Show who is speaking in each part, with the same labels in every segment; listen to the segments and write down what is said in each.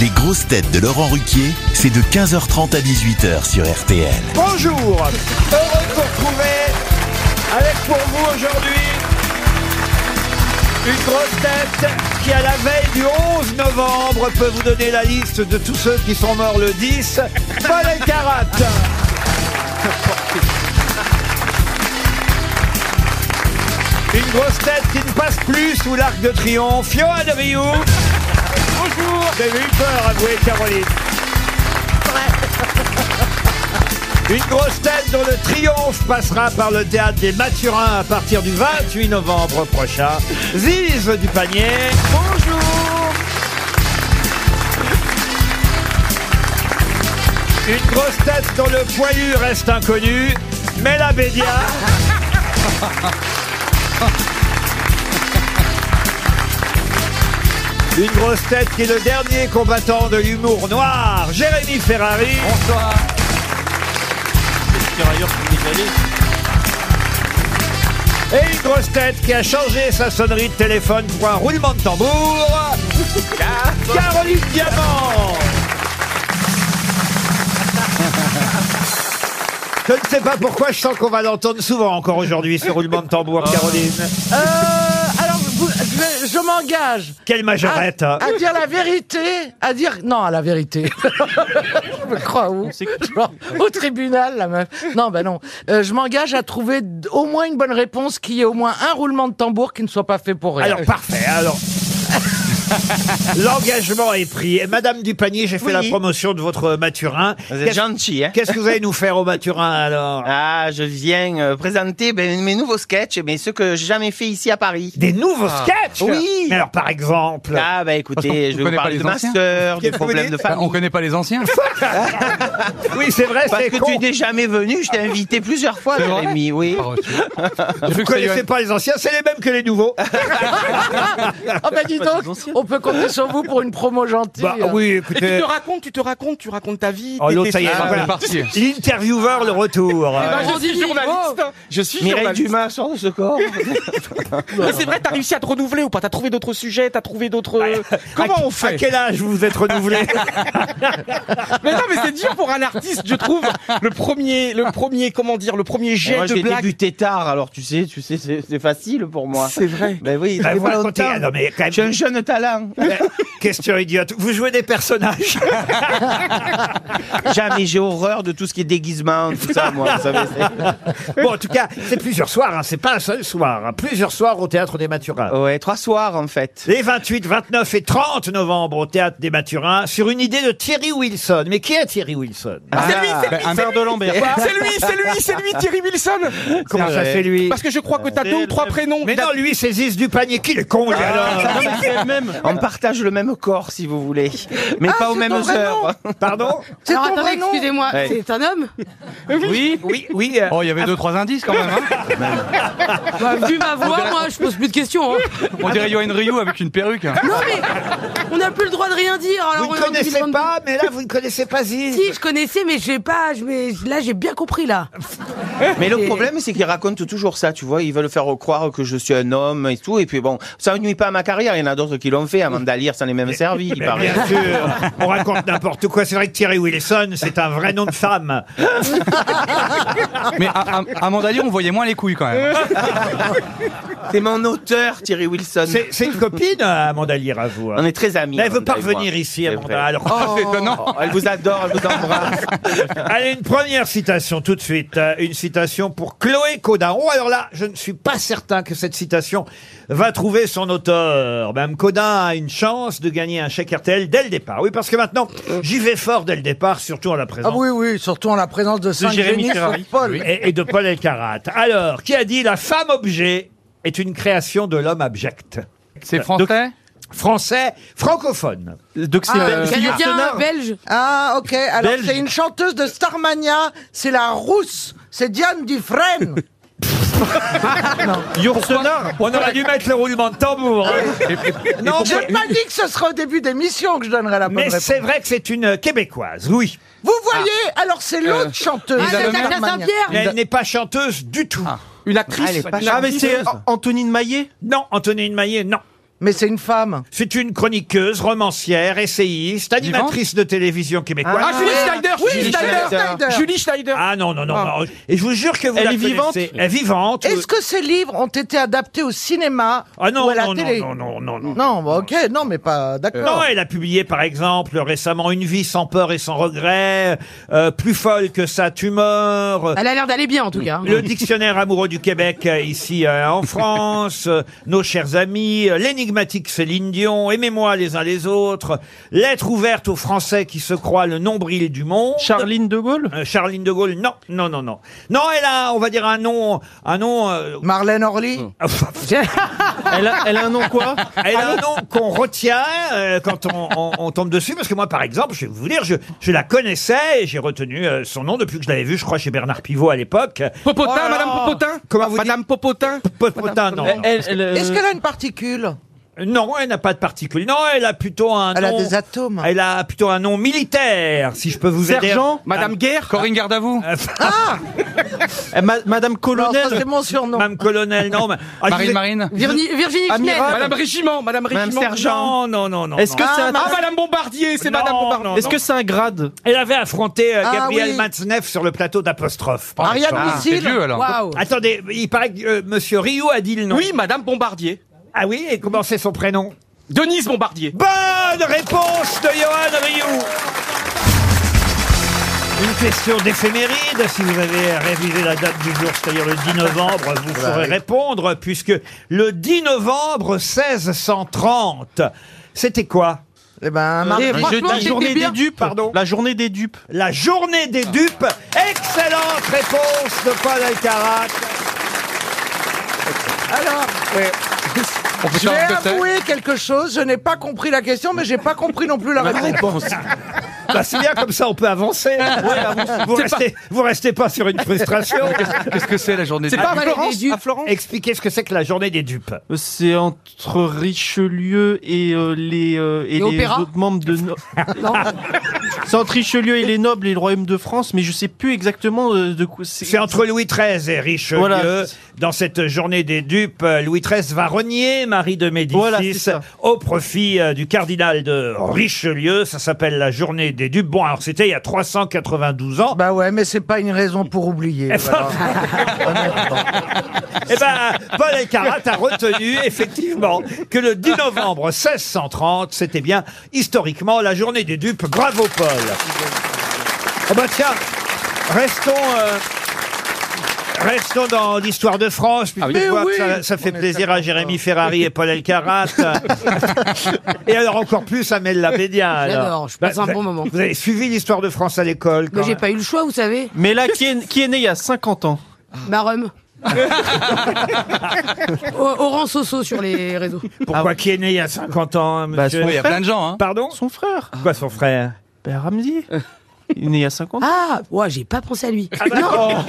Speaker 1: Les grosses têtes de Laurent Ruquier, c'est de 15h30 à 18h sur RTL.
Speaker 2: Bonjour Heureux de vous retrouver avec pour vous aujourd'hui une grosse tête qui à la veille du 11 novembre peut vous donner la liste de tous ceux qui sont morts le 10. Paul Elkarat Une grosse tête qui ne passe plus sous l'arc de triomphe, Johan Rioux. Bonjour Vous avez eu peur, avouez Caroline. Une grosse tête dont le triomphe passera par le théâtre des Mathurins à partir du 28 novembre prochain. Ziz du panier. Bonjour. Une grosse tête dont le poilu reste inconnu. Mela Bédia. Une grosse tête qui est le dernier combattant de l'humour noir, Jérémy Ferrari. Bonsoir. Et une grosse tête qui a changé sa sonnerie de téléphone pour un roulement de tambour, Caroline Diamant. Je ne sais pas pourquoi je sens qu'on va l'entendre souvent encore aujourd'hui, ce roulement de tambour,
Speaker 3: Oh.
Speaker 2: Caroline.
Speaker 4: Euh, alors, vous- je, je m'engage.
Speaker 2: Quelle majorette
Speaker 4: à,
Speaker 2: hein.
Speaker 4: à dire la vérité, à dire non à la vérité. je me crois où Genre, Au tribunal, la meuf. Non, ben non. Euh, je m'engage à trouver d- au moins une bonne réponse, qui est au moins un roulement de tambour qui ne soit pas fait pour rien.
Speaker 2: Alors parfait, hein. alors. L'engagement est pris. Et Madame Dupanier, j'ai fait
Speaker 5: Oui.
Speaker 2: la promotion de votre Maturin.
Speaker 5: Vous êtes
Speaker 2: Qu'est-ce-
Speaker 5: gentil, hein
Speaker 2: Qu'est-ce que vous allez nous faire au Maturin alors
Speaker 5: Ah, je viens euh, présenter ben, mes nouveaux sketchs, mais ceux que j'ai jamais fait ici à Paris.
Speaker 2: Des nouveaux
Speaker 3: Ah.
Speaker 2: sketchs
Speaker 5: Ah. Oui.
Speaker 2: Mais alors par exemple.
Speaker 3: Parce
Speaker 5: Ah, bah
Speaker 3: qu'on-
Speaker 5: écoutez,
Speaker 3: on
Speaker 5: je vais
Speaker 3: connaît
Speaker 5: vous
Speaker 3: pas
Speaker 5: parler
Speaker 3: les
Speaker 5: de ma
Speaker 3: anciens.
Speaker 5: sœur, des
Speaker 2: Qu'est-ce que vous
Speaker 5: problèmes de
Speaker 2: dites
Speaker 3: Bah, on
Speaker 5: famille.
Speaker 3: connaît pas les anciens.
Speaker 2: Oui, c'est vrai,
Speaker 5: Parce
Speaker 2: c'est
Speaker 5: que
Speaker 2: con.
Speaker 5: tu n'es jamais venu, je t'ai invité plusieurs fois,
Speaker 3: C'est vrai
Speaker 5: Jérémy, oui.
Speaker 3: Par reçu. J'ai cru
Speaker 2: Vous
Speaker 3: que c'était
Speaker 2: connaissez
Speaker 3: Johan.
Speaker 2: pas les anciens, c'est les mêmes que les nouveaux.
Speaker 4: Ah ben dis donc, on peut compter sur vous pour une promo gentille.
Speaker 2: Bah oui,
Speaker 6: Et tu
Speaker 2: écoutez.
Speaker 6: te racontes, tu te racontes, tu racontes ta vie.
Speaker 2: Oh,
Speaker 6: t'es-
Speaker 2: l'autre,
Speaker 6: t'es-
Speaker 2: ça y est,
Speaker 6: Ah,
Speaker 3: Ah,
Speaker 2: voilà.
Speaker 3: c'est parti.
Speaker 2: L'intervieweur, le retour.
Speaker 6: bah,
Speaker 4: Ouais.
Speaker 6: je suis journaliste.
Speaker 2: Oh.
Speaker 6: Je suis
Speaker 5: Mireille
Speaker 6: journaliste.
Speaker 5: Dumas sort de ce corps.
Speaker 6: Mais c'est vrai, t'as réussi à te renouveler ou pas T'as trouvé d'autres sujets, t'as trouvé d'autres. euh, Comment on
Speaker 2: À
Speaker 6: fait
Speaker 2: quel âge vous vous êtes renouvelé
Speaker 6: Mais non, mais c'est dur pour un artiste, je trouve. Le premier, le premier, comment dire, le premier jet
Speaker 5: Moi,
Speaker 6: de
Speaker 5: j'ai
Speaker 6: blague.
Speaker 5: débuté tard, alors tu sais, tu sais, c'est c'est facile pour moi.
Speaker 6: C'est vrai.
Speaker 5: Ben oui,
Speaker 2: Bah,
Speaker 5: j'ai
Speaker 2: Vous
Speaker 5: pas
Speaker 2: racontez.
Speaker 5: longtemps.
Speaker 2: ah, non, mais quand même, Ben,
Speaker 5: J'ai un jeune talent.
Speaker 2: Question idiote. Vous jouez des personnages.
Speaker 5: Jamais, j'ai horreur de tout ce qui est déguisement, tout ça, moi, vous savez. c'est-
Speaker 2: Bon, en tout cas, c'est plusieurs soirs, hein, c'est pas un seul soir. hein, plusieurs soirs au Théâtre des Mathurins.
Speaker 5: Ouais, trois soirs, en fait.
Speaker 2: Les 28, 29 et 30 novembre au Théâtre des Mathurins, sur une idée de Thierry Wilson. Mais qui est Thierry Wilson
Speaker 6: Ah, C'est lui, c'est
Speaker 3: bah,
Speaker 6: lui,
Speaker 3: un
Speaker 6: c'est
Speaker 3: verre de
Speaker 6: lui,
Speaker 3: Lambert.
Speaker 6: Bah, C'est lui, c'est lui, c'est lui, Thierry Wilson.
Speaker 2: Comment ça
Speaker 5: vrai.
Speaker 2: c'est lui
Speaker 6: Parce que je crois que t'as Ah, deux ou trois prénoms.
Speaker 2: Mais non, lui, c'est Ziz du panier. Qui le con,
Speaker 5: Ah,
Speaker 2: lui, alors
Speaker 5: On partage le même corps, si vous voulez, mais
Speaker 2: Ah,
Speaker 5: pas aux
Speaker 4: c'est
Speaker 5: mêmes
Speaker 4: ton vrai
Speaker 5: heures.
Speaker 2: Pardon
Speaker 4: Alors, attendez, excusez-moi,
Speaker 5: Ouais.
Speaker 4: c'est un homme
Speaker 2: Oui, oui, oui. euh,
Speaker 3: Oh, il y avait deux, trois indices quand même. hein.
Speaker 4: Vu ma voix, Bah, moi, je pose plus de questions. hein.
Speaker 3: On dirait Yoann Ryu avec une perruque. hein.
Speaker 4: Non mais, on n'a plus le droit de rien dire.
Speaker 2: vous ne connaissez pas, mais là, vous ne connaissez pas Ziz.
Speaker 4: Si, je connaissais, mais j'ai pas. je- mais là, j'ai bien compris là.
Speaker 5: Mais le problème, c'est qu'ils racontent toujours ça, tu vois. Ils veulent faire croire que je suis un homme et tout. Et puis bon, ça nuit pas à ma carrière. Il y en a d'autres qui l'ont fait. Amanda Lear, ça les même servi, il
Speaker 2: Mais
Speaker 5: paraît.
Speaker 2: bien sûr, on raconte n'importe quoi. C'est vrai que Thierry Wilson, c'est un vrai nom de femme.
Speaker 3: Mais à, à, hein. à Mandalier, on voyait moins les couilles quand même.
Speaker 5: C'est mon auteur, Thierry Wilson.
Speaker 2: C'est c'est une copine, Amanda Lear, à vous. hein.
Speaker 5: On est très amis.
Speaker 2: Mais elle veut
Speaker 5: Amanda
Speaker 2: pas
Speaker 5: et moi.
Speaker 2: revenir ici,
Speaker 5: C'est
Speaker 2: Amanda.
Speaker 5: vrai.
Speaker 2: Alors,
Speaker 3: Ah, c'est étonnant.
Speaker 5: Oh, elle vous adore, elle vous embrasse.
Speaker 2: Allez, une première citation tout de suite. Euh, Une citation pour Chloé Codaron. Alors là, je ne suis pas certain que cette citation va trouver son auteur. Madame Codin a une chance de gagner un chèque RTL dès le départ. Oui, parce que maintenant, j'y vais fort dès le départ, surtout en la présence.
Speaker 4: Ah oui, surtout en la présence de saint
Speaker 3: Jérémy Ferrari.
Speaker 2: Et, et de Paul Elkarat. Alors, qui a dit la femme objet est une création de l'homme abject
Speaker 3: C'est français
Speaker 2: Français, francophone. Ah,
Speaker 3: Donc c'est euh,
Speaker 4: Ah, Canadien, belge.
Speaker 7: Ah, ok. Alors,
Speaker 3: Belge.
Speaker 7: c'est une chanteuse de Starmania. C'est la rousse. C'est Diane Dufresne.
Speaker 2: On aurait dû mettre le roulement de tambour. hein. Non,
Speaker 7: J'ai pas dit que ce serait au début d'émission que je donnerais la bonne
Speaker 2: mais
Speaker 7: réponse.
Speaker 2: c'est vrai que c'est une québécoise, oui.
Speaker 7: Vous voyez Alors, c'est l'autre chanteuse.
Speaker 3: Lisa
Speaker 7: de
Speaker 3: Lemire.
Speaker 7: Starmania.
Speaker 2: Mais
Speaker 3: Linda-
Speaker 2: elle n'est pas chanteuse du tout.
Speaker 3: Ah.
Speaker 6: Une actrice.
Speaker 5: Ah, mais c'est Antonine Maillet.
Speaker 2: Non, Antonine Maillet, non.
Speaker 4: Mais c'est une femme.
Speaker 2: C'est une chroniqueuse, romancière, essayiste, animatrice de télévision québécoise.
Speaker 6: Ah, Julie Snyder
Speaker 4: Oui,
Speaker 6: Julie
Speaker 4: Snyder,
Speaker 6: Snyder
Speaker 4: Snyder.
Speaker 6: Julie Snyder
Speaker 2: Ah non, non, non.
Speaker 6: Ah.
Speaker 2: non. Et je vous jure que vous
Speaker 5: Elle
Speaker 2: la
Speaker 5: est vivante
Speaker 2: connaissez. Elle est vivante.
Speaker 4: Est-ce que ces livres ont été adaptés au cinéma
Speaker 2: Ah non,
Speaker 4: ou à la
Speaker 2: non, non,
Speaker 4: télé
Speaker 2: non, non, non, non.
Speaker 4: Non, bah, ok, non, mais pas
Speaker 2: Non,
Speaker 7: Euh,
Speaker 4: d'accord.
Speaker 2: elle a publié par exemple récemment Une vie sans peur et sans regret, euh, Plus folle que sa tumeur,
Speaker 8: Elle a l'air d'aller bien en tout hein. cas.
Speaker 2: Le dictionnaire amoureux du Québec euh, ici euh, en France, euh, Nos chers amis, euh, L'énigmatique Céline Dion, Aimez-moi les uns les autres, Lettre ouverte aux Français qui se croient le nombril du monde.
Speaker 9: Charline de Gaulle
Speaker 2: Euh, Charline de Gaulle, non, non, non, non. Non, elle a, on va dire, un nom, un nom, euh,
Speaker 4: Marlène Orly
Speaker 9: elle a, elle a un nom quoi Ah
Speaker 2: elle a un nom qu'on retient euh, quand on, on- on tombe dessus, parce que moi, par exemple, je vais vous dire, je, je la connaissais et j'ai retenu euh, son nom depuis que je l'avais vu, je crois, chez Bernard Pivot à l'époque.
Speaker 6: Popotin, Madame Popotin
Speaker 2: Comment vous
Speaker 6: Madame Popotin
Speaker 2: Popotin, non.
Speaker 9: Elle- elle- elle, euh,
Speaker 4: Est-ce qu'elle a une particule
Speaker 2: Non, elle n'a pas de particules. Non, elle a plutôt un
Speaker 4: Elle a
Speaker 2: nom.
Speaker 4: des atomes.
Speaker 2: Elle a plutôt un nom militaire, si je peux vous aider.
Speaker 9: Sergent
Speaker 6: Madame Guerre
Speaker 3: Corinne Gardavou
Speaker 2: Ah.
Speaker 9: eh, ma- Madame
Speaker 4: Non, ça,
Speaker 9: Colonel
Speaker 4: c'est mon surnom.
Speaker 2: Madame colonel, non. mais- Ah, je vous
Speaker 3: Marine
Speaker 2: ai-
Speaker 3: Marine
Speaker 8: Virginie, Virginie Knight.
Speaker 9: Amiral
Speaker 6: Madame Régiment Madame Régiment
Speaker 2: Non, non, non, non.
Speaker 9: Est-ce
Speaker 2: non.
Speaker 9: que c'est un,
Speaker 6: Ah, Madame Bombardier, c'est
Speaker 2: Non,
Speaker 6: Madame Bombardier
Speaker 2: non,
Speaker 9: est-ce
Speaker 2: non.
Speaker 9: que c'est un grade
Speaker 2: Elle avait affronté euh,
Speaker 4: Ah,
Speaker 2: Gabriel
Speaker 4: oui.
Speaker 2: Matzneff sur le plateau d'apostrophe. par
Speaker 4: Ariane
Speaker 2: exemple.
Speaker 3: Ah, C'est
Speaker 4: Missile.
Speaker 3: vieux alors.
Speaker 8: Waouh.
Speaker 2: Attendez, il paraît que euh, Monsieur Rio a dit le nom.
Speaker 6: Oui, Madame Bombardier
Speaker 2: Ah oui, et comment c'est son prénom
Speaker 6: Denise Bombardier
Speaker 2: Bonne réponse de Johan Rioux. Une question d'éphéméride. Si vous avez révisé la date du jour, c'est-à-dire le 10 novembre, vous
Speaker 4: Bah
Speaker 2: saurez répondre, puisque le 10 novembre 1630, c'était quoi Euh,
Speaker 4: Eh ben, un mardi.
Speaker 8: Et franchement,
Speaker 9: la
Speaker 8: c'était
Speaker 9: journée
Speaker 8: bien.
Speaker 9: des dupes.
Speaker 2: Pardon
Speaker 9: La journée des dupes.
Speaker 2: La journée des dupes. Excellente réponse de Paul Alcarat.
Speaker 4: Alors,
Speaker 3: On peut
Speaker 4: je vais
Speaker 3: faire un cocktail.
Speaker 4: avouer quelque chose. Je n'ai pas compris la question, mais j'ai pas compris non plus la réponse.
Speaker 2: Bah, c'est bien comme ça, on peut avancer.
Speaker 7: bah,
Speaker 2: vous, restez, vous restez Ah. pas sur une frustration.
Speaker 3: Qu'est-ce que c'est la journée
Speaker 6: C'est
Speaker 3: des
Speaker 6: pas à
Speaker 8: Madame
Speaker 6: Florence
Speaker 8: Lédu.
Speaker 6: À Florence
Speaker 2: Expliquez ce que c'est que la journée des dupes.
Speaker 9: Euh, C'est entre Richelieu et euh, les euh, et
Speaker 8: Et
Speaker 9: les
Speaker 8: Opéra
Speaker 9: autres membres de. no- c'est entre Richelieu et les nobles et le royaume de France, mais je sais plus exactement euh, de quoi
Speaker 2: C'est entre Louis XIII et Richelieu.
Speaker 9: Voilà.
Speaker 2: Dans cette journée des dupes, euh, Louis XIII va renier Marie de Médicis
Speaker 9: Voilà, c'est ça.
Speaker 2: au profit euh, du cardinal de Richelieu. Ça s'appelle la journée des dupes. Bon, alors c'était il y a 392 ans. ben,
Speaker 4: Bah ouais, mais c'est pas une raison pour oublier. voilà.
Speaker 2: Eh ben, Paul Elkarat a retenu effectivement que le 10 novembre 1630, c'était bien historiquement la journée des dupes. Bravo Paul. Oh bah tiens, restons. euh, Restons dans l'histoire de France,
Speaker 9: Ah
Speaker 2: puisque
Speaker 4: Mais
Speaker 2: je
Speaker 9: Eh
Speaker 2: vois que
Speaker 4: oui.
Speaker 2: ça, ça fait
Speaker 4: On est
Speaker 2: plaisir à
Speaker 4: tellement
Speaker 2: Jérémy Ferrari et Paul Elkarat. et alors encore plus à Mel Labédia. alors.
Speaker 8: J'adore, je passe un
Speaker 2: vous
Speaker 8: bon
Speaker 2: avez-
Speaker 8: moment.
Speaker 2: Vous avez suivi l'histoire de France à l'école.
Speaker 8: Mais
Speaker 2: quand
Speaker 8: j'ai
Speaker 2: même.
Speaker 8: pas eu le choix, vous savez.
Speaker 9: Mais là, qui est, qui est né il y a 50 ans
Speaker 4: Bah,
Speaker 8: Marum. O- Oran Soso sur les réseaux.
Speaker 2: Pourquoi qui est né il y a 50 ans, hein,
Speaker 9: Ah Bah,
Speaker 2: monsieur
Speaker 9: son
Speaker 3: Oui, il y a plein de gens. Hein.
Speaker 2: Pardon
Speaker 9: Son frère,
Speaker 2: Quoi son frère
Speaker 9: Ben Ramsey. Il est né il y a 50 ans.
Speaker 8: Ah, ouais, j'ai pas pensé à lui.
Speaker 2: Ah, bah,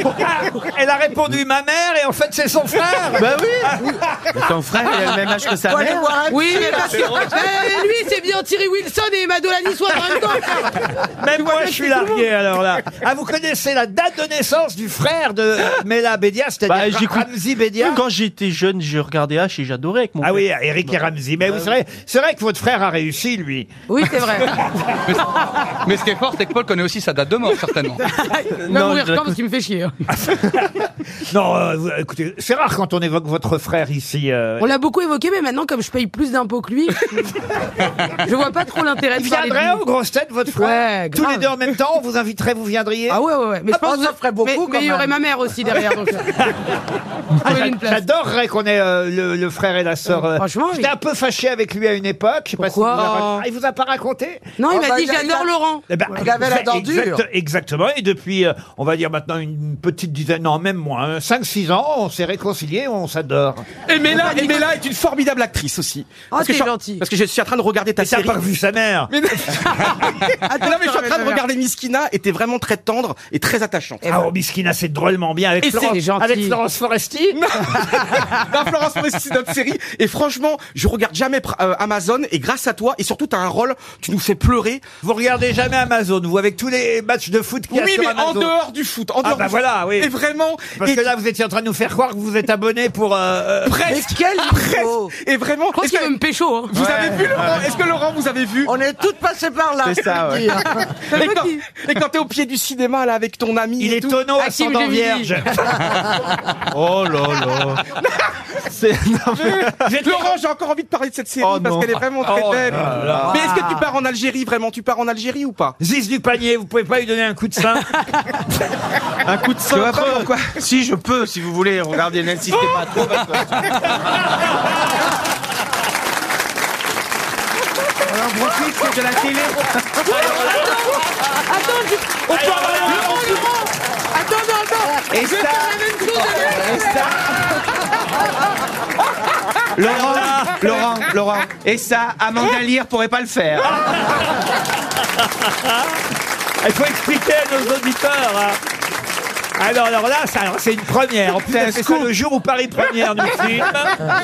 Speaker 2: oh. Elle a répondu ma mère et en fait c'est son frère. Ah.
Speaker 9: Bah oui
Speaker 5: Ton frère, il a le même âge que sa
Speaker 4: Faut aller
Speaker 5: mère.
Speaker 4: voir un
Speaker 8: Oui, mais parce que Eh, lui, c'est bien Thierry Wilson et Madolani soit en même temps.
Speaker 2: Même moi Ah, je suis largué alors là. Ah vous connaissez la date de naissance du frère de Mela Bédia,
Speaker 9: Bah,
Speaker 2: c'est-à-dire
Speaker 9: j'écoute-
Speaker 2: Ramzi Bédia.
Speaker 9: Quand j'étais jeune, je regardais H et j'adorais avec mon père.
Speaker 2: Ah
Speaker 9: Bah,
Speaker 2: oui, Eric et Ramzi. Mais vous savez, c'est vrai que votre frère a réussi lui. Ah.
Speaker 8: Oui, c'est vrai.
Speaker 3: Mais ce qui est fort, c'est que Paul connaît aussi sa date de mort, certainement.
Speaker 8: Même
Speaker 9: Non,
Speaker 8: mourir
Speaker 9: je-
Speaker 8: quand parce qu'il me fait chier.
Speaker 2: Non, euh, vous- écoutez, c'est rare quand on évoque votre frère ici. euh.
Speaker 8: On l'a beaucoup évoqué, mais maintenant, comme je paye plus d'impôts que lui, je vois pas trop l'intérêt de
Speaker 2: Il
Speaker 8: parler de
Speaker 2: viendrait
Speaker 8: lui.
Speaker 2: aux grosses têtes votre frère.
Speaker 8: Ouais,
Speaker 2: Tous
Speaker 8: grave.
Speaker 2: les deux en même temps, on vous inviterait, vous viendriez.
Speaker 8: Ah ouais, ouais, ouais. Mais je
Speaker 4: Ah,
Speaker 8: pense
Speaker 4: ça ferait beaucoup,
Speaker 8: Mais-
Speaker 4: quand
Speaker 8: Mais il y
Speaker 4: même.
Speaker 8: aurait ma mère aussi derrière. Donc... euh.
Speaker 2: Ah,
Speaker 8: Trouver une
Speaker 2: j'a-
Speaker 8: place.
Speaker 2: J'adorerais qu'on ait euh, le, le frère et la sœur. euh.
Speaker 8: Franchement,
Speaker 2: j'étais
Speaker 8: il-
Speaker 2: un peu fâché avec lui à une époque. Je sais pas si
Speaker 8: Pourquoi
Speaker 2: vous a rac- Ah, il vous a pas raconté
Speaker 8: Non, il
Speaker 4: Oh,
Speaker 8: m'a
Speaker 4: bah,
Speaker 8: dit
Speaker 4: il a-
Speaker 8: j'adore
Speaker 4: il a-
Speaker 8: Laurent.
Speaker 2: Eh ben,
Speaker 4: Il avait la dent dure.
Speaker 2: exactement. Et depuis, euh, on va dire maintenant une petite dizaine, non, même moins, 5-6 ans, on s'est réconciliés, on s'adore.
Speaker 6: Et Mela, et Mela est une formidable actrice aussi. Parce que
Speaker 8: t'es
Speaker 6: je suis en-
Speaker 8: gentil.
Speaker 6: Parce que je suis en train de regarder ta
Speaker 2: Et t'as
Speaker 6: série.
Speaker 2: pas vu sa mère
Speaker 6: Mais non,
Speaker 4: Attends,
Speaker 6: non, mais je suis en
Speaker 4: vais te
Speaker 6: train de
Speaker 4: faire.
Speaker 6: regarder Miskina et t'es vraiment très tendre et très attachante.
Speaker 2: Ah, oh, Miskina, c'est drôlement bien avec,
Speaker 6: Et c'est
Speaker 2: Florence,
Speaker 8: gentil.
Speaker 2: avec Florence Foresti.
Speaker 6: Non, Bah, Florence Foresti, c'est notre série. Et franchement, je regarde jamais pr- euh, Amazon et grâce à toi, et surtout t'as un rôle, tu nous fais pleurer.
Speaker 2: Vous regardez jamais Amazon, vous, avec tous tous les matchs de foot qu'il y a
Speaker 6: Oui,
Speaker 2: sur
Speaker 6: mais en
Speaker 2: Amazon.
Speaker 6: dehors du foot. En
Speaker 2: Ah
Speaker 6: dehors
Speaker 2: bah
Speaker 6: du foot.
Speaker 2: voilà, oui.
Speaker 6: Et vraiment,
Speaker 2: Parce
Speaker 6: et
Speaker 2: que là, vous étiez en train de nous faire croire que vous êtes abonné pour. euh, euh,
Speaker 7: Mais
Speaker 6: presque,
Speaker 7: quel niveau
Speaker 6: presque. Et vraiment,
Speaker 8: Je pense
Speaker 6: est-ce que
Speaker 8: qu'il veut me pécho. Hein.
Speaker 6: vous avez vu, Laurent Est-ce que Laurent, vous avez vu
Speaker 7: On est toutes passées par là.
Speaker 5: C'est ça,
Speaker 7: je veux
Speaker 5: ouais.
Speaker 7: dire.
Speaker 6: Et quand, et quand t'es au pied du cinéma, là, avec ton ami
Speaker 2: il
Speaker 6: et
Speaker 2: est
Speaker 6: tout.
Speaker 2: tonneau
Speaker 8: Hakim
Speaker 2: ascendant
Speaker 8: Gemini.
Speaker 2: vierge.
Speaker 9: Oh là là. C'est- non, mais-
Speaker 6: Laurent, j'ai encore envie de parler de cette série
Speaker 9: Oh
Speaker 6: parce
Speaker 9: non.
Speaker 6: qu'elle est vraiment très
Speaker 2: Oh
Speaker 6: belle.
Speaker 2: là là.
Speaker 6: Mais est-ce que tu pars en Algérie vraiment Tu pars en Algérie ou pas
Speaker 2: Ziz du panier, vous pouvez pas lui donner un coup de sein
Speaker 9: un coup de
Speaker 5: Je vois
Speaker 9: cintre.
Speaker 5: pas pourquoi. Si je peux, si vous voulez, regardez, n'insistez pas trop. parce que-
Speaker 6: de la télé.
Speaker 8: Attends, je-
Speaker 2: On peut avoir un-
Speaker 8: attends, attends, attends.
Speaker 5: Et
Speaker 8: Je vais
Speaker 5: ça-
Speaker 8: faire la même chose avec-
Speaker 5: Laurent, Laurent, Laurent. Et ça, Amanda Lear pourrait pas le faire.
Speaker 2: Il faut expliquer à nos auditeurs. hein. Alors, alors là, ça- alors, c'est une première. En plus,
Speaker 5: C'est un
Speaker 2: elle fait ça
Speaker 5: scoop.
Speaker 2: le jour où Paris Première nous filme.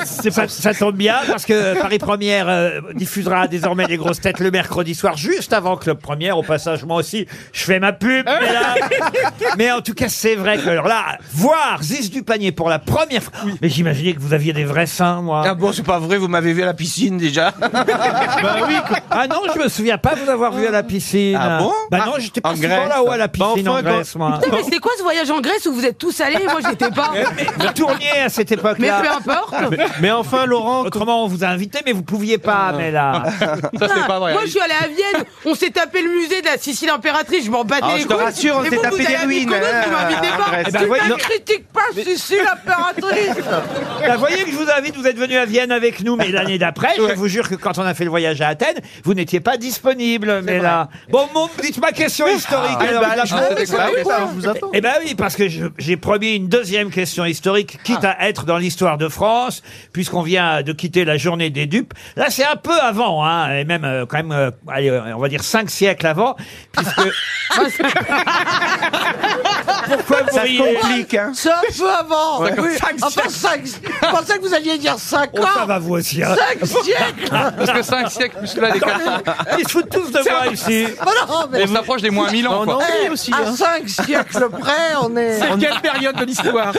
Speaker 2: C'est pas- ça tombe bien parce que Paris Première euh, diffusera désormais les grosses têtes le mercredi soir, juste avant Club Première. Au passage, moi aussi, je fais ma pub. Mais, là- mais en tout cas, c'est vrai que alors là, voir Ziz du panier pour la première fois. Mais j'imaginais que vous aviez des vrais seins, moi.
Speaker 5: Ah bon, c'est pas vrai, vous m'avez vu à la piscine déjà.
Speaker 2: Ah non, je me souviens pas vous avoir vu à la piscine.
Speaker 5: Ah bon
Speaker 2: Bah non, j'étais pas
Speaker 5: En
Speaker 2: souvent
Speaker 5: Grèce.
Speaker 2: là-haut à la
Speaker 9: Bah
Speaker 2: piscine
Speaker 9: enfin,
Speaker 2: en Grèce, moi.
Speaker 8: Putain, mais c'était quoi ce voyage en Grèce où vous êtes tous allés et Moi, j'étais pas.
Speaker 2: Vous tourniez à cette
Speaker 8: Mais peu
Speaker 2: époque-là.
Speaker 8: importe.
Speaker 9: Mais enfin, Laurent,
Speaker 2: Autrement, on vous a invité, mais vous pouviez pas, mais là.
Speaker 3: Ça, c'est pas vrai.
Speaker 8: Moi, je suis allée à Vienne. On s'est tapé le musée de la Sicile impératrice. Je m'en battais
Speaker 5: Ah,
Speaker 8: les
Speaker 5: je te
Speaker 8: couilles.
Speaker 5: rassure, on
Speaker 8: Et
Speaker 5: s'est
Speaker 8: vous,
Speaker 5: tapé
Speaker 8: vous
Speaker 5: des
Speaker 8: allez à
Speaker 5: ruines,
Speaker 8: Mykonos,
Speaker 5: hein,
Speaker 8: vous m'invitez
Speaker 5: en
Speaker 8: pas.
Speaker 5: Grèce.
Speaker 8: Tu
Speaker 2: Eh ben, voyez-
Speaker 8: ne critique pas Sicile impératrice.
Speaker 2: Vous Bah, voyez que je vous invite, vous êtes venu à Vienne avec nous, mais l'année d'après, je vous jure que quand on a fait le voyage à Athènes, vous n'étiez pas disponible, mais là. Bon, mon- dites ma question historique.
Speaker 6: Ah,
Speaker 2: alors,
Speaker 5: bah,
Speaker 2: là,
Speaker 5: je
Speaker 2: je-
Speaker 5: vous avais pas fait ça.
Speaker 9: on vous attend.
Speaker 2: Eh ben oui, parce que je- j'ai promis une deuxième question historique, quitte
Speaker 6: Ah.
Speaker 2: à être dans l'histoire de France, puisqu'on vient de quitter la journée des dupes. Là, c'est un peu avant, hein, et même euh, quand même, euh, allez, euh, on va dire cinq siècles avant, puisque. Pourquoi vous
Speaker 5: Ça se
Speaker 2: riez
Speaker 5: complique, hein.
Speaker 7: C'est un peu avant.
Speaker 3: Ouais,
Speaker 7: Oui.
Speaker 3: cinq
Speaker 7: Enfin, cinq. Je pensais que vous alliez dire 5
Speaker 2: Oh, ça
Speaker 7: ans.
Speaker 2: va vous aussi. Hein.
Speaker 7: 5 siècles
Speaker 3: Parce que 5 siècles plus que là, les quatre.
Speaker 2: Ils se foutent tous de moi ici.
Speaker 7: Oh non, mais-
Speaker 3: On s'approche des moins 1000 ans,
Speaker 9: en
Speaker 3: quoi.
Speaker 9: Hongrie
Speaker 7: Eh,
Speaker 9: aussi.
Speaker 7: à
Speaker 9: hein.
Speaker 7: 5 siècles près, on est.
Speaker 6: C'est quelle période de l'histoire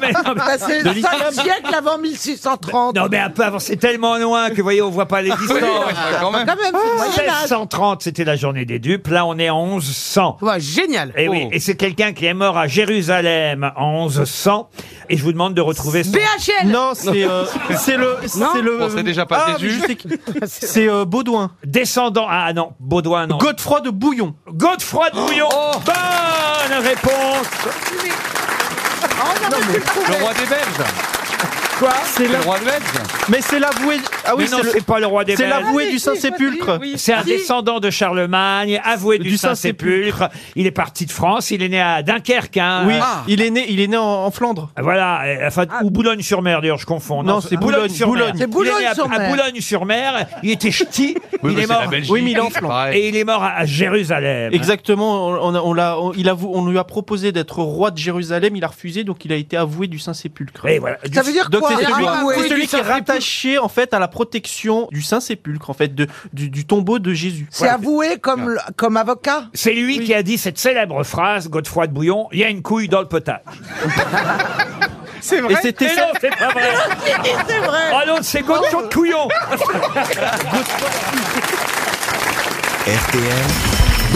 Speaker 2: Mais non, mais-
Speaker 7: Bah, c'est 5 siècles avant 1630.
Speaker 2: non, mais un peu avant, c'est tellement loin que vous voyez, on voit pas les
Speaker 3: Ah Oui, bah,
Speaker 2: distances.
Speaker 3: quand même.
Speaker 7: Quand même, c'est le Moyen Âge.
Speaker 2: 1630, c'était la journée des dupes. Là, on est en 1100.
Speaker 8: Ouais, génial.
Speaker 2: Et Eh
Speaker 7: Oh.
Speaker 2: oui, et c'est quelqu'un qui est mort à Jérusalem en 1100. Et je vous demande de retrouver son...
Speaker 8: BHL.
Speaker 9: Non, c'est euh, c'est le
Speaker 8: Non.
Speaker 9: c'est le
Speaker 3: Bon, c'est déjà pas
Speaker 9: Ah,
Speaker 3: Jésus.
Speaker 9: mais je sais- C'est euh, Baudouin.
Speaker 2: descendant. Ah non, Baudouin, non.
Speaker 9: Godefroy de Bouillon.
Speaker 2: Godefroy de Bouillon.
Speaker 7: Oh.
Speaker 2: Bonne réponse.
Speaker 7: Oh,
Speaker 3: Le roi des Belges.
Speaker 2: Quoi
Speaker 9: C'est
Speaker 3: Le
Speaker 9: la-
Speaker 3: roi des Belges.
Speaker 9: Mais c'est l'avoué. Ah oui,
Speaker 2: Mais non,
Speaker 9: c'est le-
Speaker 2: c'est pas le roi des
Speaker 9: c'est
Speaker 2: Belges.
Speaker 6: Ah
Speaker 9: l'avoué du Saint-Sépulcre.
Speaker 2: C'est un
Speaker 8: Si.
Speaker 2: descendant de Charlemagne, avoué du,
Speaker 9: Du
Speaker 2: Saint-Sépulcre. Il est parti de France. Il est né à Dunkerque. Hein.
Speaker 9: Oui, il est né, il est né en, en Flandre.
Speaker 2: Ah, Voilà, et- enfin, ou Boulogne-sur-Mer, d'ailleurs, je confonds.
Speaker 9: Non, c'est Boulogne.
Speaker 2: C'est Boulogne-sur-Mer. Il est né à- À Boulogne-sur-mer, il était ch'ti, il est mort.
Speaker 9: Oui, mais il est en flanc.
Speaker 3: flanc.
Speaker 2: Et il est mort à- à Jérusalem. hein.
Speaker 9: Exactement, on, on a- on l'a, on, il avoue- on lui a proposé d'être roi de Jérusalem, il a refusé, donc il a été avoué du Saint-Sépulcre.
Speaker 2: Et voilà. Du-
Speaker 7: Ça veut dire
Speaker 9: Donc
Speaker 7: quoi
Speaker 9: c'est celui,
Speaker 7: Ah,
Speaker 9: c'est
Speaker 7: ouais.
Speaker 9: celui qui est rattaché en fait à la protection du Saint-Sépulcre, en fait, de, du, du tombeau de Jésus.
Speaker 7: C'est avoué comme, le- comme avocat
Speaker 2: C'est lui qui a dit cette célèbre phrase, Godefroy de Bouillon, il y a une couille dans le potage.
Speaker 6: C'est vrai.
Speaker 9: Et c'était
Speaker 2: Mais non, c'est pas vrai.
Speaker 7: C'est vrai
Speaker 2: Ah non, c'est Godefroy de Couillon.
Speaker 1: RTL,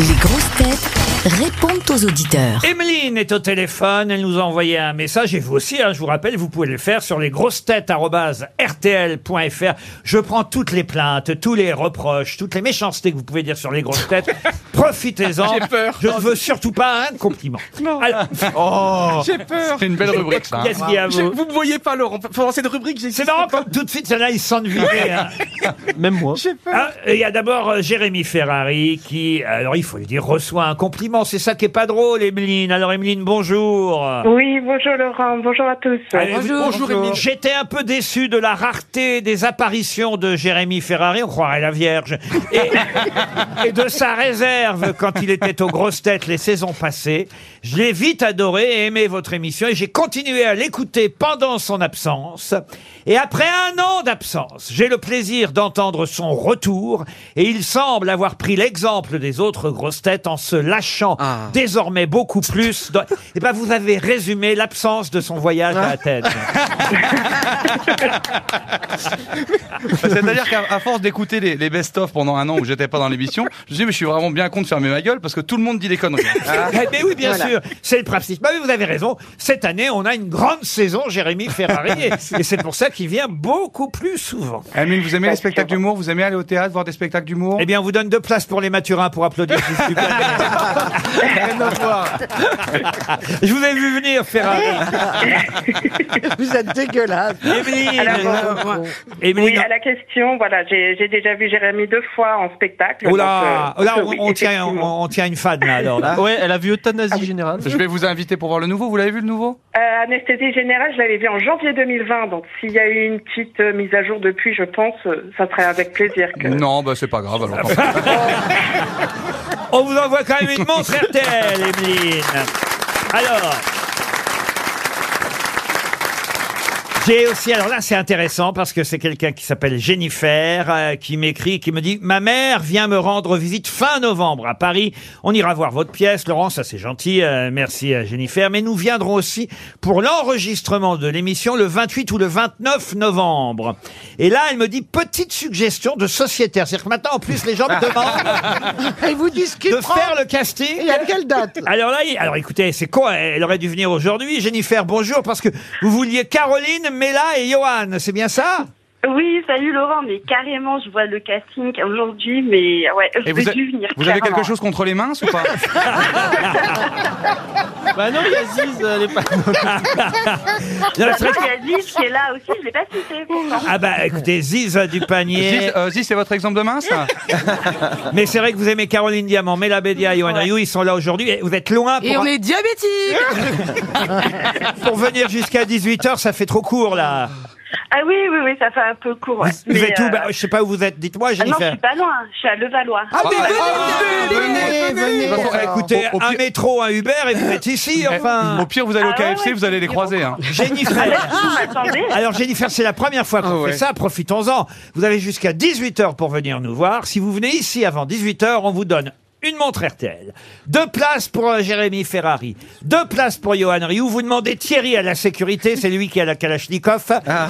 Speaker 10: Les grosses têtes répondent aux auditeurs.
Speaker 2: Emeline est au téléphone, elle nous a envoyé un message, et vous aussi, hein, je vous rappelle, vous pouvez le faire sur lesgrossetêtes.rtl.fr. Je prends toutes les plaintes, tous les reproches, toutes les méchancetés que vous pouvez dire sur les grosses têtes. Profitez-en.
Speaker 6: J'ai peur.
Speaker 2: Je ne veux surtout pas un compliment.
Speaker 6: Non. Oh.
Speaker 2: Alors,
Speaker 9: Oh.
Speaker 6: J'ai peur.
Speaker 3: C'est une belle rubrique, ça. hein.
Speaker 2: qu'est-ce qu'il y a,
Speaker 6: Je-
Speaker 2: vous
Speaker 6: vous me voyez pas, Laurent. Pendant cette rubrique, j'ai.
Speaker 2: C'est marrant comme tout de suite, celle-là, ils sentent vider. hein.
Speaker 9: même moi.
Speaker 2: Ah, et Il y a d'abord euh, Jérémy Ferrari qui, alors il faut le dire, reçoit un compliment. C'est ça qui est pas drôle, Emeline. Alors Emeline, bonjour.
Speaker 11: Oui, bonjour Laurent, bonjour à tous.
Speaker 2: Allez,
Speaker 8: Bonjour.
Speaker 2: bonjour, Émilie. J'étais un peu déçu de la rareté des apparitions de Jérémy Ferrari, on croirait la Vierge, et, et de sa réserve. Verve quand il était aux grosses têtes les saisons passées. Je l'ai vite adoré et aimé votre émission et j'ai continué à l'écouter pendant son absence. Et après un an d'absence, j'ai le plaisir d'entendre son retour et il semble avoir pris l'exemple des autres grosses têtes en se lâchant désormais beaucoup plus. dans- Eh ben, vous avez résumé l'absence de son voyage à Athènes.
Speaker 3: C'est-à-dire qu'à à force d'écouter les, les best-of pendant un an où j'étais pas dans l'émission, je me suis dit, mais je suis vraiment bien con de fermer ma gueule parce que tout le monde dit des conneries. hein.
Speaker 9: Ah.
Speaker 2: Eh ben oui, bien sûr, c'est le principe. Bah oui, vous avez raison. Cette année, on a une grande saison, Jérémy Ferrari, et, et c'est pour ça qu'il vient beaucoup plus souvent.
Speaker 3: Amine, vous aimez les spectacles d'humour Vous aimez aller au théâtre, voir des spectacles d'humour
Speaker 2: Eh bien, on vous donne deux places pour les Mathurins pour applaudir. si c'est super. Je vous ai vu venir, Ferrari.
Speaker 4: Vous êtes dégueulasse.
Speaker 2: Émilie,
Speaker 11: Alors, euh, oui, à la question, voilà, j'ai j'ai déjà vu Jérémy deux fois en spectacle.
Speaker 2: Oh là,
Speaker 11: donc, euh,
Speaker 2: oh là, on,
Speaker 11: oui,
Speaker 2: on tient, on, on tient une fan là, alors. Là.
Speaker 9: Ouais, elle a vu Euthanasie Générale.
Speaker 3: Je vais vous inviter pour voir le nouveau. Vous l'avez vu le nouveau
Speaker 11: Euh, anesthésie générale, je l'avais vu en janvier 2020, donc s'il y a eu une petite euh, mise à jour depuis, je pense, euh, ça serait avec plaisir. Que...
Speaker 3: Non, bah c'est pas grave. Alors, tant pis.
Speaker 2: On vous envoie quand même une montre RTL, Emeline. Alors. J'ai aussi, alors là c'est intéressant parce que c'est quelqu'un qui s'appelle Jennifer euh, qui m'écrit, qui me dit « Ma mère vient me rendre visite fin novembre à Paris. On ira voir votre pièce, Laurent, ça c'est gentil, euh, merci à Jennifer. Mais nous viendrons aussi pour l'enregistrement de l'émission le 28 ou le 29 novembre. » Et là elle me dit « Petite suggestion de sociétaire. » C'est-à-dire que maintenant en plus les gens me demandent
Speaker 4: Et vous disent qui
Speaker 2: de
Speaker 4: prend
Speaker 2: faire le casting.
Speaker 4: Et à quelle date
Speaker 2: Alors là, il- alors écoutez, c'est quoi Elle aurait dû venir aujourd'hui. Jennifer, bonjour, parce que vous vouliez Caroline, Mela et Johan, c'est bien ça
Speaker 12: Oui, salut Laurent, mais carrément, je vois le casting aujourd'hui, mais euh, ouais, je
Speaker 3: Et vous,
Speaker 12: vais
Speaker 3: a-
Speaker 12: dû venir.
Speaker 3: vous avez
Speaker 12: clairement.
Speaker 3: quelque chose contre les minces ou pas
Speaker 9: Bah non, Yaziz, elle est pas.
Speaker 2: Non, c'est vrai que-
Speaker 12: Il y a Ziz qui est là aussi, je l'ai pas cité. pourtant.
Speaker 2: Ah bah écoutez, Ziz du panier.
Speaker 3: Ziz, euh, Ziz, c'est votre exemple de mince là
Speaker 2: Mais c'est vrai que vous aimez Caroline Diamant, Mela Bédia et Johan Rioux, ils sont là aujourd'hui. Et Vous êtes
Speaker 5: Ah,
Speaker 2: loin pour,
Speaker 8: Et on est diabétique
Speaker 2: pour venir jusqu'à 18h, ça fait trop court là.
Speaker 12: Ah oui, oui, oui, ça fait un peu court. ouais.
Speaker 2: Vous
Speaker 12: Mais,
Speaker 2: êtes où
Speaker 12: euh,
Speaker 2: Bah, Je sais pas où vous êtes, dites-moi
Speaker 12: ah non, je
Speaker 2: Jennifer.
Speaker 12: suis pas loin, je suis à Levallois.
Speaker 2: Ah, mais venez,
Speaker 9: Oh, venez, venez,
Speaker 3: De toute façon,
Speaker 9: venez.
Speaker 2: bah, Écoutez,
Speaker 3: Au- au
Speaker 2: un
Speaker 3: pire-
Speaker 2: métro, un Uber et vous êtes ici enfin.
Speaker 3: Au pire, vous allez au
Speaker 12: Ah ouais,
Speaker 3: KFC,
Speaker 12: ouais,
Speaker 3: vous allez les croiser. hein.
Speaker 2: Jennifer
Speaker 12: Ah, attendez.
Speaker 2: Alors Jennifer, c'est la première fois qu'on
Speaker 3: Ah ouais.
Speaker 2: fait ça, profitons-en. Vous avez jusqu'à 18h pour venir nous voir. Si vous venez ici avant 18h, on vous donne une montre RTL, deux places pour euh, Jérémy Ferrari, deux places pour Johan Rioux. Vous demandez Thierry à la sécurité, c'est lui qui a la Kalachnikov.
Speaker 3: Ah.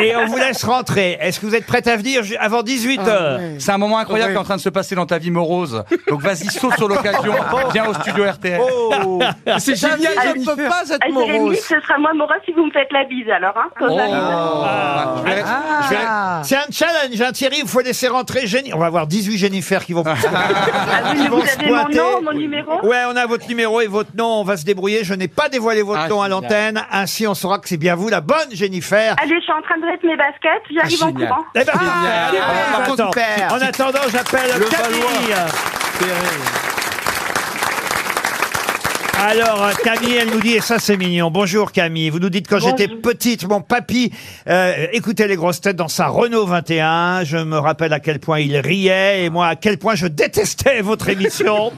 Speaker 2: Et on vous laisse rentrer. Est-ce que vous êtes prête à venir ju- avant
Speaker 3: Ah
Speaker 2: 18h
Speaker 3: C'est un moment incroyable qui est en train de se passer dans ta vie morose. Donc vas-y, saute sur l'occasion, viens au studio RTL. Ah,
Speaker 6: C'est génial,
Speaker 7: David, je ne
Speaker 6: Jennifer.
Speaker 7: peux pas
Speaker 12: Ah,
Speaker 7: être
Speaker 12: Jérémy,
Speaker 7: morose.
Speaker 12: ce sera moi Mora si vous me faites la bise alors. Hein, quand
Speaker 3: Oh.
Speaker 12: j'arrive. Ah.
Speaker 3: Je vais- je vais-
Speaker 2: C'est un challenge, hein, Thierry, il faut laisser rentrer Jenny. On va avoir 18 Jennifer qui vont...
Speaker 12: Ah oui,
Speaker 2: Ils
Speaker 12: mais
Speaker 2: vont
Speaker 12: vous
Speaker 2: se
Speaker 12: avez mon
Speaker 2: pointer.
Speaker 12: nom, mon numéro
Speaker 2: Ouais, on a votre numéro et votre nom, on va se débrouiller. Je n'ai pas dévoilé votre
Speaker 6: Ah,
Speaker 2: nom à
Speaker 6: génial.
Speaker 2: l'antenne, ainsi on saura que c'est bien vous, la bonne Jennifer.
Speaker 12: Allez, je suis en train de mettre mes baskets, j'arrive
Speaker 6: Ah,
Speaker 12: en
Speaker 6: génial.
Speaker 12: courant.
Speaker 2: Eh ben, allez,
Speaker 6: Ah,
Speaker 2: on
Speaker 6: par contre,
Speaker 2: attend.
Speaker 6: super.
Speaker 2: En attendant, j'appelle
Speaker 6: Le
Speaker 2: Camille. Alors euh, Camille, elle nous dit, et ça c'est mignon, bonjour Camille, vous nous dites quand j'étais petite, mon papy euh, écoutait les grosses têtes dans sa Renault 21, je me rappelle à quel point il riait et moi à quel point je détestais votre émission.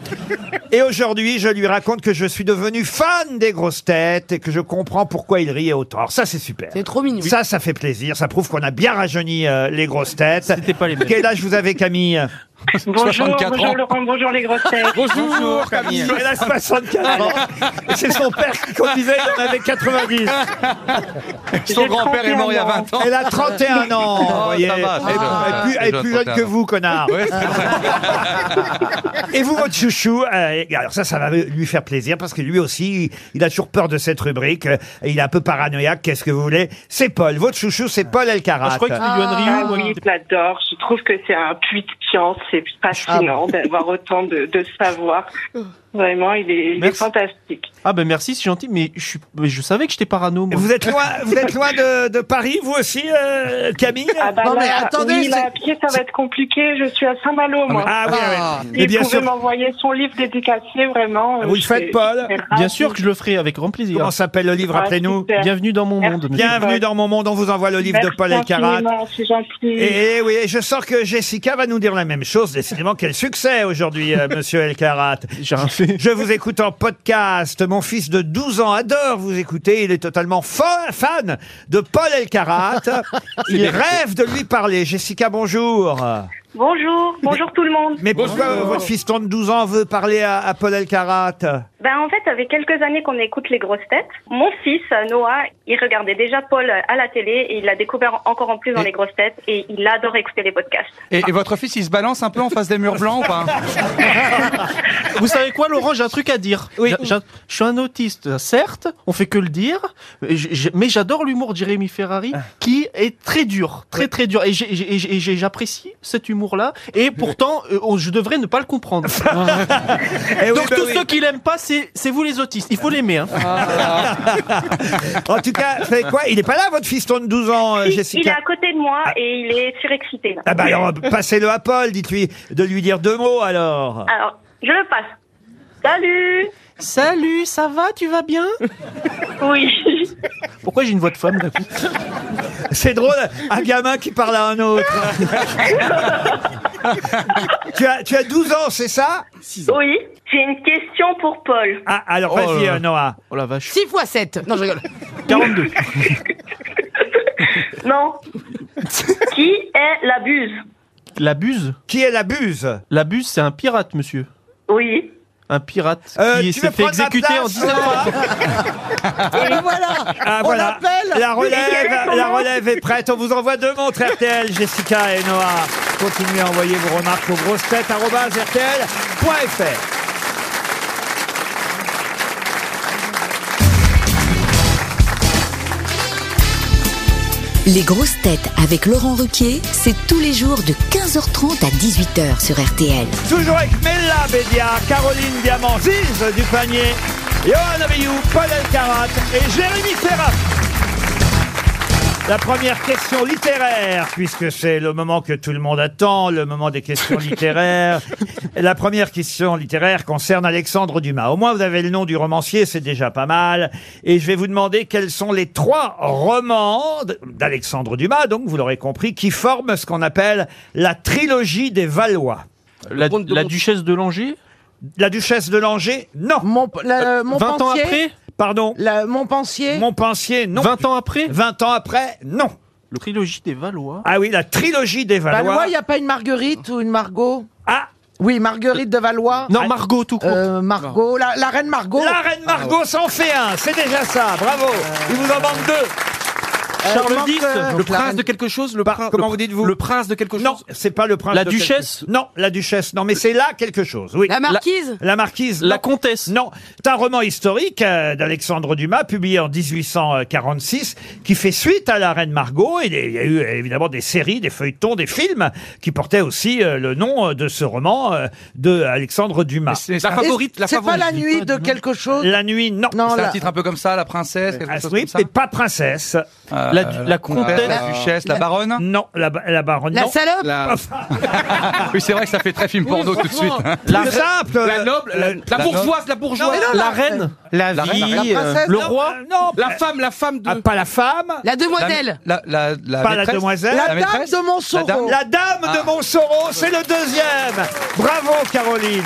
Speaker 2: et aujourd'hui, je lui raconte que je suis devenu fan des grosses têtes et que je comprends pourquoi il riait autant. Alors ça c'est super.
Speaker 8: C'est trop mignon.
Speaker 2: Ça, ça fait plaisir, ça prouve qu'on a bien rajeuni euh, les grosses têtes. C'était
Speaker 9: pas les mêmes.
Speaker 2: Quel âge vous avez Camille
Speaker 11: Bonjour,
Speaker 3: 64
Speaker 11: bonjour
Speaker 3: ans.
Speaker 11: Laurent, bonjour les grosses têtes.
Speaker 6: Bonjour, Camille.
Speaker 2: Quel âge 64 ans C'est son père qui conduisait, il en avait 90.
Speaker 3: Son
Speaker 11: J'ai
Speaker 3: grand-père est mort il y a
Speaker 11: 31
Speaker 3: 20 ans. Ah,
Speaker 2: Elle a 31 ans, vous voyez.
Speaker 3: ça va, c'est jeune,
Speaker 2: Elle- elle est
Speaker 3: ça,
Speaker 2: plus-
Speaker 3: c'est
Speaker 2: elle est
Speaker 3: jeune,
Speaker 2: plus jeune que
Speaker 3: 31 ans.
Speaker 2: vous, connard.
Speaker 3: Ouais, c'est vrai.
Speaker 2: Et vous, votre chouchou, euh, alors ça, ça va lui faire plaisir parce que lui aussi, il a toujours peur de cette rubrique. euh, et il est un peu paranoïaque, qu'est-ce que vous voulez C'est Paul. Votre chouchou, c'est Paul Elkarat.
Speaker 9: Je crois que c'est Yohan
Speaker 11: Ah
Speaker 9: Ryu. moi,
Speaker 11: oui,
Speaker 9: qui-
Speaker 11: je l'adore. Je
Speaker 2: Ah.
Speaker 11: trouve que c'est un puits de science. C'est fascinant d'avoir autant de, de savoir. Vraiment, il est, il est
Speaker 9: Merci.
Speaker 11: fantastique.
Speaker 9: Ah ben merci, c'est gentil, mais je, suis- mais je savais que j'étais parano. Moi.
Speaker 2: Vous êtes loin, vous êtes loin de, de Paris, vous aussi, euh, Camille
Speaker 11: Ah bah là, oui, là, à pied, ça va être compliqué. Je suis à Saint-Malo, moi.
Speaker 2: Ah oui,
Speaker 9: Ah.
Speaker 2: oui.
Speaker 11: Il
Speaker 2: Mais bien
Speaker 11: pouvait
Speaker 2: sûr. Ah,
Speaker 11: m'envoyer son livre dédicacé, vraiment.
Speaker 13: Ah
Speaker 2: Vous le
Speaker 11: Je
Speaker 2: faites,
Speaker 11: suis-
Speaker 2: Paul
Speaker 11: je suis ravie.
Speaker 9: que je le ferai avec grand plaisir.
Speaker 2: Comment s'appelle le livre,
Speaker 11: Ah,
Speaker 2: rappelez-nous
Speaker 11: super.
Speaker 9: Bienvenue dans mon monde. monsieur.
Speaker 2: Bienvenue dans mon monde, on vous envoie le livre de
Speaker 11: Merci
Speaker 2: Paul Elkarat.
Speaker 11: infiniment, C'est gentil.
Speaker 2: Et oui, et je sens que Jessica va nous dire la même chose. Décidément, quel succès aujourd'hui, euh, monsieur Elkarat. Je vous écoute en podcast. Mon fils de 12 ans adore vous écouter. Il est totalement fa- fan de Paul Elkarat. Il rêve de lui parler. Jessica, bonjour.
Speaker 11: Bonjour, bonjour tout le monde.
Speaker 2: Mais pourquoi votre fiston de 12 ans veut parler à, à Paul Elkarat
Speaker 12: Ben, en fait, ça fait quelques années qu'on écoute les grosses têtes. Mon fils, Noah, il regardait déjà Paul à la télé et il l'a découvert encore en plus dans les grosses têtes et il adore écouter les podcasts.
Speaker 3: Et, et votre fils, il se balance un peu en face des murs blancs ou pas
Speaker 9: Vous savez quoi, Laurent J'ai un truc à dire. J'a- j'a- Je suis un autiste, certes, on fait que le dire, mais j- j- mais j'adore l'humour de Jérémy Ferrari
Speaker 3: Ah.
Speaker 9: qui est très dur, très très dur. Et j'ai- j'ai- j'ai- j'ai- j'apprécie cet humour-là, et pourtant, euh, on- je devrais ne pas le comprendre.
Speaker 3: Eh
Speaker 9: Donc,
Speaker 3: bah
Speaker 9: tous ceux qui l'aiment pas, c'est c'est vous les autistes. Il faut l'aimer. hein.
Speaker 3: Ah.
Speaker 2: En tout cas, vous savez quoi Il n'est pas là, votre fiston de 12 ans, euh,
Speaker 12: Il-
Speaker 2: Jessica
Speaker 12: il est à côté de moi et il est surexcité. là.
Speaker 2: Ah bah alors, passez-le à Paul, dites-lui de lui dire deux mots alors.
Speaker 12: Alors, je le passe. Salut
Speaker 9: Salut, ça va Tu vas bien
Speaker 12: Oui.
Speaker 9: Pourquoi j'ai une voix de femme d'un coup
Speaker 2: C'est drôle, un gamin qui parle à un autre. tu, as, tu as 12 ans, c'est ça
Speaker 12: Oui, j'ai une question pour Paul.
Speaker 2: Ah, alors vas-y, euh, Noah.
Speaker 9: Oh la vache.
Speaker 8: 6 fois 7. Non, je rigole.
Speaker 9: 42.
Speaker 12: Non. Qui est la buse
Speaker 9: La buse
Speaker 2: Qui est la buse
Speaker 9: La buse, c'est un pirate, monsieur.
Speaker 12: Oui.
Speaker 9: Un pirate
Speaker 2: Euh,
Speaker 9: qui
Speaker 2: tu
Speaker 9: s'est
Speaker 2: veux
Speaker 9: fait
Speaker 2: prendre ma
Speaker 9: exécuter en
Speaker 2: place,
Speaker 9: 19
Speaker 7: Et voilà
Speaker 2: Ah,
Speaker 7: On
Speaker 2: voilà.
Speaker 7: l'appelle
Speaker 2: La relève,
Speaker 7: Et quel est son
Speaker 2: la
Speaker 7: nom
Speaker 2: relève est prête. On vous envoie deux montres RTL, Jessica et Noah. Continuez à envoyer vos remarques aux grosses têtes RTL.fr.
Speaker 10: Les grosses têtes avec Laurent Ruquier, c'est tous les jours de 15h30 à 18h sur RTL.
Speaker 2: Toujours avec Mella Bédia, Caroline Diamant, Ziz du panier, Johan Rioux, Paul Elkarat et Jérémy Ferrat. La première question littéraire, puisque c'est le moment que tout le monde attend, le moment des questions littéraires. La première question littéraire concerne Alexandre Dumas. Au moins, vous avez le nom du romancier, c'est déjà pas mal. Et je vais vous demander quels sont les trois romans d- d'Alexandre Dumas, donc vous l'aurez compris, qui forment ce qu'on appelle la trilogie des Valois.
Speaker 9: La, la duchesse de Langeais
Speaker 2: La duchesse de Langeais Non.
Speaker 4: Mon, la- euh, mon
Speaker 9: 20 ans
Speaker 4: Penthier
Speaker 9: après
Speaker 2: Pardon
Speaker 4: La, mon pensier
Speaker 2: Mon pensier, non.
Speaker 9: 20 ans après
Speaker 2: 20 ans après, non.
Speaker 9: La trilogie des Valois.
Speaker 2: Ah oui, la trilogie des Valois.
Speaker 4: Valois, il n'y a pas une Marguerite ou une Margot
Speaker 2: Ah
Speaker 4: Oui, Marguerite de Valois.
Speaker 9: Ah, Non, Margot tout court.
Speaker 4: Euh, Margot, la, la reine Margot.
Speaker 2: La reine Margot s'en fait un, c'est déjà ça, bravo. Il vous en manque deux.
Speaker 4: Euh,
Speaker 9: Charles
Speaker 4: donc,
Speaker 9: X,
Speaker 4: euh, donc
Speaker 6: Le
Speaker 4: la
Speaker 6: prince
Speaker 4: reine-
Speaker 6: de quelque chose, le
Speaker 2: Par-
Speaker 6: prince.
Speaker 2: comment
Speaker 6: le-
Speaker 2: vous dites-vous
Speaker 6: Le prince de quelque chose.
Speaker 2: Non, c'est pas le prince.
Speaker 9: La
Speaker 2: de quelque-
Speaker 9: duchesse
Speaker 2: Non, la duchesse. Non, mais c'est là quelque chose. Oui.
Speaker 8: La marquise
Speaker 2: La marquise.
Speaker 9: La
Speaker 2: non.
Speaker 9: comtesse.
Speaker 2: Non, c'est un roman historique euh, d'Alexandre Dumas, publié en 1846, qui fait suite à La Reine Margot. Et des- il y a eu euh, évidemment des séries, des feuilletons, des films qui portaient aussi euh, le nom euh, de ce roman euh, de Alexandre Dumas.
Speaker 3: La
Speaker 4: Est-ce-
Speaker 3: favorite, la
Speaker 4: C'est pas
Speaker 3: favorite.
Speaker 4: la nuit de quelque chose
Speaker 2: La nuit, non.
Speaker 4: Non,
Speaker 3: C'est un
Speaker 4: la,
Speaker 3: titre un peu comme ça, la princesse, quelque
Speaker 2: Ah,
Speaker 3: chose
Speaker 2: oui,
Speaker 3: comme ça.
Speaker 2: mais pas princesse.
Speaker 3: Euh,
Speaker 9: La du- la comtesse.
Speaker 3: la duchesse, la baronne.
Speaker 2: Non, la, ba- la baronne.
Speaker 8: La
Speaker 2: non.
Speaker 8: salope
Speaker 3: La- oui, c'est vrai que ça fait très film porno tout de suite. hein.
Speaker 2: la simple.
Speaker 6: La noble, la,
Speaker 2: euh,
Speaker 6: la bourgeoise, la bourgeoise.
Speaker 9: La reine
Speaker 5: La
Speaker 3: La reine,
Speaker 5: vie.
Speaker 3: la
Speaker 5: euh,
Speaker 7: princesse,
Speaker 9: Le
Speaker 2: non,
Speaker 9: roi
Speaker 2: euh, Non,
Speaker 6: La
Speaker 2: euh,
Speaker 6: femme, la femme de.
Speaker 2: ah, pas la femme.
Speaker 8: La
Speaker 3: La-
Speaker 8: demoiselle
Speaker 3: La, la, la
Speaker 2: Pas la
Speaker 3: maîtresse
Speaker 2: demoiselle. La
Speaker 3: La
Speaker 4: la dame
Speaker 3: maîtresse
Speaker 4: de Montsoreau.
Speaker 3: La dame-
Speaker 2: La dame
Speaker 3: Ah.
Speaker 2: de Montsoreau, c'est le deuxième. Bravo, Caroline.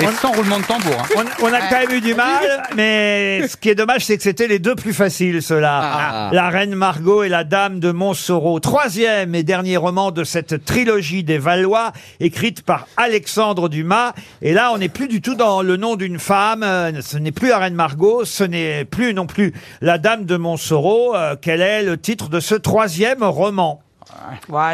Speaker 3: Et sans roulement de tambour. hein.
Speaker 2: On, on a quand même eu du mal, mais ce qui est dommage, c'est que c'était les deux plus faciles, ceux-là.
Speaker 6: Ah.
Speaker 2: La reine Margot et la dame de Montsoreau. Troisième et dernier roman de cette trilogie des Valois, écrite par Alexandre Dumas. Et là, on n'est plus du tout dans le nom d'une femme. euh, Ce n'est plus la reine Margot, ce n'est plus non plus la dame de Montsoreau. Euh, quel est le titre de ce troisième roman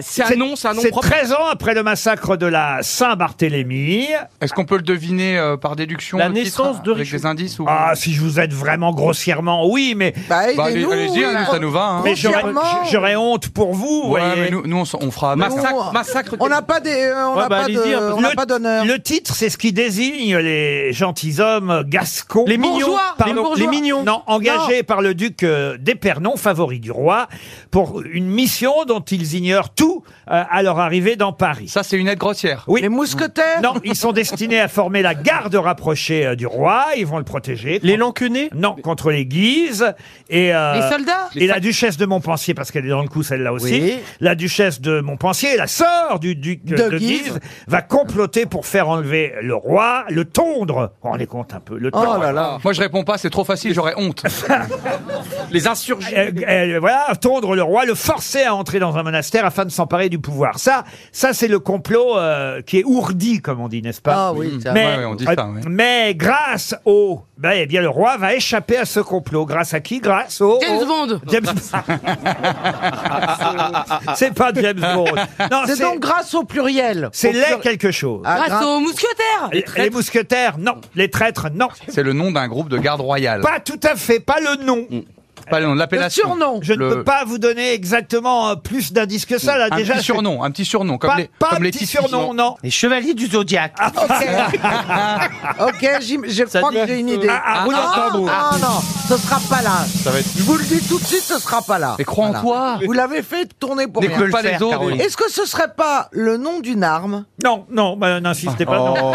Speaker 2: c'est
Speaker 6: un nom, c'est un nom propre.
Speaker 2: 13 ans après le massacre de la Saint-Barthélemy. Est-ce qu'on peut le deviner par déduction
Speaker 3: La euh, le titre, naissance de avec Richelieu. des indices ou-
Speaker 2: Ah, si je vous aide vraiment grossièrement, oui, mais...
Speaker 3: Bah, allez- aidez-nous, allez-y, hein, nous, ça nous va, hein.
Speaker 2: Mais j'aurais-
Speaker 3: Grossièrement.
Speaker 2: j'aurais honte pour vous.
Speaker 3: Ouais,
Speaker 2: voyez.
Speaker 3: mais nous, nous, on, s- on fera.
Speaker 7: Nous, On n'a pas des, euh, on n'a
Speaker 2: bah,
Speaker 7: pas de- on n'a
Speaker 2: hein, Le-
Speaker 7: pas d'honneur.
Speaker 2: Le titre, c'est ce qui désigne les gentilshommes gascons. Les
Speaker 7: mignons. Bourgeois, les bourgeois.
Speaker 2: Non, engagés
Speaker 7: Non.
Speaker 2: par le duc euh, d'Épernon, favori du roi, pour une mission dont ils ignorent tout euh, à leur arrivée dans Paris.
Speaker 3: Ça, c'est une aide grossière.
Speaker 2: Oui. Les mousquetaires Non, ils sont destinés à former la garde rapprochée euh, du roi. Ils vont le protéger. Les lancunés Non, contre les Guises. Et, euh,
Speaker 4: Les soldats
Speaker 2: Et la duchesse de Montpensier, parce qu'elle est dans le coup, celle-là aussi.
Speaker 4: Oui.
Speaker 2: La duchesse de Montpensier, la sœur du duc euh,
Speaker 4: De
Speaker 2: de
Speaker 4: Guise.
Speaker 2: Guise, va comploter pour faire enlever le roi, le tondre. On les compte un peu. Le tondre.
Speaker 3: Moi, je réponds pas, c'est trop facile, j'aurais honte.
Speaker 2: Ah, Les insurgés. Euh, voilà, tondre le roi, le forcer à entrer dans un monastère afin de s'emparer du pouvoir. Ça, ça c'est le complot euh, qui est ourdi, comme on dit, n'est-ce pas
Speaker 3: Ah oui, ça-
Speaker 2: mais, euh,
Speaker 3: Ouais, ouais, on dit ça, ouais.
Speaker 2: mais grâce au, ben, eh bien, le roi va échapper à ce complot. Grâce à qui Grâce au
Speaker 8: James
Speaker 2: au-
Speaker 8: Bond.
Speaker 2: James-
Speaker 5: Ah,
Speaker 2: c'est pas James Bond. Non,
Speaker 4: C'est donc grâce au pluriel.
Speaker 2: C'est
Speaker 4: Au
Speaker 2: les
Speaker 4: pluriel.
Speaker 2: quelque chose.
Speaker 4: Ah, Grâce grâce- aux
Speaker 8: mousquetaires.
Speaker 2: Les, les mousquetaires, non. Les traîtres, non.
Speaker 3: C'est le nom d'un groupe de garde royale.
Speaker 2: Pas tout à fait, pas le nom.
Speaker 3: Pas le nom, l'appellation.
Speaker 2: Je
Speaker 3: Le- Mm.
Speaker 2: ne peux pas vous donner exactement euh, plus d'indices que ça, là,
Speaker 3: un
Speaker 2: déjà.
Speaker 3: petit surnom, un petit surnom, comme
Speaker 2: Pas-
Speaker 3: les,
Speaker 2: pas
Speaker 3: comme
Speaker 2: un
Speaker 3: les
Speaker 2: petit
Speaker 3: titres.
Speaker 2: surnom, non.
Speaker 5: Les chevaliers du Zodiac.
Speaker 3: Ah.
Speaker 7: ok, j'im- je crois que j'ai une idée.
Speaker 5: Ah, ah, vous l'entendez.
Speaker 7: Ah, non, ce sera pas là.
Speaker 5: Ça va être-
Speaker 7: Je vous le dis tout de suite, ce sera pas là.
Speaker 5: Mais crois en
Speaker 7: Voilà.
Speaker 5: toi.
Speaker 7: Vous l'avez fait tourner pour
Speaker 5: N'écoute
Speaker 7: rien.
Speaker 5: pas les autres. Caroline.
Speaker 7: Est-ce que ce serait pas le nom d'une arme
Speaker 2: Non, non, bah, n'insistez pas.
Speaker 5: Oh.
Speaker 2: non.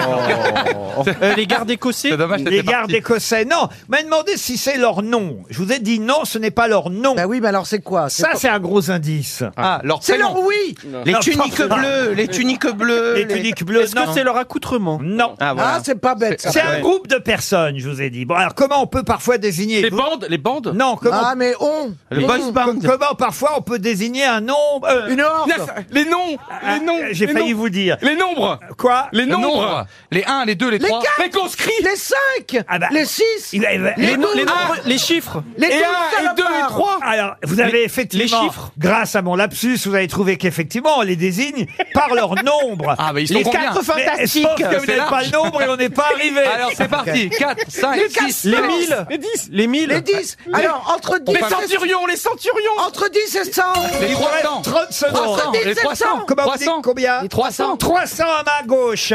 Speaker 9: Euh,
Speaker 3: les gardes écossais
Speaker 2: Les gardes écossais, non. M'a demandé si c'est leur nom. Je vous ai dit non, ce n'est pas leur nom. Bah
Speaker 7: oui, mais alors c'est quoi
Speaker 2: Ça,
Speaker 5: pas-
Speaker 2: c'est un gros indice.
Speaker 3: Ah, leur
Speaker 7: C'est prénom. leur oui.
Speaker 5: Les
Speaker 2: Non,
Speaker 5: tuniques
Speaker 2: pas-
Speaker 5: bleues, les tuniques bleues.
Speaker 2: Les tuniques bleues,
Speaker 5: Est-ce que
Speaker 2: non.
Speaker 5: c'est
Speaker 9: leur accoutrement
Speaker 2: Non.
Speaker 5: Ah, voilà. Ah, c'est pas bête, ça.
Speaker 2: C'est un
Speaker 5: Ouais.
Speaker 2: groupe de personnes, je vous ai dit. Bon, alors comment on peut parfois désigner Les bandes Les bandes Non, comment
Speaker 7: Ah, mais on.
Speaker 2: Les
Speaker 7: Les
Speaker 2: boys
Speaker 7: on.
Speaker 2: band. Comment parfois on peut désigner un nombre
Speaker 7: Une horde.
Speaker 2: Les noms Les noms J'ai
Speaker 3: les
Speaker 2: failli
Speaker 3: noms.
Speaker 2: vous dire.
Speaker 3: Les nombres.
Speaker 2: Quoi
Speaker 3: Les nombres. Les 1, les 2, les 3.
Speaker 7: Les conscrits Les 5 Les 6
Speaker 9: Les,
Speaker 7: douze.
Speaker 6: Ah.
Speaker 9: les nombres- les chiffres.
Speaker 7: Les douze
Speaker 9: un, et deux,
Speaker 7: salopards.
Speaker 9: et trois.
Speaker 2: Alors, vous avez
Speaker 9: Les-
Speaker 2: effectivement,
Speaker 9: les chiffres.
Speaker 2: grâce à mon lapsus, vous avez trouvé qu'effectivement, on les désigne par leur nombre.
Speaker 3: Ah, mais ils sont
Speaker 2: les
Speaker 3: combien
Speaker 2: quatre fantastiques. Sauf que vous
Speaker 3: C'est
Speaker 2: n'avez
Speaker 3: large.
Speaker 2: pas le nombre et on n'est pas arrivé.
Speaker 3: Alors, c'est parti. 4, 5, 6,
Speaker 9: Les 1000 Les 10 Les 1000
Speaker 7: Les 10 Alors, entre 10
Speaker 9: Les centurions,
Speaker 7: les centurions Entre 10 et 100
Speaker 2: Il vous reste 30 secondes.
Speaker 7: Entre 10 et 100
Speaker 2: Comment vous dites combien
Speaker 3: 300.
Speaker 2: 300 à ma gauche.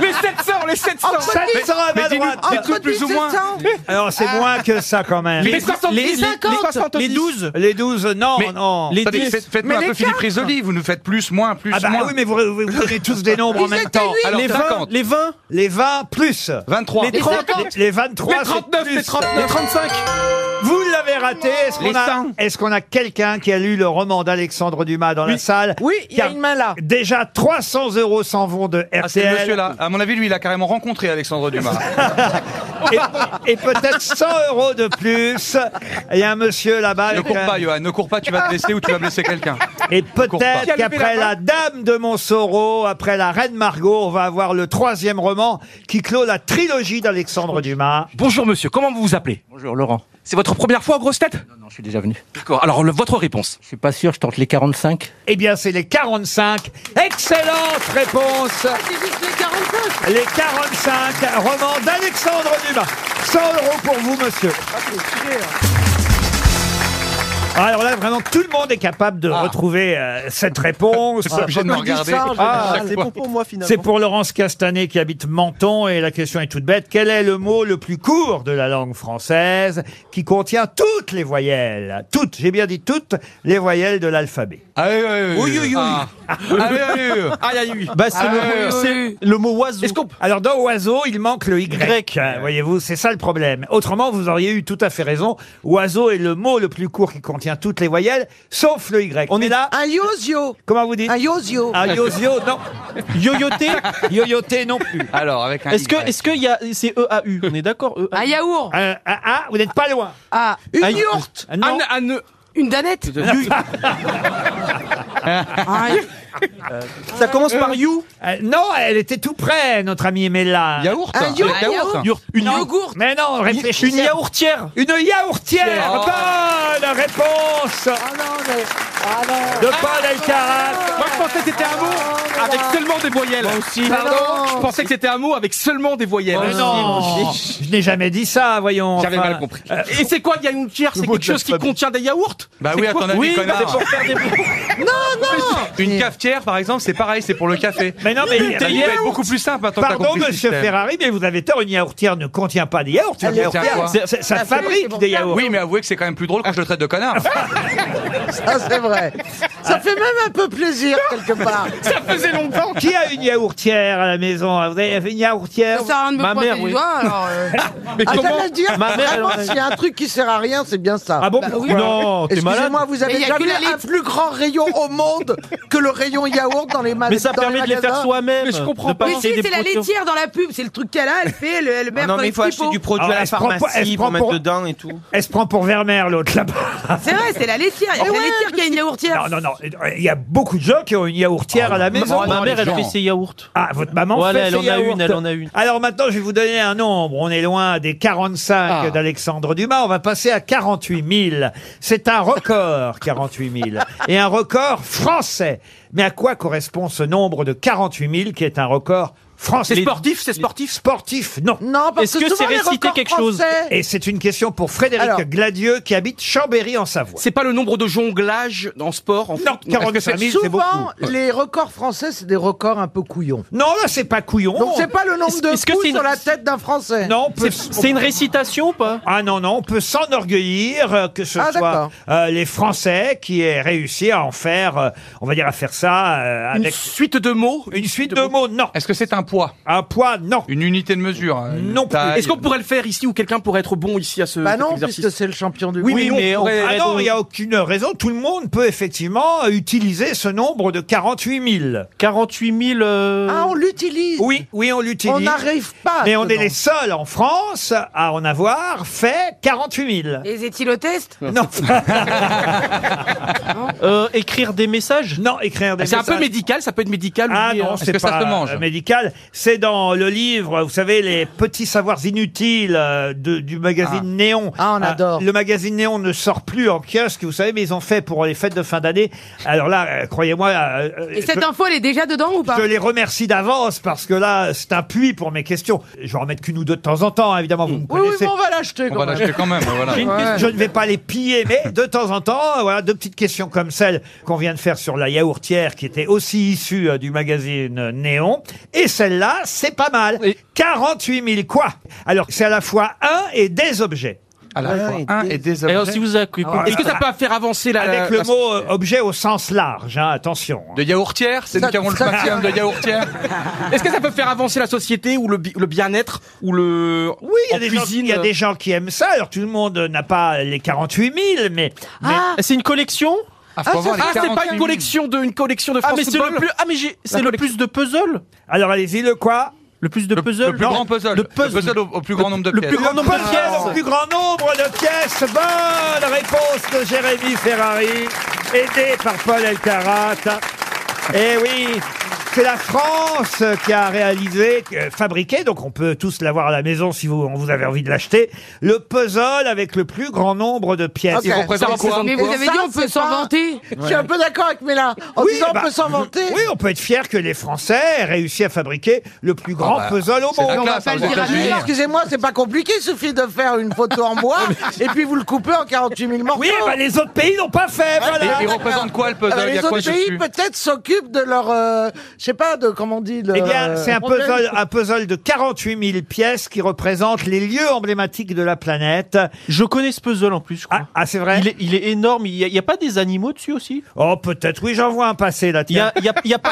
Speaker 6: Les 700, les 700.
Speaker 7: Entre 10
Speaker 2: 700 à ma
Speaker 7: Mais dis-nous,
Speaker 2: droite.
Speaker 7: mais dis-nous plus ou moins.
Speaker 2: Alors, c'est moins que ça quand même.
Speaker 9: Les 60, les- les- les 50. les 12.
Speaker 2: Les 12, non, non.
Speaker 3: Les Attendez, faites- Faites-moi un peu Philippe Risoli, vous nous faites plus, moins, plus,
Speaker 2: Ah bah
Speaker 3: moins.
Speaker 2: oui, mais vous, vous vous donnez tous des nombres en
Speaker 3: Ils
Speaker 2: même
Speaker 3: étaient
Speaker 2: temps.
Speaker 3: huit. Alors,
Speaker 2: les 20,
Speaker 3: 50.
Speaker 2: les 20 Les 20 plus
Speaker 3: 23.
Speaker 2: Les
Speaker 3: Les
Speaker 2: 30
Speaker 3: 50.
Speaker 2: Les 23
Speaker 3: Les 39,
Speaker 2: c'est plus.
Speaker 3: les 39. Les 35.
Speaker 2: Vous l'avez raté Est-ce
Speaker 3: Les
Speaker 2: qu'on a,
Speaker 3: 100.
Speaker 2: est-ce qu'on a quelqu'un qui a lu le roman d'Alexandre Dumas dans la salle
Speaker 7: Oui, il y a une main là.
Speaker 2: Déjà 300 euros s'en vont de RTL.
Speaker 3: Ah, c'est monsieur là. À mon avis, lui, il a carrément rencontré Alexandre Dumas.
Speaker 2: et, et peut-être 100 euros de plus. Il y a un monsieur là-bas.
Speaker 3: ne
Speaker 2: avec
Speaker 3: cours
Speaker 2: un-
Speaker 3: pas, Johan, ne cours pas, tu vas te blesser ou tu vas blesser quelqu'un.
Speaker 2: Et
Speaker 3: cours pas.
Speaker 2: peut-être qu'après la Dame de Montsoreau, après la Reine Margot, on va avoir le troisième roman qui clôt la trilogie d'Alexandre Dumas.
Speaker 6: Bonjour monsieur, comment vous vous appelez
Speaker 14: Bonjour Laurent,
Speaker 6: C'est votre première fois, grosse tête
Speaker 14: je suis déjà venu.
Speaker 6: D'accord, alors le- votre réponse.
Speaker 14: Je suis pas sûr, je tente les 45.
Speaker 2: Eh bien, c'est les 45. Excellente réponse.
Speaker 9: Ah,
Speaker 2: Les 45, roman d'Alexandre Dumas. 100 euros pour vous, monsieur. hein. Alors là, vraiment, tout le monde est capable
Speaker 9: Ah.
Speaker 2: de retrouver euh, cette réponse.
Speaker 3: C'est pas obligé de me regarder.
Speaker 2: Ah,
Speaker 3: Chaque
Speaker 9: c'est
Speaker 3: fois.
Speaker 9: bon pour moi finalement.
Speaker 2: c'est pour Laurence Castanet qui habite Menton et la question est toute bête. Quel est le mot le plus court de la langue française qui contient toutes les voyelles Toutes, j'ai bien dit toutes les voyelles de l'alphabet.
Speaker 3: Aïe, aïe,
Speaker 2: Oui,
Speaker 3: aïe.
Speaker 2: oui, Ah, oui.
Speaker 3: Ah. Aïe, aïe, aïe.
Speaker 6: Ah,
Speaker 9: Bah, c'est le- c'est
Speaker 2: le mot oiseau. Alors dans oiseau, il manque le y. hein, Voyez-vous, c'est ça le problème. Autrement, vous auriez eu tout à fait raison. Oiseau est le mot le plus court qui contient toutes les voyelles, sauf le y. On est là.
Speaker 7: Un yosio.
Speaker 2: Comment vous dites
Speaker 7: Un yosio.
Speaker 2: Un yosio, non.
Speaker 9: Yoyoté
Speaker 2: Yoyoté non plus.
Speaker 3: Alors, avec un.
Speaker 9: Est-ce que,
Speaker 3: Y.
Speaker 9: est-ce que y a, c'est E A U On est d'accord E A U.
Speaker 8: yaourt.
Speaker 2: Ah, ah, ah, vous n'êtes pas loin.
Speaker 8: Ah.
Speaker 9: Un yaourt.
Speaker 2: Non.
Speaker 8: Une danette.
Speaker 7: Hein?
Speaker 2: Ah,
Speaker 9: Ça commence par you.
Speaker 2: Euh, non, elle était tout près, notre amie Emella.
Speaker 3: Yaourt
Speaker 2: Un
Speaker 3: Un yaourt Un yaourt Yaourt.
Speaker 2: Une yaourt Mais non, réfléchissez. Une yaourtière Une yaourtière
Speaker 3: Oh.
Speaker 2: Bonne réponse
Speaker 7: Ah non, mais...
Speaker 2: de Paul Elkarat.
Speaker 6: Moi, je pensais que c'était un mot avec seulement des voyelles. Moi aussi. Pardon
Speaker 2: Mais non.
Speaker 6: Je pensais que c'était un mot avec seulement des voyelles.
Speaker 2: Mais non, je n'ai jamais dit ça, voyons.
Speaker 6: J'avais
Speaker 2: enfin.
Speaker 6: mal compris. euh, Et c'est quoi, yaourtière
Speaker 2: le
Speaker 6: C'est
Speaker 2: mot
Speaker 6: quelque
Speaker 2: de
Speaker 6: chose qui
Speaker 2: l'alphabet.
Speaker 6: contient des yaourts
Speaker 3: Bah
Speaker 6: C'est
Speaker 3: oui, à
Speaker 6: quoi
Speaker 3: ton avis,
Speaker 6: Oui, mais
Speaker 3: connard.
Speaker 6: c'est pour faire des- Non, non
Speaker 3: Une cafetière, par exemple, c'est pareil, c'est pour le café.
Speaker 2: Mais non, mais-
Speaker 3: Ça va être beaucoup plus simple maintenant que t'as
Speaker 2: Pardon,
Speaker 3: compris le
Speaker 2: monsieur
Speaker 3: système.
Speaker 2: Ferrari, mais vous avez tort, une yaourtière ne contient pas des yaourts.
Speaker 3: Elle
Speaker 2: Une
Speaker 3: contient
Speaker 2: yaourtière,
Speaker 3: quoi
Speaker 2: c'est- c'est- ça
Speaker 3: Ah, c'est-
Speaker 2: fabrique
Speaker 3: c'est bon.
Speaker 2: des yaourts. Ah,
Speaker 3: Oui, mais avouez que c'est quand même plus drôle quand je le traite de connard.
Speaker 7: Ça, c'est vrai. Ça fait même un peu plaisir, quelque part.
Speaker 2: Ça faisait longtemps. Qui a une yaourtière à la maison hein? Vous avez une yaourtière
Speaker 7: Ça sert à rien de me Ma pointer mère, du oui. doigt, alors,
Speaker 2: Mais
Speaker 7: Ah,
Speaker 2: comment-
Speaker 7: j'allais dire,
Speaker 2: Ma mère, elle
Speaker 7: vraiment,
Speaker 2: en a-
Speaker 7: s'il y a un truc qui sert à rien, c'est bien ça. Ah
Speaker 2: bon Non, t'es malade.
Speaker 7: Excusez-moi, vous
Speaker 8: Mais
Speaker 7: avez
Speaker 8: il y a
Speaker 7: jamais
Speaker 8: que la
Speaker 7: un plus grand rayon au monde que le rayon yaourt dans les magasins.
Speaker 9: Mais ça permet de les faire soi-même, Mais je comprends de pas
Speaker 8: Mais
Speaker 9: acheter
Speaker 8: si,
Speaker 9: des
Speaker 8: c'est la
Speaker 9: produits.
Speaker 8: laitière dans la pub, c'est le truc qu'elle a, elle fait, elle, elle merde
Speaker 5: Ah, non,
Speaker 8: dans
Speaker 5: mais
Speaker 8: les
Speaker 5: il faut acheter
Speaker 8: fripos.
Speaker 5: du produit à la pharmacie pour mettre dedans et tout.
Speaker 2: Elle se prend pour Vermeer, l'autre là-bas.
Speaker 8: C'est vrai, c'est la
Speaker 5: Ah
Speaker 8: laitière. Il y a que la laitière qui a une yaourtière.
Speaker 2: Non, non, non. Il y a beaucoup de gens qui ont une yaourtière à la maison.
Speaker 9: ma mère, elle
Speaker 2: Gens.
Speaker 9: fait ses yaourts.
Speaker 2: Ah, votre maman
Speaker 9: Voilà,
Speaker 2: fait
Speaker 9: elle
Speaker 2: ses
Speaker 9: en a
Speaker 2: yaourts.
Speaker 9: une, elle en a une.
Speaker 2: Alors maintenant, je vais vous donner un nombre. On est loin des 45
Speaker 9: Ah.
Speaker 2: d'Alexandre Dumas. On va passer à 48 000. C'est un record, 48 000. Et un record français. Mais à quoi correspond ce nombre de 48 000 qui est un record français
Speaker 6: C'est sportif, c'est sportif
Speaker 2: Sportif, non.
Speaker 7: Non, parce
Speaker 6: Est-ce que que souvent, c'est les réciter records quelque chose français-
Speaker 2: Et c'est une question pour Frédéric
Speaker 6: Alors.
Speaker 2: Gladieux qui habite Chambéry en Savoie.
Speaker 6: C'est pas le nombre de jonglages en sport en Non,
Speaker 2: 45 000, c'est beaucoup.
Speaker 7: Souvent, les records français, c'est des records un peu couillons.
Speaker 2: Non, là, c'est pas couillon.
Speaker 7: Donc, c'est pas le nombre de
Speaker 9: Est-ce que
Speaker 7: coups
Speaker 9: c'est une-
Speaker 7: sur la tête d'un Français.
Speaker 2: Non,
Speaker 9: C'est une récitation ou pas
Speaker 2: Ah non, non, on peut s'enorgueillir euh, que ce
Speaker 7: Ah,
Speaker 2: soit
Speaker 7: d'accord.
Speaker 2: euh, les Français qui aient réussi à en faire, euh, on va dire, à faire ça euh, avec... Une
Speaker 6: suite de mots
Speaker 2: Une suite de mots, non.
Speaker 3: Est-ce que c'est un poids
Speaker 2: Un poids, non.
Speaker 3: Une unité de mesure hein,
Speaker 2: Non plus.
Speaker 6: Est-ce qu'on pourrait le faire ici ou quelqu'un pourrait être bon ici à ce
Speaker 7: Bah
Speaker 6: cet
Speaker 7: non,
Speaker 6: exercice
Speaker 7: puisque c'est le champion du
Speaker 6: Oui,
Speaker 7: monde.
Speaker 6: mais on pourrait-
Speaker 2: Ah non, il n'y a aucune raison. Tout le monde peut effectivement euh, utiliser ce nombre de 48 000.
Speaker 9: 48 000... euh,
Speaker 7: Ah, on l'utilise.
Speaker 2: Oui, oui, on l'utilise.
Speaker 7: On n'arrive pas à
Speaker 2: Mais
Speaker 7: ce
Speaker 2: on est
Speaker 7: nombre.
Speaker 2: les seuls en France à en avoir fait 48 000.
Speaker 8: Les éthylotestes
Speaker 2: Non.
Speaker 9: euh, écrire des messages
Speaker 2: Non, écrire des
Speaker 6: Ah, C'est un peu
Speaker 2: messages.
Speaker 6: médical, ça peut être médical.
Speaker 2: Ah
Speaker 6: oui,
Speaker 2: non,
Speaker 6: hein.
Speaker 2: c'est pas euh, médical. C'est dans le livre, vous savez, les petits savoirs inutiles euh, de- du magazine Néon. Euh,
Speaker 7: Ah, on adore.
Speaker 2: le magazine Néon ne sort plus en kiosque, vous savez, mais ils ont fait pour les fêtes de fin d'année. Alors là, euh, croyez-moi. euh, euh,
Speaker 8: Et cette
Speaker 2: je-
Speaker 8: info, elle est déjà dedans ou pas
Speaker 2: je les remercie d'avance parce que là, c'est un puits pour mes questions. Je vais en mettre qu'une ou deux de temps en temps, hein, évidemment, vous me
Speaker 7: Oui, oui,
Speaker 2: connaissez.
Speaker 7: mais on va l'acheter.
Speaker 3: On va l'acheter quand même, voilà.
Speaker 2: J'ai une question, Je ne vais pas les piller, mais de temps en temps, voilà, deux petites questions comme celle qu'on vient de faire sur la yaourtière qui était aussi issue euh, du magazine euh, Néon. Et celle-là, c'est pas mal. 48 000 quoi Alors que c'est à la fois un et des objets.
Speaker 3: À la fois un et des
Speaker 6: Eh,
Speaker 3: objets.
Speaker 9: Alors, si vous avez...
Speaker 6: Est-ce que ça peut faire avancer la
Speaker 2: Avec
Speaker 6: la-
Speaker 2: le
Speaker 6: la-
Speaker 2: mot euh, objet au sens large, hein, attention.
Speaker 3: De yaourtière C'est nous qui avons le maximum de yaourtière
Speaker 6: Est-ce que ça peut faire avancer la société ou le, bi- le bien-être ou le
Speaker 2: Oui, il y, a
Speaker 6: en
Speaker 2: des gens-
Speaker 6: cuisine
Speaker 2: il y a
Speaker 9: euh.
Speaker 2: des gens qui aiment ça. Alors tout le monde n'a pas les 48 000, mais... mais-
Speaker 9: C'est une collection
Speaker 3: Ah, faut avoir les
Speaker 6: Ah, c'est pas
Speaker 3: 48
Speaker 6: une
Speaker 3: 000.
Speaker 6: collection de une collection de
Speaker 9: Ah,
Speaker 6: France
Speaker 9: mais c'est le
Speaker 6: Football
Speaker 9: plus... Ah, mais j'ai- c'est le plus de puzzles
Speaker 2: Alors allez-y, le quoi
Speaker 9: Le plus de puzzles
Speaker 3: Le plus grand puzzle.
Speaker 9: Le
Speaker 3: Le
Speaker 9: puzzle.
Speaker 3: puzzle au, au plus grand nombre de
Speaker 9: le
Speaker 3: pièces.
Speaker 9: plus grand nombre de
Speaker 2: Puzzle au plus
Speaker 9: pièces
Speaker 2: grand nombre de pièces. Bonne réponse de Jérémy Ferrari, aidé par Paul Elkarat. Eh oui c'est la France qui a réalisé, euh, fabriqué, donc on peut tous l'avoir à la maison si vous, vous avez envie de l'acheter, le puzzle avec le plus grand nombre de pièces.
Speaker 7: Ok. Il
Speaker 3: représente
Speaker 6: quoi
Speaker 8: Mais vous avez
Speaker 7: Ça,
Speaker 8: dit, on peut
Speaker 7: c'est
Speaker 8: s'en
Speaker 7: pas-
Speaker 8: vanter.
Speaker 7: Je suis un peu d'accord avec Mela. En
Speaker 2: Oui,
Speaker 7: disant,
Speaker 2: bah,
Speaker 7: on peut s'en vanter.
Speaker 2: Oui, on peut être fier que les Français aient réussi à fabriquer le plus
Speaker 7: Ah
Speaker 2: grand
Speaker 3: bah,
Speaker 2: puzzle au
Speaker 3: c'est la
Speaker 2: monde.
Speaker 3: On va classe, pas hein, le aux dire à
Speaker 7: Oui,
Speaker 3: États-Unis.
Speaker 7: Excusez-moi, c'est pas compliqué, il suffit de faire une photo en bois et puis vous le coupez en 48 000 morceaux.
Speaker 2: Oui, bah, les autres pays n'ont pas fait,
Speaker 3: Et
Speaker 2: voilà.
Speaker 3: il représente quoi le
Speaker 7: Ah,
Speaker 3: puzzle
Speaker 7: mais
Speaker 3: Il y
Speaker 7: les
Speaker 3: a quoi
Speaker 7: autres pays
Speaker 3: dessus
Speaker 7: peut-être s'occupent de leur, euh, je sais pas, de comment on dit. de
Speaker 2: Eh bien,
Speaker 7: leur,
Speaker 2: c'est un
Speaker 7: euh, problème.
Speaker 2: puzzle, un puzzle de 48 000 pièces qui représente les lieux emblématiques de la planète.
Speaker 9: Je connais ce puzzle en plus, je crois.
Speaker 2: Ah, ah, c'est vrai
Speaker 9: Il est, il est énorme. Il n'y a, pas des animaux dessus aussi
Speaker 2: Oh, peut-être, oui, j'en vois un passer là,
Speaker 9: Il y
Speaker 2: tiens.
Speaker 9: a, il y a- il y a pas.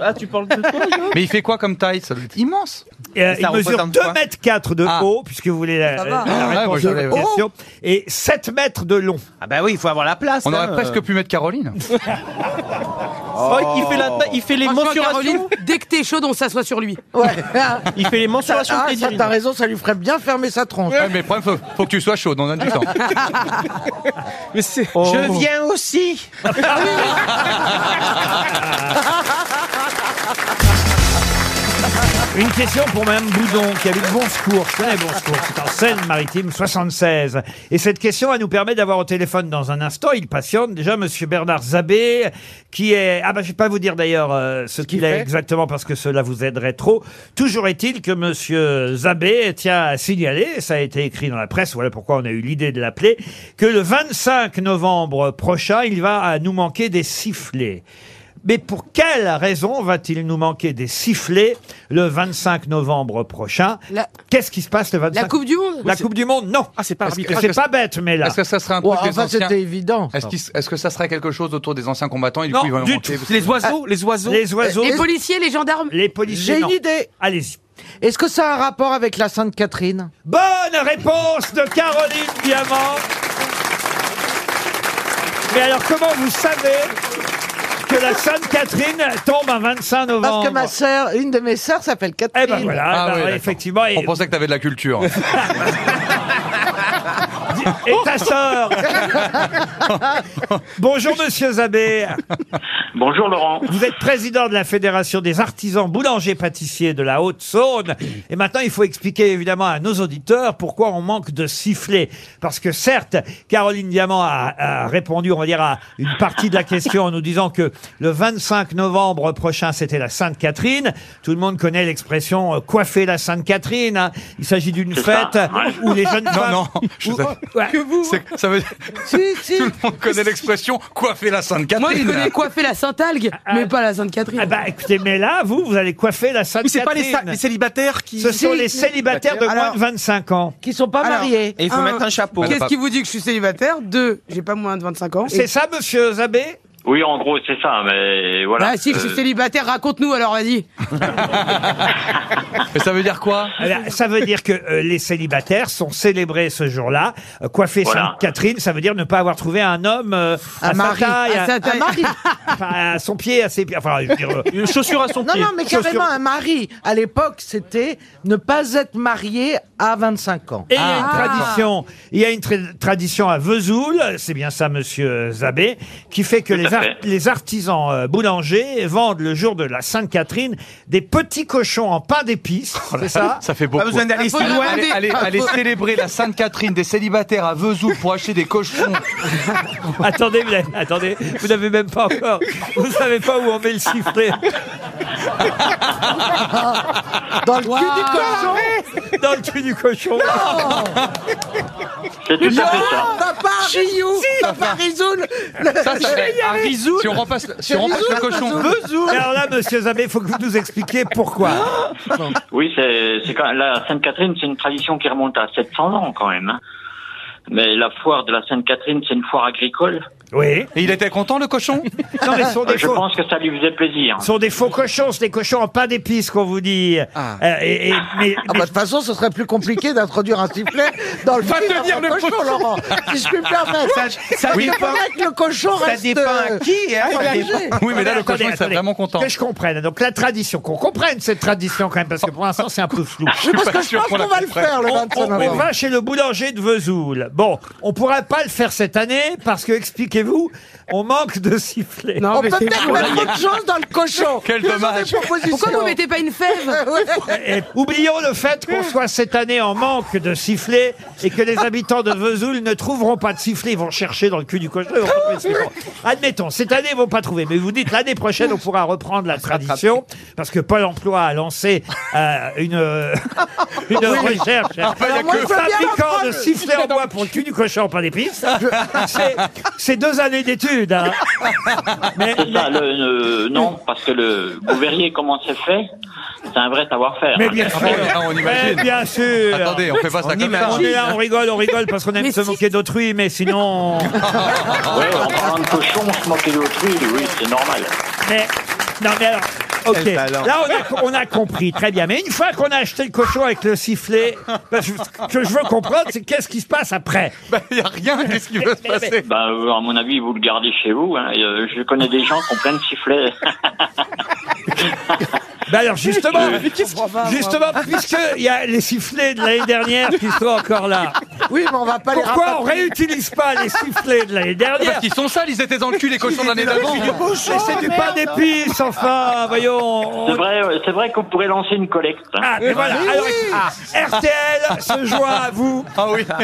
Speaker 9: Ah, tu parles de toi, Yo
Speaker 3: Mais il fait quoi comme taille Ça doit être immense.
Speaker 2: Euh,
Speaker 3: ça
Speaker 2: il mesure
Speaker 3: représente
Speaker 2: 2
Speaker 3: quoi
Speaker 2: mètres 4 de
Speaker 3: Ah.
Speaker 2: haut, puisque vous voulez la,
Speaker 3: Ça va.
Speaker 2: la
Speaker 3: Ah, ouais, moi,
Speaker 2: réponse de
Speaker 3: j'avais-
Speaker 2: votre question, et 7 mètres de long.
Speaker 5: Ah bah oui, il faut avoir la place.
Speaker 3: On
Speaker 5: hein,
Speaker 3: aurait presque
Speaker 5: euh.
Speaker 3: pu mettre Caroline.
Speaker 9: Oh, il fait la taille- il fait les
Speaker 8: Franchement, Caroline,
Speaker 9: mensurations.
Speaker 8: dès que t'es chaude, on s'assoit sur lui.
Speaker 7: Ouais.
Speaker 9: Il fait les
Speaker 7: Ah,
Speaker 9: mensurations.
Speaker 7: ça,
Speaker 9: de Teddy.
Speaker 7: t'as raison, ça lui ferait bien fermer sa tronche.
Speaker 3: Ouais, mais le problème, faut, faut que tu sois chaud, on a du temps.
Speaker 6: Mais c'est
Speaker 2: Oh.
Speaker 5: Je viens aussi.
Speaker 2: Une question pour Mme Boudon, qui habite Bon Secours. Je connais Bon Secours, c'est en Seine-Maritime 76. Et cette question, elle nous permet d'avoir au téléphone dans un instant, il patiente déjà, Monsieur Bernard Zabé, qui est... Ah bah je vais pas vous dire d'ailleurs euh, ce qu'il est exactement, parce que cela vous aiderait trop. Toujours est-il que Monsieur Zabé tient à signaler, et ça a été écrit dans la presse, voilà pourquoi on a eu l'idée de l'appeler, que le 25 novembre prochain, il va à nous manquer des sifflets. Mais pour quelle raison va-t-il nous manquer des sifflets le 25 novembre prochain Qu'est-ce qui se passe le 25
Speaker 8: La Coupe du Monde
Speaker 2: La Coupe du Monde, non. Ah, c'est
Speaker 3: pas arbitrage.
Speaker 2: C'est pas bête, mais là.
Speaker 3: Est-ce que ça serait un truc des anciens Est-ce
Speaker 2: ça.
Speaker 3: qu'il- est-ce que ça serait quelque chose autour des anciens combattants et du
Speaker 2: Non,
Speaker 3: coup, ils vont
Speaker 2: du
Speaker 3: monter-
Speaker 2: tout. Les oiseaux,
Speaker 3: Ah,
Speaker 2: les oiseaux. Les oiseaux.
Speaker 8: Les policiers, les gendarmes
Speaker 2: Les
Speaker 7: J'ai une idée.
Speaker 2: Allez-y.
Speaker 7: Est-ce que ça a un rapport avec la Sainte Catherine
Speaker 2: Bonne réponse de Caroline Diamant. Mais alors, comment vous savez que la Sainte Catherine tombe un 25 novembre
Speaker 7: Parce que ma sœur, une de mes sœurs s'appelle Catherine.
Speaker 2: Eh ben voilà, eh ben,
Speaker 3: Ah oui, d'accord.
Speaker 2: effectivement.
Speaker 3: On pensait que t'avais de la culture.
Speaker 2: Et
Speaker 7: Oh
Speaker 2: ta sœur Bonjour Monsieur Zabé.
Speaker 15: Bonjour Laurent.
Speaker 2: Vous êtes président de la Fédération des artisans boulangers-pâtissiers de la Haute-Saône. Et maintenant, il faut expliquer évidemment à nos auditeurs pourquoi on manque de sifflets. Parce que certes, Caroline Diamant a, a répondu, on va dire, à une partie de la question en nous disant que le 25 novembre prochain, c'était la Sainte-Catherine. Tout le monde connaît l'expression euh, coiffer la Sainte-Catherine. hein. Il s'agit d'une
Speaker 3: C'est
Speaker 2: fête
Speaker 3: ça, Ah, ouais.
Speaker 2: où les jeunes
Speaker 3: Non,
Speaker 2: femmes...
Speaker 3: non, je sais-
Speaker 2: Que
Speaker 8: vous
Speaker 3: Ça veut dire- Tout le monde connaît l'expression coiffer la Sainte Catherine. hein.
Speaker 8: Moi, je connais coiffer la Sainte-Algue, mais pas la Sainte-Catherine.
Speaker 2: Ah bah écoutez, mais là, vous, vous allez coiffer la Sainte
Speaker 6: c'est pas les sa-
Speaker 2: Catherine.
Speaker 6: les célibataires qui-
Speaker 2: Ce sont
Speaker 6: Si,
Speaker 2: les
Speaker 6: si.
Speaker 2: célibataires de moins
Speaker 6: Alors-
Speaker 2: de 25 ans.
Speaker 7: Qui sont pas
Speaker 6: Alors,
Speaker 7: mariés.
Speaker 6: et il faut mettre un chapeau.
Speaker 8: Qu'est-ce qui vous dit que je suis célibataire Deux, j'ai pas moins de 25 ans.
Speaker 2: C'est ça, monsieur Zabé
Speaker 15: Oui, en gros, c'est ça, mais voilà.
Speaker 8: Ah si, que je suis
Speaker 15: Euh,
Speaker 8: célibataire, raconte-nous alors, vas-y.
Speaker 3: Mais ça veut dire quoi
Speaker 2: Ah Ça veut dire que euh, les célibataires sont célébrés ce jour-là. Euh, coiffer
Speaker 15: Voilà.
Speaker 2: Sainte Catherine, ça veut dire ne pas avoir trouvé un homme euh, à sa taille, à, à- enfin, à son pied, à ses pieds. Enfin, je veux dire, euh,
Speaker 9: Une chaussure à son
Speaker 7: Non,
Speaker 9: pied.
Speaker 7: non, mais
Speaker 2: Chaussures.
Speaker 7: carrément, un mari, à l'époque, c'était ne pas être marié à 25 ans.
Speaker 2: Et il y
Speaker 3: Ah.
Speaker 2: a une tradition, il y a une tra- tradition à Vesoul, c'est bien ça, monsieur Zabé, qui fait
Speaker 15: Tout
Speaker 2: que
Speaker 15: à
Speaker 2: les, ar-
Speaker 15: fait.
Speaker 2: les artisans euh, boulangers vendent le jour de la Sainte-Catherine des petits cochons en pain d'épices, c'est ça
Speaker 3: Oh Ça fait beaucoup.
Speaker 2: Pas besoin d'aller si loin.
Speaker 3: Aller, aller- aller
Speaker 2: Faut-
Speaker 3: célébrer la Sainte Catherine des célibataires à Vesoul pour acheter des cochons.
Speaker 2: attendez, vous n'avez- attendez, vous n'avez même pas encore, vous savez pas où on met le sifflet.
Speaker 7: Dans le
Speaker 2: cul du cochon Dans le cul du cochon
Speaker 15: C'est tout à fait ça.
Speaker 7: T'as pas à Rioux, t'as pas à Rizoul.
Speaker 3: Ça, c'est à Rizoul. Si on remplace, si on remplace le cochon.
Speaker 2: Vesoul. Alors là, monsieur Zabé, il faut que vous nous expliquiez pourquoi.
Speaker 15: Oui, c'est c'est quand la Sainte-Catherine, c'est une tradition qui remonte à 700 ans quand même. hein. Mais la foire de la Sainte-Catherine, c'est une foire agricole. Euh,
Speaker 2: Oui.
Speaker 3: Et il était content, le cochon
Speaker 2: Non, mais ce sont des
Speaker 15: Je
Speaker 2: faux-
Speaker 15: pense que ça lui faisait plaisir.
Speaker 2: Ce sont des faux cochons, c'est des cochons en pain d'épices qu'on vous dit. Euh, et- et- mais-
Speaker 7: Ah bah, de toute façon, ce serait plus compliqué d'introduire un sifflet dans le
Speaker 6: Va
Speaker 7: cul
Speaker 6: te
Speaker 7: d'un
Speaker 6: dire le
Speaker 7: cochon,
Speaker 6: cochon.
Speaker 7: Laurent. Si je puis me permettre.
Speaker 6: Ça- ça
Speaker 7: Parce que
Speaker 6: dépend-
Speaker 7: peut-être que le cochon
Speaker 6: ça
Speaker 7: reste.
Speaker 6: dépend à
Speaker 7: euh,
Speaker 6: qui, hein, ça
Speaker 7: engagé.
Speaker 6: dépend.
Speaker 3: Oui, mais là, le
Speaker 2: Attendez,
Speaker 3: cochon, il serait
Speaker 2: attendez.
Speaker 3: vraiment content.
Speaker 2: Que je comprenne. Donc la tradition, qu'on comprenne cette tradition quand même, parce que pour l'instant c'est un peu flou.
Speaker 3: suis
Speaker 7: parce
Speaker 3: pas
Speaker 7: que je
Speaker 3: sûr
Speaker 7: pense
Speaker 3: qu'on la
Speaker 7: qu'on va le
Speaker 3: comprenne.
Speaker 7: faire le
Speaker 2: On,
Speaker 7: 25
Speaker 2: on- on
Speaker 7: novembre.
Speaker 2: va chez le boulanger de Vesoul. Bon, on pourra pas le faire cette année parce que, expliquez-vous, on manque de sifflets.
Speaker 7: On peut peut-être mettre autre chose dans le cochon.
Speaker 3: Quel
Speaker 7: Faisons des
Speaker 3: dommage.
Speaker 7: propositions.
Speaker 8: Pourquoi vous mettez pas une fève
Speaker 2: Et oublions le fait qu'on soit cette année en manque de sifflets et que les habitants de Vesoul ne trouveront pas de sifflets. Ils vont chercher dans le cul du cochon. Ils vont trouver ce qu'ils vont. Admettons, cette année, ils vont pas trouver. Mais vous dites, l'année prochaine, on pourra reprendre la tradition parce que Pôle emploi a lancé euh, une, euh, une recherche.
Speaker 7: Alors moi, je veux bien
Speaker 2: Fabricant
Speaker 7: l'apprendre.
Speaker 2: de sifflets en bois pour le cul du cochon, pas d'épices. C'est- C'est deux années d'études. hein.
Speaker 15: C'est ça, le, le- non, parce que le vous verriez comment c'est fait. C'est un vrai savoir-faire.
Speaker 2: Mais bien
Speaker 3: Ah
Speaker 2: sûr.
Speaker 3: bon, là, on
Speaker 2: Mais
Speaker 3: imagine.
Speaker 2: bien sûr.
Speaker 3: Attendez, on fait pas ça comme ça.
Speaker 2: On est là, on rigole, on rigole parce qu'on aime
Speaker 8: Mais
Speaker 2: se
Speaker 8: si-
Speaker 2: moquer d'autrui, mais sinon.
Speaker 15: Ouais, en parlant de cochon, on se moquer d'autrui, oui, c'est normal.
Speaker 2: mais, non, mais alors. Ok,
Speaker 6: Quel talent.
Speaker 2: là on a, on a compris, très bien. Mais une fois qu'on a acheté le cochon avec le sifflet, ben, je- ce que je veux comprendre, c'est qu'est-ce qui se passe après
Speaker 3: Bah, y a rien, qu'est-ce qui va se passer
Speaker 15: Bah, euh, à mon avis, vous le gardez chez vous. hein. Et, euh, Je connais des gens qui ont plein de sifflets.
Speaker 2: Bah alors justement,
Speaker 6: Mais qu'est-ce qui-
Speaker 2: justement, puisque il y a les sifflets de l'année dernière qui sont encore là.
Speaker 7: Oui, mais on va pas les
Speaker 2: Pourquoi on
Speaker 7: rapatrier.
Speaker 2: réutilise pas les sifflets de l'année dernière
Speaker 3: Parce qu'ils sont sales, ils étaient dans le cul, les cochons de l'année d'avant.
Speaker 2: Mais C'était pas des pistes, enfin, voyons.
Speaker 15: C'est vrai, ouais, c'est vrai qu'on pourrait lancer une collecte. hein.
Speaker 2: Ah, mais voilà. Alors, ah, RTL se joint à vous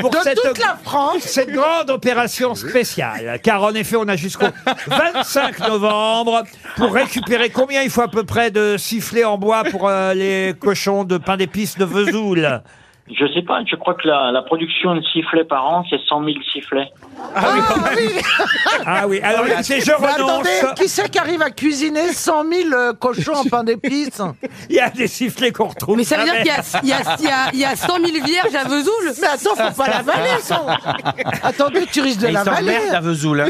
Speaker 2: pour
Speaker 7: De
Speaker 2: cette,
Speaker 7: toute la France.
Speaker 2: cette grande opération spéciale. Car en effet, on a jusqu'au 25 novembre pour récupérer combien il faut à peu près de sifflets en bois pour euh, les cochons de pain d'épices de Vesoul
Speaker 15: Je sais pas, je crois que la, la production de sifflets par an, c'est 100 000 sifflets.
Speaker 2: Ah oui, alors écoutez, je
Speaker 7: Mais
Speaker 2: renonce.
Speaker 7: Attendez, qui c'est qui arrive à cuisiner 100 000 euh, cochons en pain d'épices
Speaker 2: Il y a des sifflets qu'on retrouve.
Speaker 8: Mais ça veut dire
Speaker 2: jamais.
Speaker 8: qu'il y a, il y, a, il y, a, il y a 100 000 vierges à Vesoul
Speaker 7: Mais attends, faut pas l'avaler, ça Attendez, tu risques de
Speaker 5: Mais ils
Speaker 7: l'avaler
Speaker 5: s'emmerdent à Vesoul. hein.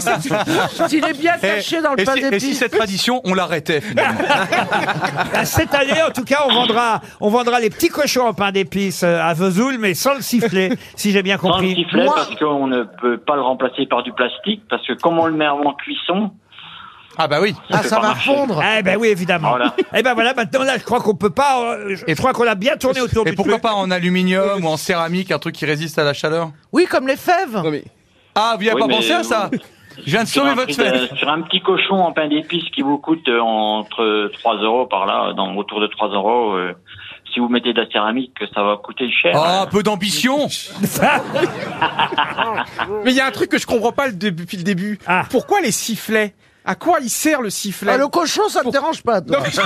Speaker 7: S'il est bien caché dans le
Speaker 3: et,
Speaker 7: pain
Speaker 3: si, et si
Speaker 7: d'épices
Speaker 3: cette tradition, on l'arrêtait finalement
Speaker 2: Ah, Cette année, en tout cas, on vendra, on vendra les petits cochons en pain d'épices euh, à Vesoul, mais sans le sifflet, si j'ai bien
Speaker 15: Sans le
Speaker 2: compris.
Speaker 15: sifflet, parce qu'on ne peut pas le remplacer par du plastique, parce que comme on le met avant cuisson,
Speaker 3: Ah bah oui.
Speaker 15: ça peut pas marcher.
Speaker 2: Eh ben oui, évidemment.
Speaker 15: Voilà.
Speaker 2: Eh ben voilà, maintenant là, je crois qu'on peut pas. euh, Je, je crois qu'on a bien tourné autour
Speaker 3: Et
Speaker 2: du
Speaker 3: pourquoi
Speaker 2: truc.
Speaker 3: pas en aluminium ou en céramique, un truc qui résiste à la chaleur
Speaker 7: Oui, comme les fèves
Speaker 3: Ah, vous n'y avez
Speaker 15: Oui,
Speaker 3: pas
Speaker 15: mais
Speaker 3: pensé à ça
Speaker 15: vous-
Speaker 3: Je viens de
Speaker 15: sur
Speaker 3: sauver
Speaker 15: un,
Speaker 3: votre
Speaker 15: petit, euh,
Speaker 3: fête.
Speaker 15: sur un petit cochon en pain d'épices qui vous coûte euh, entre 3 euros par là, dans, autour de 3 euros, euh, si vous mettez de la céramique, ça va coûter cher.
Speaker 3: Ah, un peu d'ambition
Speaker 6: Mais il y a un truc que je comprends pas le début- depuis le début. Pourquoi les sifflets À quoi il sert le sifflet
Speaker 7: Ah, Le cochon, ça te dérange pas, toi
Speaker 6: Non, mais-
Speaker 7: C'est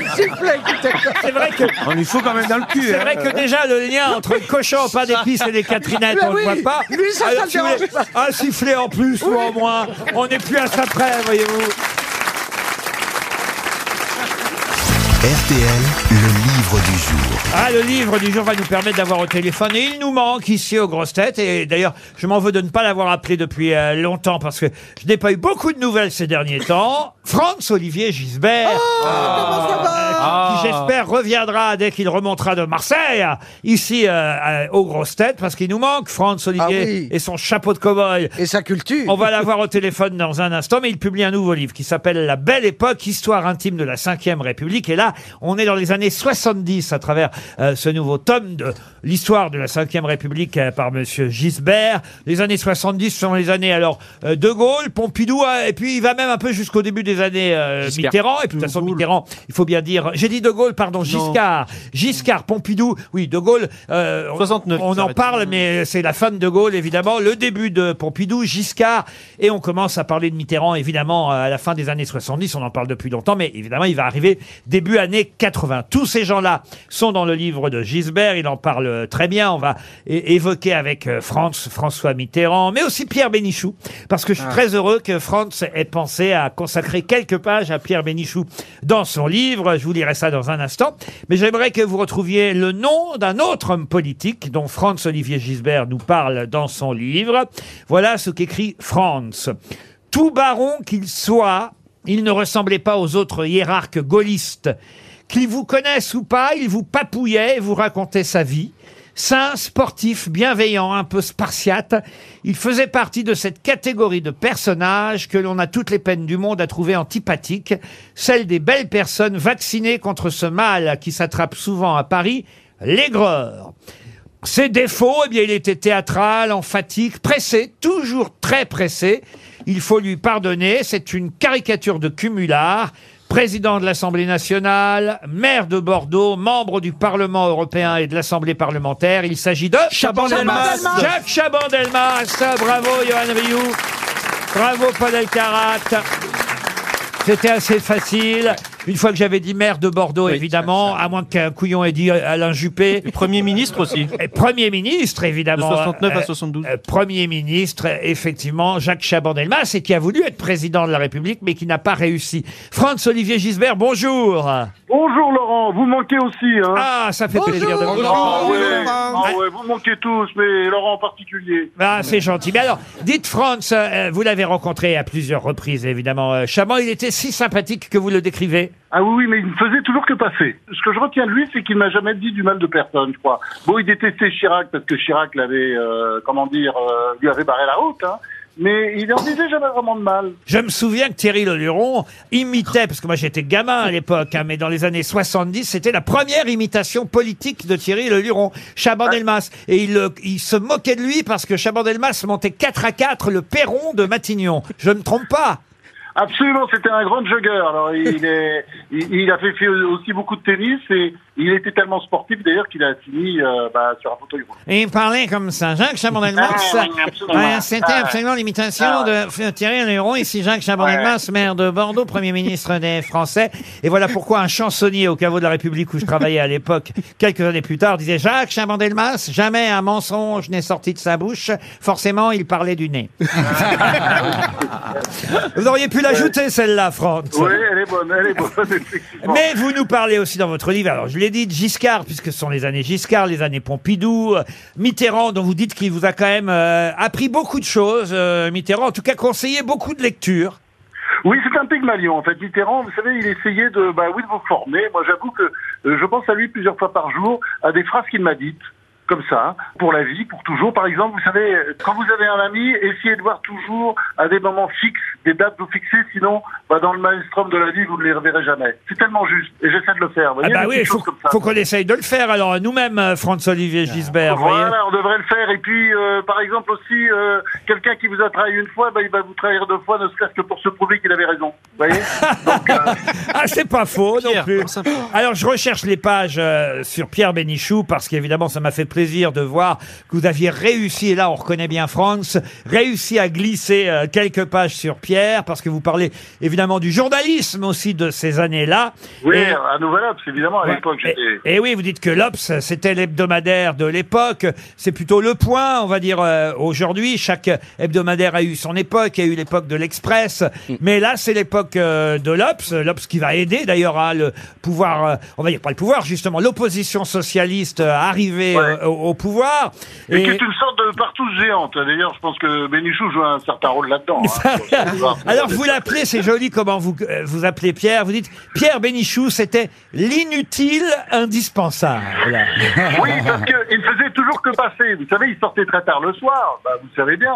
Speaker 7: le sifflet qui te...
Speaker 2: C'est vrai que
Speaker 5: On lui faut quand même dans le cul.
Speaker 2: c'est
Speaker 5: hein.
Speaker 2: vrai que déjà le lien entre le cochon en pain d'épices et les Catrinettes,
Speaker 7: Ben
Speaker 2: on
Speaker 7: oui,
Speaker 2: ne voit pas.
Speaker 7: lui, ça, ça
Speaker 2: Alors,
Speaker 7: le
Speaker 2: si vous voulez,
Speaker 7: dérange
Speaker 2: un sifflet en plus ou en moins, on n'est plus à ça près, voyez-vous.
Speaker 1: RTL, le livre du jour.
Speaker 2: Ah, le livre du jour va nous permettre d'avoir au téléphone. Et il nous manque ici aux grosses têtes. Et d'ailleurs, je m'en veux de ne pas l'avoir appelé depuis euh, longtemps parce que je n'ai pas eu beaucoup de nouvelles ces derniers temps. Franz Olivier Gisbert.
Speaker 7: Ah,
Speaker 2: euh, qui, qui, j'espère reviendra dès qu'il remontera de Marseille ici euh, euh, aux grosses têtes parce qu'il nous manque Franz Olivier
Speaker 7: Ah oui.
Speaker 2: et son chapeau de cow-boy.
Speaker 7: Et sa culture
Speaker 2: On va l'avoir au téléphone dans un instant, mais il publie un nouveau livre qui s'appelle La Belle Époque, Histoire intime de la Ve République. Et là, on est dans les années 70 à travers euh, ce nouveau tome de l'histoire de la Ve République euh, par Monsieur Gisbert. Les années 70 sont les années alors euh, De Gaulle, Pompidou, euh, et puis il va même un peu jusqu'au début des années euh, Mitterrand. Et puis de toute façon, Mitterrand, il faut bien dire. J'ai dit De Gaulle, pardon, Giscard, Giscard, Pompidou. Oui, De Gaulle. euh, on-
Speaker 9: 69,
Speaker 2: On
Speaker 9: ça
Speaker 2: en
Speaker 9: va être.
Speaker 2: parle, mais c'est la fin de De Gaulle, évidemment, le début de Pompidou, Giscard, et on commence à parler de Mitterrand, évidemment, euh, à la fin des années 70, on en parle depuis longtemps, mais évidemment, il va arriver début années 80. Tous ces gens-là sont dans le livre de Gisbert, il en parle euh, très bien, on va é- évoquer avec euh, France, François Mitterrand, mais aussi Pierre Bénichou, parce que je suis très heureux que France ait pensé à consacrer quelques pages à Pierre Bénichou dans son livre, je vous lirai ça dans un instant, mais j'aimerais que vous retrouviez le nom d'un autre homme politique dont Franz Olivier Gisbert nous parle dans son livre. Voilà ce qu'écrit Franz. Tout baron qu'il soit, il ne ressemblait pas aux autres hiérarques gaullistes. Qu'ils vous connaissent ou pas, il vous papouillait et vous racontait sa vie. Saint, sportif, bienveillant, un peu spartiate, il faisait partie de cette catégorie de personnages que l'on a toutes les peines du monde à trouver antipathique, celle des belles personnes vaccinées contre ce mal qui s'attrape souvent à Paris, l'aigreur. Ses défauts, eh bien, il était théâtral, emphatique, pressé, toujours très pressé. Il faut lui pardonner, c'est une caricature de cumulard. Président de l'Assemblée nationale, maire de Bordeaux, membre du Parlement européen et de l'Assemblée parlementaire, il s'agit de
Speaker 9: Chaban-Delmas.
Speaker 2: Chaban-Delmas. Jacques Chaban-Delmas. Bravo, Johan Rioux. Bravo, Paul Elkarat. C'était assez facile. Une fois que j'avais dit maire de Bordeaux, évidemment, à moins qu'un couillon ait dit euh, Alain Juppé.
Speaker 9: Et Premier ministre aussi.
Speaker 2: Et Premier ministre,
Speaker 9: De
Speaker 2: évidemment.
Speaker 9: 69
Speaker 2: Euh,
Speaker 9: à 72.
Speaker 2: euh, Premier ministre, euh, effectivement, Jacques Chaban-Delmas, et qui a voulu être président de la République, mais qui n'a pas réussi. Franz-Olivier Gisbert, bonjour.
Speaker 16: Bonjour Laurent, vous manquez aussi. Hein
Speaker 2: Ah, ça fait plaisir de vous
Speaker 16: ah,
Speaker 2: entendre.
Speaker 16: ouais, ah ouais, vous manquez tous, mais Laurent en particulier.
Speaker 2: Ah, c'est gentil. Mais alors, dites Franz, euh, vous l'avez rencontré à plusieurs reprises, évidemment. euh, Chaban, il était si sympathique que vous le décrivez.
Speaker 16: Ah oui, oui, mais il ne faisait toujours que passer. Ce que je retiens de lui, c'est qu'il m'a jamais dit du mal de personne, je crois. Bon, il détestait Chirac parce que Chirac l'avait, euh, comment dire, euh, lui avait barré la route. hein. mais il en disait jamais vraiment de mal.
Speaker 2: Je me souviens que Thierry Leluron imitait, parce que moi j'étais gamin à l'époque, hein, mais dans les années 70, c'était la première imitation politique de Thierry Leluron, Chaban Delmas. Et il, le- il se moquait de lui parce que Chaban Delmas montait 4 à 4 le perron de Matignon. Je ne me trompe pas.
Speaker 16: Absolument, c'était un grand jogger. Alors il, est, il, il a fait, fait aussi beaucoup de tennis et il était tellement sportif d'ailleurs qu'il a fini euh, bah, sur un fauteuil roulant.
Speaker 2: Et il parlait comme ça, Jacques Chaban-Delmas.
Speaker 16: Ah, oui, absolument.
Speaker 2: Ouais, C'était
Speaker 16: Ah, ouais.
Speaker 2: absolument l'imitation
Speaker 16: Ah, ouais.
Speaker 2: de F- Thierry Leluron. Ici Jacques Chaban-Delmas, maire de Bordeaux, premier ministre des Français. Et voilà pourquoi un chansonnier au caveau de la République où je travaillais à l'époque, quelques années plus tard, disait Jacques Chaban-Delmas, jamais un mensonge n'est sorti de sa bouche. Forcément, il parlait du nez. Vous auriez pu l'ajouter, celle-là, Franck.
Speaker 16: Oui, elle est bonne, elle est bonne, effectivement.
Speaker 2: Mais vous nous parlez aussi dans votre livre, alors je l'ai dit, de Giscard, puisque ce sont les années Giscard, les années Pompidou, euh, Mitterrand, dont vous dites qu'il vous a quand même euh, appris beaucoup de choses, euh, Mitterrand, en tout cas conseillé beaucoup de lectures.
Speaker 16: Oui, c'est un pygmalion. En fait, Mitterrand, vous savez, il essayait de, bah oui, de vous former. Moi, j'avoue que euh, je pense à lui plusieurs fois par jour, à des phrases qu'il m'a dites, comme ça, pour la vie, pour toujours. Par exemple, vous savez, quand vous avez un ami, essayez de voir toujours à des moments fixes, des dates vous fixez, sinon, bah, dans le maelstrom de la vie, vous ne les reverrez jamais. C'est tellement juste, et j'essaie de le faire. Vous
Speaker 2: Ah
Speaker 16: voyez,
Speaker 2: bah
Speaker 16: des
Speaker 2: oui,
Speaker 16: petites
Speaker 2: il faut,
Speaker 16: choses comme ça.
Speaker 2: faut qu'on essaye de le faire, alors euh, nous-mêmes, euh, François-Olivier Gisbert, vous voyez.
Speaker 16: Voilà, on devrait le faire. Et puis, euh, par exemple aussi, euh, quelqu'un qui vous a trahi une fois, bah, il va vous trahir deux fois, ne serait-ce que pour se prouver qu'il avait raison. Vous voyez
Speaker 2: Ah, c'est pas faux non plus. Alors, je recherche les pages euh, sur Pierre Bénichou parce qu'évidemment, ça m'a fait plaisir de voir que vous aviez réussi, et là, on reconnaît bien France, réussi à glisser euh, quelques pages sur Pierre parce que vous parlez évidemment du journalisme aussi de ces années-là.
Speaker 16: Oui, ah
Speaker 2: Et-
Speaker 16: à Nouvel Ops, évidemment, à
Speaker 2: Ouais.
Speaker 16: l'époque, j'étais...
Speaker 2: Et Eh oui, vous dites que l'Obs, c'était l'hebdomadaire de l'époque. C'est plutôt le point, on va dire, euh, aujourd'hui. Chaque hebdomadaire a eu son époque, il y a eu l'époque de l'Express.
Speaker 16: Mm.
Speaker 2: Mais là, c'est l'époque euh, de l'Obs. L'Obs qui va aider, d'ailleurs, à le pouvoir, euh, on va dire pas le pouvoir, justement, l'opposition socialiste euh, à arriver euh, au, au pouvoir.
Speaker 16: Et, qui est une sorte de partouze géante. D'ailleurs, je pense que Bénichou joue un certain rôle là-dedans. hein.
Speaker 2: Ah. Alors vous l'appelez, c'est joli comment vous euh, vous appelez Pierre. Vous dites Pierre Bénichou, c'était l'inutile indispensable.
Speaker 16: oui, parce qu'il ne faisait toujours que passer. Vous savez, il sortait très tard le soir, bah, vous savez bien.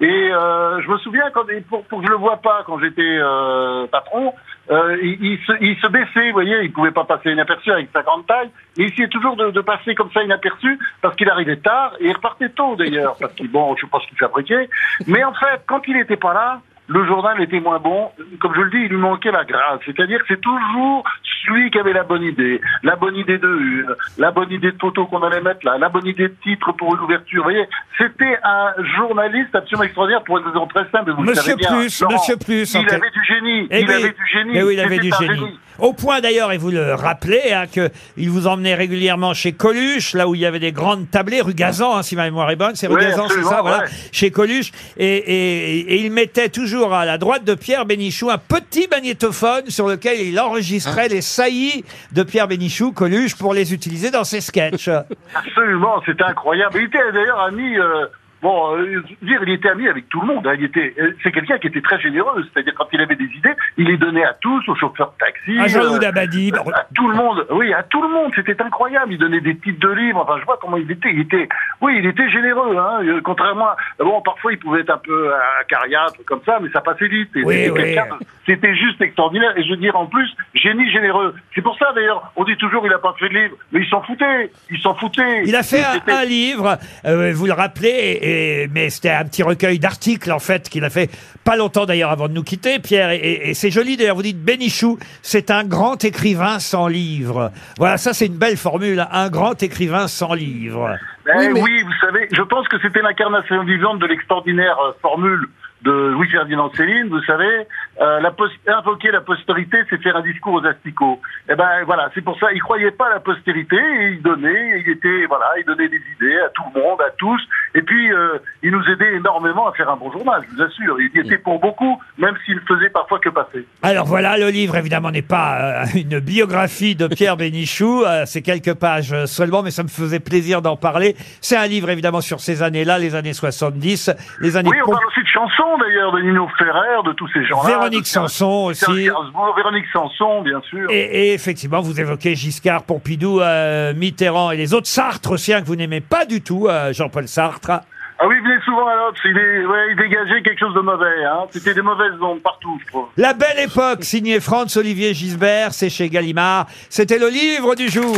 Speaker 16: Et euh, je me souviens, quand, et pour, pour que je le vois pas quand j'étais euh, patron, euh, il, il se, il se baissait, vous voyez, il pouvait pas passer inaperçu avec sa grande taille, mais il essayait toujours de, de passer comme ça inaperçu, parce qu'il arrivait tard, et il repartait tôt d'ailleurs, parce que bon, je pense qu'il fabriquait. Mais en fait, quand il n'était pas là, le journal était moins bon. Comme je le dis, il lui manquait la grâce. C'est-à-dire que c'est toujours celui qui avait la bonne idée, la bonne idée de une, la bonne idée de photo qu'on allait mettre là, la bonne idée de titre pour une ouverture. Vous voyez, c'était un journaliste absolument extraordinaire pour une raison très simple. Vous le
Speaker 2: Monsieur
Speaker 16: savez bien,
Speaker 2: Plus,
Speaker 16: Laurent.
Speaker 2: Monsieur Plus.
Speaker 16: Il
Speaker 2: en fait.
Speaker 16: avait du génie.
Speaker 2: Eh
Speaker 16: il
Speaker 2: oui.
Speaker 16: avait du génie.
Speaker 2: Eh oui, il avait
Speaker 16: C'était
Speaker 2: du
Speaker 16: un
Speaker 2: génie. Au point d'ailleurs, et vous le rappelez, hein, que il vous emmenait régulièrement chez Coluche, là où il y avait des grandes tablées, rue Gazan, hein, si ma mémoire est bonne, c'est rue
Speaker 16: Ouais,
Speaker 2: Gazan, c'est
Speaker 16: absolument,
Speaker 2: ça, voilà,
Speaker 16: ouais.
Speaker 2: chez Coluche. Et, et- et il mettait toujours à la droite de Pierre Bénichou un petit magnétophone sur lequel il enregistrait les saillies de Pierre Bénichou, Coluche, pour les utiliser dans ses sketchs.
Speaker 16: Absolument, c'était incroyable. Il était d'ailleurs ami. euh, Bon, euh, je veux dire, il était ami avec tout le monde. hein. Il était, euh, c'est quelqu'un qui était très généreux. C'est-à-dire quand il avait des idées, il les donnait à tous, aux chauffeurs de taxi,
Speaker 2: À Jean-Loup
Speaker 16: euh,
Speaker 2: Dabadie,
Speaker 16: euh, à tout le monde. Oui, à tout le monde. C'était incroyable. Il donnait des titres de livres. Enfin, je vois comment il était. Il était, oui, il était généreux. Hein. Euh, Contrairement, à... bon, parfois il pouvait être un peu euh, acariâtre comme ça, mais ça passait vite. Et
Speaker 2: Oui,
Speaker 16: c'était
Speaker 2: oui.
Speaker 16: quelqu'un de- c'était juste extraordinaire. Et je veux dire, en plus, génie généreux. C'est pour ça, d'ailleurs, on dit toujours, il a pas fait de livre. Mais il s'en foutait. Il s'en foutait.
Speaker 2: Il a fait un,
Speaker 16: C'était-
Speaker 2: un livre, euh, vous le rappelez, et- mais c'était un petit recueil d'articles en fait qu'il a fait pas longtemps d'ailleurs avant de nous quitter, Pierre. Et, et- et c'est joli d'ailleurs, vous dites Bénichou, c'est un grand écrivain sans livre. Voilà, ça c'est une belle formule, hein, un grand écrivain sans livre.
Speaker 16: Ben oui, vous savez, je pense que c'était l'incarnation vivante de l'extraordinaire euh, formule de Louis-Ferdinand Céline, vous savez, euh, la pos- invoquer la postérité, c'est faire un discours aux asticots. Et ben voilà, c'est pour ça, il croyait pas à la postérité, et il donnait, il était, voilà, il donnait des idées à tout le monde, à tous, et puis euh, il nous aidait énormément à faire un bon journal, je vous assure. Il y était pour beaucoup, même s'il faisait parfois que passer.
Speaker 2: Alors voilà, le livre évidemment n'est pas euh, une biographie de Pierre Bénichou, euh, c'est quelques pages euh, seulement, mais ça me faisait plaisir d'en parler. C'est un livre évidemment sur ces années-là, les années 70, les années...
Speaker 16: Oui, on
Speaker 2: pom-
Speaker 16: parle aussi de chansons d'ailleurs, de Nino Ferrer, de tous ces gens-là.
Speaker 2: Véronique
Speaker 16: de Serge-
Speaker 2: Sanson
Speaker 16: Serge
Speaker 2: aussi.
Speaker 16: Gainsbourg, Véronique Sanson, bien sûr.
Speaker 2: Et, et effectivement, vous évoquez Giscard, Pompidou, euh, Mitterrand et les autres Sartres aussi, hein, que vous n'aimez pas du tout, euh, Jean-Paul Sartre.
Speaker 16: Ah oui, il venait souvent à l'Obs. Il, est- ouais, il dégageait quelque chose de mauvais. Hein. C'était des mauvaises ondes partout, je trouve.
Speaker 2: La belle époque, signé Franz-Olivier Gisbert, c'est chez Gallimard. C'était le livre du jour.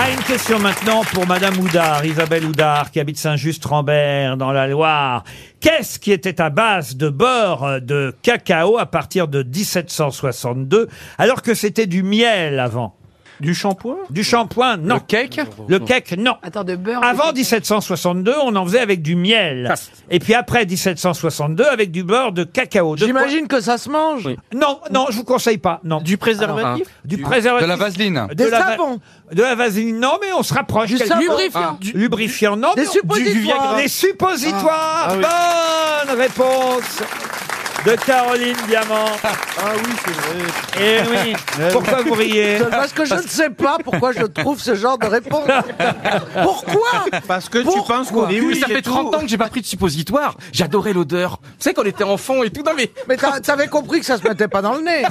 Speaker 2: Ah, une question maintenant pour Madame Oudard, Isabelle Oudard, qui habite Saint-Just-Rambert, dans la Loire. Qu'est-ce qui était à base de beurre de cacao à partir de 1762, alors que c'était du miel avant du shampoing Du shampoing, non. Le cake Le cake, non.
Speaker 8: Attends, de beurre.
Speaker 2: Avant 1762, on en faisait avec du miel. Et puis après 1762, avec du beurre de cacao. J'imagine que ça se mange. Non, non, je vous conseille pas. Non. Du
Speaker 3: préservatif
Speaker 2: Du
Speaker 3: Du-
Speaker 2: préservatif.
Speaker 3: de la vaseline.
Speaker 2: De
Speaker 3: Des
Speaker 2: la va-
Speaker 3: savons.
Speaker 2: De la vaseline, non, mais on se rapproche.
Speaker 3: Du
Speaker 2: Quel-
Speaker 3: savon. Lubrifiant.
Speaker 2: Du- Lubrifiant, non.
Speaker 3: Des
Speaker 2: mais on-
Speaker 3: suppositoires.
Speaker 2: Du Viagra. Des suppositoires.
Speaker 3: Ah.
Speaker 2: Bonne réponse de Caroline Diamant.
Speaker 9: Ah oui, c'est vrai.
Speaker 2: Eh oui. Pourquoi vous riez
Speaker 7: Parce que je ne sais pas pourquoi je trouve ce genre de réponse. Pourquoi
Speaker 5: Parce que
Speaker 7: Pourquoi
Speaker 5: tu penses qu'on est
Speaker 6: ça fait 30 ans que j'ai pas pris de suppositoire. J'adorais l'odeur. Tu sais qu'on était enfant et tout. Non mais
Speaker 7: Mais t'as- t'avais compris que ça se mettait pas dans le nez.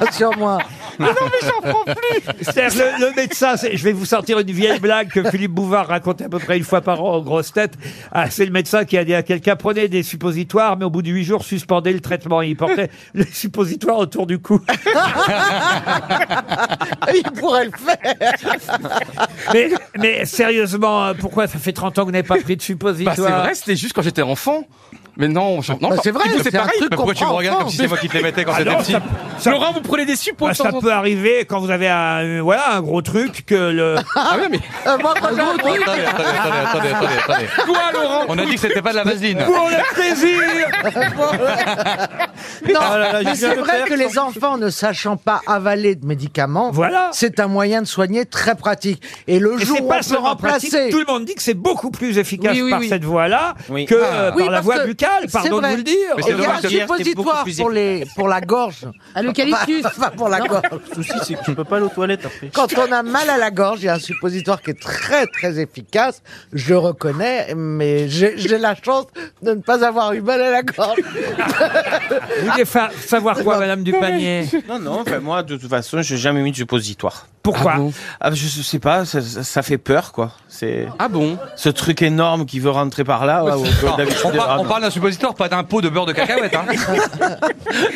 Speaker 7: Rassure-moi.
Speaker 2: Mais non, mais j'en prends plus C'est-à-dire, le, le médecin, c'est- je vais vous sortir une vieille blague que Philippe Bouvard racontait à peu près une fois par an aux grosses têtes. Ah, c'est le médecin qui a dit à quelqu'un, prenez des suppositoires, mais au bout de huit jours, suspendez le traitement. Il portait le suppositoire autour du cou.
Speaker 7: Il pourrait le faire.
Speaker 2: Mais, mais sérieusement, euh, pourquoi ça fait 30 ans que vous n'avez pas pris de
Speaker 6: Bah,
Speaker 2: suppositoire
Speaker 6: c'est vrai, c'était juste quand j'étais enfant. Mais non, je- non
Speaker 2: Bah,
Speaker 6: je-
Speaker 2: c'est vrai,
Speaker 6: du coup,
Speaker 2: c'est un
Speaker 6: pareil.
Speaker 2: truc Mais pourquoi qu'on tu me prend regardes enfant. comme si c'est Ah moi qui te les mettais quand j'étais petit
Speaker 6: Laurent, vous prenez des suppos
Speaker 2: Bah,
Speaker 6: de temps
Speaker 2: ça
Speaker 6: en temps.
Speaker 2: peut arriver quand vous avez un, euh, voilà, un gros truc que le...
Speaker 6: Ah ouais, mais.
Speaker 7: Euh, moi, quand j'ai un
Speaker 3: Attendez,
Speaker 7: truc-
Speaker 3: attendez, attendez, attendez, attendez.
Speaker 6: Toi, Laurent
Speaker 3: On a dit que c'était pas de la vaseline.
Speaker 2: Pour le plaisir Oh
Speaker 7: Non,
Speaker 3: Ah là là,
Speaker 7: mais
Speaker 3: je viens
Speaker 7: c'est
Speaker 3: de
Speaker 7: vrai
Speaker 3: faire
Speaker 7: que les enfants ne sachant pas avaler de médicaments,
Speaker 2: Voilà.
Speaker 7: c'est un moyen de soigner très pratique. Et le
Speaker 2: Et
Speaker 7: jour
Speaker 2: c'est
Speaker 7: où
Speaker 2: pas
Speaker 7: on peut
Speaker 2: seulement pratique,
Speaker 7: remplacer...
Speaker 2: Tout le monde dit que c'est beaucoup plus efficace
Speaker 7: Oui, oui,
Speaker 2: par
Speaker 7: oui.
Speaker 2: cette voie-là
Speaker 7: Oui.
Speaker 2: que
Speaker 7: Ah.
Speaker 2: euh,
Speaker 7: Oui,
Speaker 2: par la
Speaker 7: parce
Speaker 2: voie
Speaker 7: que
Speaker 2: buccale,
Speaker 7: c'est
Speaker 2: pardon de
Speaker 7: vrai.
Speaker 2: vous le dire.
Speaker 7: Il y a un suppositoire pour, les, pour la gorge.
Speaker 8: Un eucalyptus.
Speaker 7: Enfin, pour la
Speaker 8: Non.
Speaker 7: gorge.
Speaker 9: Le souci, c'est que tu peux pas aller aux toilettes après.
Speaker 7: Quand on a mal à la gorge, il y a un suppositoire qui est très très efficace. Je reconnais, mais j'ai j'ai la chance de ne pas avoir eu mal à la gorge.
Speaker 2: Vous voulez fa- savoir quoi, Madame Dupanier
Speaker 5: Non, non, enfin, moi, de toute façon, j'ai jamais mis de suppositoire.
Speaker 2: Pourquoi
Speaker 5: ah, Je sais pas, ça, ça- ça fait peur, quoi. C'est
Speaker 6: Ah bon
Speaker 5: Ce truc énorme qui veut rentrer par là. ouais, ouais,
Speaker 3: Ah,
Speaker 5: d'habitude,
Speaker 3: on,
Speaker 5: ah,
Speaker 3: parle- on
Speaker 5: non.
Speaker 3: parle d'un suppositoire, pas d'un pot de beurre de cacahuète. Hein.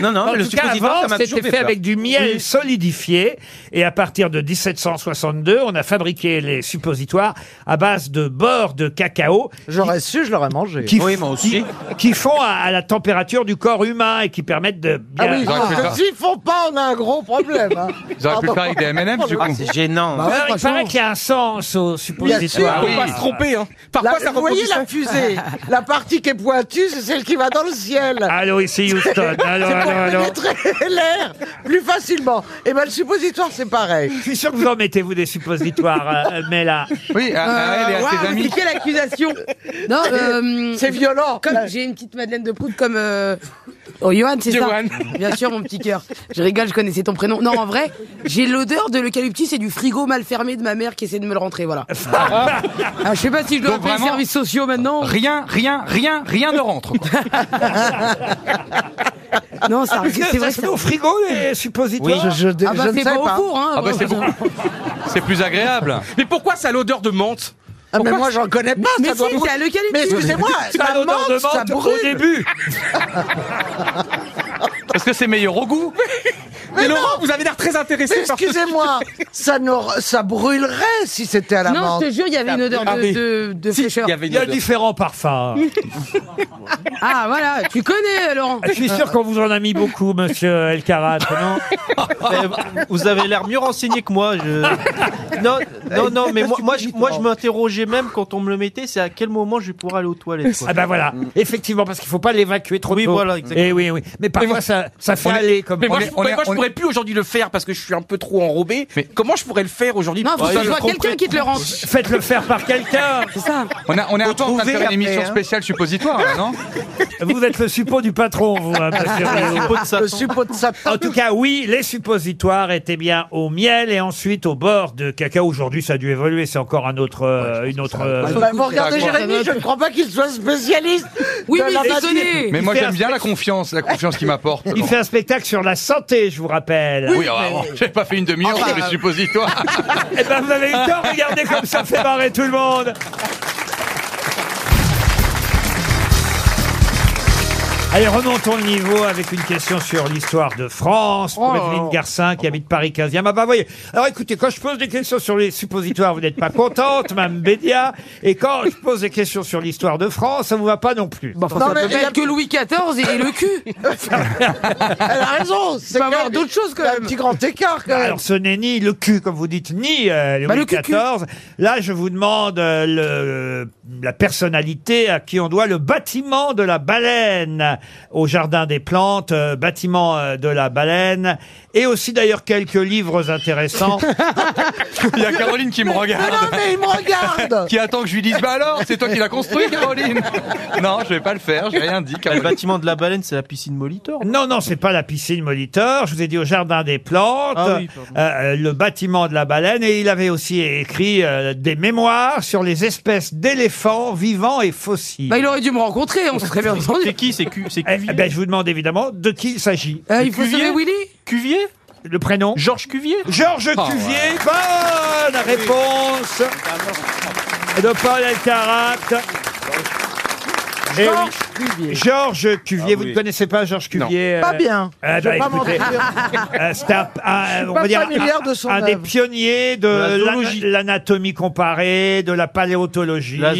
Speaker 5: Non, non,
Speaker 2: En
Speaker 5: le
Speaker 2: tout cas,
Speaker 5: suppositoire,
Speaker 2: avant,
Speaker 5: ça m'a toujours
Speaker 2: c'était fait,
Speaker 5: fait peur.
Speaker 2: avec du miel solidifié. Et à partir de 1762, on a fabriqué les suppositoires à base de beurre de cacao.
Speaker 7: J'aurais su, je l'aurais mangé.
Speaker 2: Qui, qui- qui font à, à la température du corps humain et qui permettent de
Speaker 7: Ah
Speaker 2: bien...
Speaker 7: oui,
Speaker 3: Ils auraient
Speaker 7: parce
Speaker 3: pu
Speaker 7: que
Speaker 3: faire-
Speaker 7: s'ils font pas, on a un gros problème. hein.
Speaker 3: Ils auraient pu le faire avec des M&M's, du
Speaker 5: Ah,
Speaker 3: coup.
Speaker 5: c'est gênant.
Speaker 7: Bah ouais,
Speaker 2: Alors, il
Speaker 7: franchement.
Speaker 2: paraît qu'il y a un sens aux
Speaker 7: Bien sûr,
Speaker 2: suppositoires. Ah,
Speaker 6: faut pas se tromper. Hein. Parfois,
Speaker 7: Ah La-
Speaker 6: ça
Speaker 7: vous voyez
Speaker 6: rebondit.
Speaker 7: la
Speaker 2: hein.
Speaker 7: fusée La partie qui est pointue, c'est celle qui va dans le ciel.
Speaker 2: Allô, ici Houston. Allô,
Speaker 7: c'est pour
Speaker 2: allô, allô.
Speaker 7: pénétrer l'air plus facilement. Et ben le suppositoire, c'est pareil.
Speaker 2: Je suis sûr que vous en mettez, vous, des suppositoires, euh, mais là...
Speaker 3: Oui, à, à
Speaker 7: Euh,
Speaker 3: elle et à
Speaker 8: Waouh,
Speaker 3: ses amis.
Speaker 8: c'est quelle accusation Non, euh,
Speaker 7: C'est violent.
Speaker 8: Comme j'ai une petite Madeleine de Prout comme euh, oh Johan, c'est ça.
Speaker 6: Johan.
Speaker 8: Bien sûr, mon petit cœur. Je rigole, je connaissais ton prénom. Non, en vrai, j'ai l'odeur de l'eucalyptus et du frigo mal fermé de ma mère qui essaie de me le rentrer. Voilà. Ah, je sais pas si je dois
Speaker 3: Donc
Speaker 8: appeler les
Speaker 3: vraiment,
Speaker 8: services sociaux maintenant.
Speaker 3: Rien, rien, rien, rien ne rentre. quoi.
Speaker 8: Non, ça,
Speaker 2: Ah, Parce que
Speaker 8: c'est vrai.
Speaker 2: ça se
Speaker 8: que
Speaker 2: met
Speaker 8: ça-
Speaker 2: au frigo, les suppositoires
Speaker 7: Je, je-
Speaker 8: Ah bah
Speaker 7: je ne
Speaker 8: c'est
Speaker 7: sais
Speaker 8: pas au
Speaker 7: pas.
Speaker 8: four, hein.
Speaker 3: Ah bah c'est beaucoup. C'est plus agréable.
Speaker 6: Mais pourquoi ça a l'odeur de menthe
Speaker 7: Ah, mais
Speaker 6: Pourquoi
Speaker 7: moi, j'en connais pas.
Speaker 8: Mais
Speaker 7: ça
Speaker 8: si,
Speaker 7: doit-
Speaker 8: c'est à l'eucalyptus.
Speaker 7: Mais excusez-moi,
Speaker 2: Ça a
Speaker 7: la
Speaker 2: l'odeur
Speaker 7: menthe,
Speaker 2: de
Speaker 7: ça
Speaker 2: menthe au
Speaker 7: brûle.
Speaker 2: début.
Speaker 3: Parce que c'est meilleur au goût.
Speaker 6: Mais Laurent, vous avez l'air très intéressé
Speaker 7: Mais
Speaker 6: par ce
Speaker 7: excusez-moi, ça, n'aura- ça brûlerait si c'était à la
Speaker 8: Non,
Speaker 7: menthe.
Speaker 8: je te jure, il y avait une odeur
Speaker 6: Ah,
Speaker 8: de,
Speaker 6: mais-
Speaker 8: de, de
Speaker 6: Si,
Speaker 8: fraîcheur.
Speaker 6: Il y avait
Speaker 2: Il
Speaker 6: une
Speaker 2: y a
Speaker 6: odeur.
Speaker 2: différents parfums. hein.
Speaker 8: Ah voilà, tu connais Laurent.
Speaker 2: Ah, Je suis
Speaker 8: Euh,
Speaker 2: sûr qu'on vous en a mis beaucoup, monsieur El Karat, non
Speaker 9: Mais vous avez l'air mieux renseigné que moi. je- Non,
Speaker 2: Bah,
Speaker 9: non, non, mais moi, moi, je, moi, je m'interrogeais même quand on me le mettait, c'est à quel moment je vais pouvoir aller aux toilettes. quoi.
Speaker 2: Ah ben voilà, effectivement, parce qu'il faut pas l'évacuer trop
Speaker 9: Oui,
Speaker 2: tôt.
Speaker 9: voilà, exactement.
Speaker 2: Eh oui, oui. Mais parfois, ça, ça fait
Speaker 6: on est-
Speaker 2: aller comme...
Speaker 6: Mais moi,
Speaker 3: On
Speaker 6: je,
Speaker 3: est- on
Speaker 6: mais
Speaker 3: est-
Speaker 6: moi, je
Speaker 3: on est-
Speaker 6: pourrais plus aujourd'hui le faire parce que je suis un peu trop enrobé.
Speaker 3: Mais-
Speaker 6: comment je pourrais le faire aujourd'hui
Speaker 8: Non, faut
Speaker 6: Ouais,
Speaker 8: que ce
Speaker 6: je
Speaker 8: soit
Speaker 6: comprends.
Speaker 8: quelqu'un qui te le rentre.
Speaker 2: Faites-le faire par quelqu'un.
Speaker 8: C'est ça.
Speaker 3: On, a, on est un peu en train de
Speaker 5: trouvez
Speaker 3: faire une
Speaker 5: après,
Speaker 3: émission
Speaker 5: hein.
Speaker 3: spéciale suppositoire, là, non
Speaker 2: Vous êtes le suppôt du patron, vous, hein, monsieur Rioux.
Speaker 9: Le pot de sapin.
Speaker 7: Le suppôt de sapin.
Speaker 2: En tout cas, oui, les suppositoires étaient bien au miel et ensuite au bord de cacao. Aujourd'hui, ça a dû évoluer. C'est encore un autre, euh, une autre. euh,
Speaker 7: Bah, vous regardez
Speaker 3: Ça, quoi.
Speaker 7: Jérémy, je ne crois pas qu'il soit spécialiste.
Speaker 8: Oui,
Speaker 7: de
Speaker 8: mais
Speaker 7: la
Speaker 8: il est
Speaker 7: magie.
Speaker 8: étonné.
Speaker 3: Mais moi,
Speaker 2: Faire-
Speaker 3: j'aime bien la confiance, la confiance qui m'apporte.
Speaker 2: Il fait un spectacle sur la santé, je vous rappelle.
Speaker 3: Oui, euh, ah, bon, j'ai pas fait une demi-heure sur les suppositoires.
Speaker 2: Eh ben, vous avez eu tort, regardez comme ça fait marrer tout le monde. Allez, remontons le niveau avec une question sur l'histoire de France pour
Speaker 17: Oh.
Speaker 2: Evelyne Garcin qui habite Paris 15e. Ah bah voyez. Alors écoutez, quand je pose des questions sur les suppositoires, vous n'êtes pas contente, Mme Bédia. Et quand je pose des questions sur l'histoire de France, ça vous va pas non plus.
Speaker 8: Non, mais Bah, peut-être que Louis XIV et le cul.
Speaker 7: Elle a raison. C'est pas avoir d'autres choses quand même. Un petit grand écart quand même.
Speaker 2: Bah, Alors ce n'est ni le cul, comme vous dites, ni euh, Louis
Speaker 7: Bah, le cul-cul.
Speaker 2: XIV. Là, je vous demande euh, le- la personnalité à qui on doit le bâtiment de la baleine au Jardin des Plantes, euh, bâtiment euh, de la baleine, et aussi d'ailleurs quelques livres intéressants.
Speaker 3: Il y a Caroline qui me regarde.
Speaker 7: Ah
Speaker 3: Qui attend que je lui dise Bah alors, c'est toi qui l'as construit, Caroline Non, je vais pas le faire, j'ai rien dit.
Speaker 9: Le bâtiment de la baleine, c'est la piscine Molitor.
Speaker 2: Non, non, c'est pas la piscine Molitor. Je vous ai dit au jardin des plantes,
Speaker 9: Ah oui,
Speaker 2: euh, euh, le bâtiment de la baleine. Et il avait aussi écrit euh, des mémoires sur les espèces d'éléphants vivants et fossiles.
Speaker 8: Bah, il aurait dû me rencontrer, on se serait bien entendu.
Speaker 2: C'est qui C'est Cuvier Je vous demande évidemment de qui il s'agit.
Speaker 8: Euh, il faut sauver Willy
Speaker 2: Cuvier Le prénom Georges Cuvier. Georges
Speaker 17: Oh,
Speaker 2: Cuvier,
Speaker 9: Ah
Speaker 2: bonne réponse de Paul Elkarat. Eh oui. Georges Cuvier, vous ne connaissez pas Georges Cuvier
Speaker 7: Pas
Speaker 2: euh,
Speaker 7: bien.
Speaker 2: euh,
Speaker 7: Je vais
Speaker 2: bah,
Speaker 7: pas
Speaker 2: écoutez,
Speaker 7: mentir.
Speaker 2: euh, c'est un- un-
Speaker 7: Je suis
Speaker 2: on
Speaker 7: pas
Speaker 2: va dire
Speaker 7: familière
Speaker 2: un-
Speaker 7: de son
Speaker 2: un des
Speaker 7: œuvre.
Speaker 2: pionniers de
Speaker 7: La
Speaker 2: l'ana-
Speaker 7: zoologie.
Speaker 2: l'anatomie comparée, de la paléontologie, la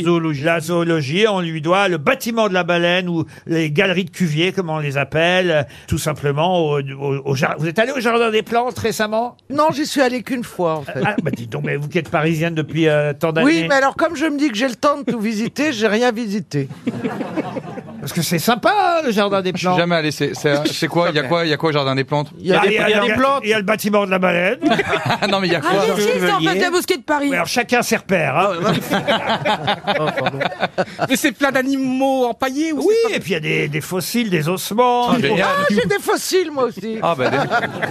Speaker 2: zoologie. On lui doit le bâtiment de la baleine ou les galeries de Cuvier, comme on les appelle, euh, tout simplement. Au, au- au jar- Vous êtes allé au jardin des plantes récemment
Speaker 7: Non, j'y suis allé qu'une fois en fait.
Speaker 2: Ah, bah dis donc, mais vous qui êtes parisienne depuis euh, tant d'années.
Speaker 7: Oui, mais alors comme je me dis que j'ai le temps de tout visiter, j'ai rien visité.
Speaker 2: Parce que c'est sympa hein, le jardin des
Speaker 3: Je suis
Speaker 2: plantes.
Speaker 3: jamais allé. C'est c'est- c'est quoi Il y a quoi Il y a quoi au jardin des plantes
Speaker 2: Ah, Il y a le bâtiment de la baleine.
Speaker 3: Ah non, mais il y a
Speaker 8: Ah,
Speaker 3: quoi Oh,
Speaker 8: mais si, c'est en face de la Mosquée de Paris.
Speaker 2: Alors chacun ses repères. hein.
Speaker 7: Oh,
Speaker 6: Mais c'est plein d'animaux empaillés ou
Speaker 2: Oui, et puis il y a des, des fossiles, des ossements.
Speaker 3: Ah, génial.
Speaker 7: Ah, j'ai des fossiles moi aussi.
Speaker 3: Ah bah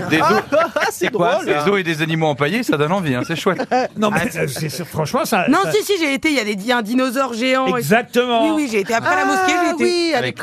Speaker 3: des, des os. c'est quoi Des os et des animaux empaillés, ça donne envie, hein, c'est chouette.
Speaker 2: Non mais euh, c'est- c'est- franchement ça.
Speaker 8: Non,
Speaker 2: ça-
Speaker 8: si, si, j'ai été, il y a des- il y, a un dinosaure géant. et-
Speaker 2: Exactement. Ah,
Speaker 8: Oui, oui, j'ai été après
Speaker 7: Ah,
Speaker 8: la mosquée, j'ai été.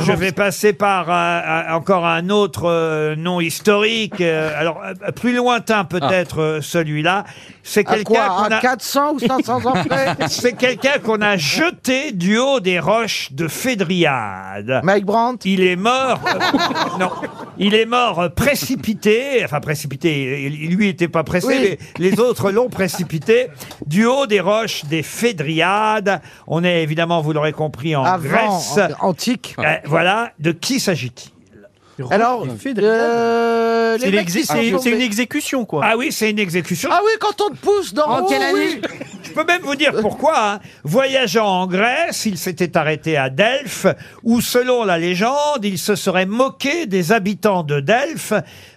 Speaker 2: Je vais passer par euh, un- encore un autre euh, nom historique. euh, alors euh, plus lointain peut-être euh, celui-là. C'est
Speaker 7: À quoi
Speaker 2: quelqu'un qu'on
Speaker 7: À
Speaker 2: a.
Speaker 7: 400 ou 500 ans près
Speaker 2: C'est quelqu'un qu'on a jeté du haut des roches de Fédriade. Mike Brandt. Il est mort. euh, non. Il est mort euh, précipité. Enfin, précipité. il- il- Lui était pas pressé,
Speaker 7: Oui.
Speaker 2: mais les autres l'ont précipité. Du haut des roches des Fédriades. On est évidemment, vous l'aurez compris, en
Speaker 7: Avant,
Speaker 2: Grèce.
Speaker 7: en- antique.
Speaker 2: Euh, voilà. De qui s'agit-il
Speaker 7: Alors, euh, les
Speaker 9: C'est
Speaker 7: mecs
Speaker 9: l'exé-
Speaker 7: qui sont
Speaker 9: c'est- c'est une
Speaker 7: tombés.
Speaker 9: exécution, quoi.
Speaker 2: Ah oui, c'est une exécution.
Speaker 7: Ah oui, quand on te pousse dans
Speaker 2: En
Speaker 7: Oh,
Speaker 2: quelle
Speaker 7: oui.
Speaker 2: Je peux même vous dire pourquoi. hein. Voyageant en Grèce, il s'était arrêté à Delphes, où, selon la légende, il se serait moqué des habitants de Delphes,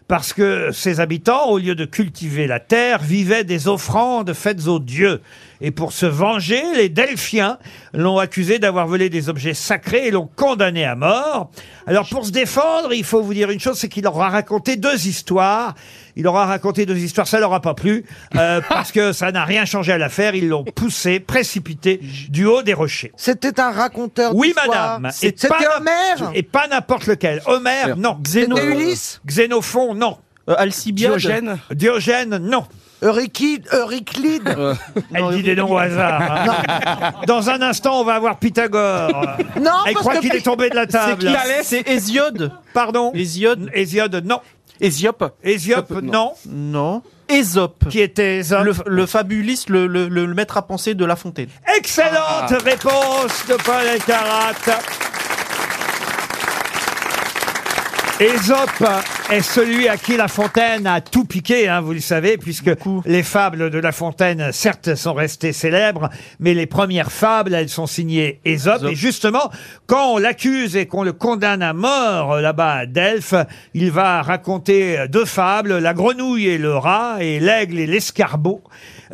Speaker 2: parce que ces habitants, au lieu de cultiver la terre, vivaient des offrandes faites aux dieux. Et pour se venger, les Delphiens l'ont accusé d'avoir volé des objets sacrés et l'ont condamné à mort. Alors pour se défendre, il faut vous dire une chose, c'est qu'il aura raconté deux histoires. Il aura raconté deux histoires, ça leur a pas plu, euh, parce que ça n'a rien changé à l'affaire. Ils l'ont poussé, précipité du haut des rochers.
Speaker 7: C'était un raconteur
Speaker 2: Oui,
Speaker 7: d'histoire.
Speaker 2: madame. Et
Speaker 7: C'était
Speaker 2: pas-
Speaker 7: Homère
Speaker 2: Et pas n'importe lequel. Homère, non.
Speaker 7: Xénophon. C'était Ulysse
Speaker 2: Xénophon, non.
Speaker 9: Euh, Alcibiade. Diogène.
Speaker 2: Diogène, non.
Speaker 7: Eurykide, Euryclide.
Speaker 2: Elle dit des noms au hasard. hein. Dans un instant, on va avoir Pythagore.
Speaker 7: Non,
Speaker 2: Elle
Speaker 7: parce
Speaker 2: croit
Speaker 7: que
Speaker 2: qu'il est tombé de la table.
Speaker 9: C'est Hésiode.
Speaker 2: Pardon
Speaker 9: Hésiode.
Speaker 2: Hésiode, non.
Speaker 9: Hésiope.
Speaker 2: Hésiope, non.
Speaker 9: Euh, Non. Ésope.
Speaker 2: Qui était Ésope
Speaker 9: le, le fabuliste, le, le- le maître à penser de La Fontaine.
Speaker 2: Excellente
Speaker 9: Ah.
Speaker 2: réponse de Paul Elkarat. Ésope est celui à qui La Fontaine a tout piqué, hein, vous le savez, puisque les fables de La Fontaine, certes, sont restées célèbres, mais les premières fables, elles sont signées Ésope. Et justement, quand on l'accuse et qu'on le condamne à mort euh, là-bas à Delphes, il va raconter euh, deux fables, la grenouille et le rat, et l'aigle et l'escarbot.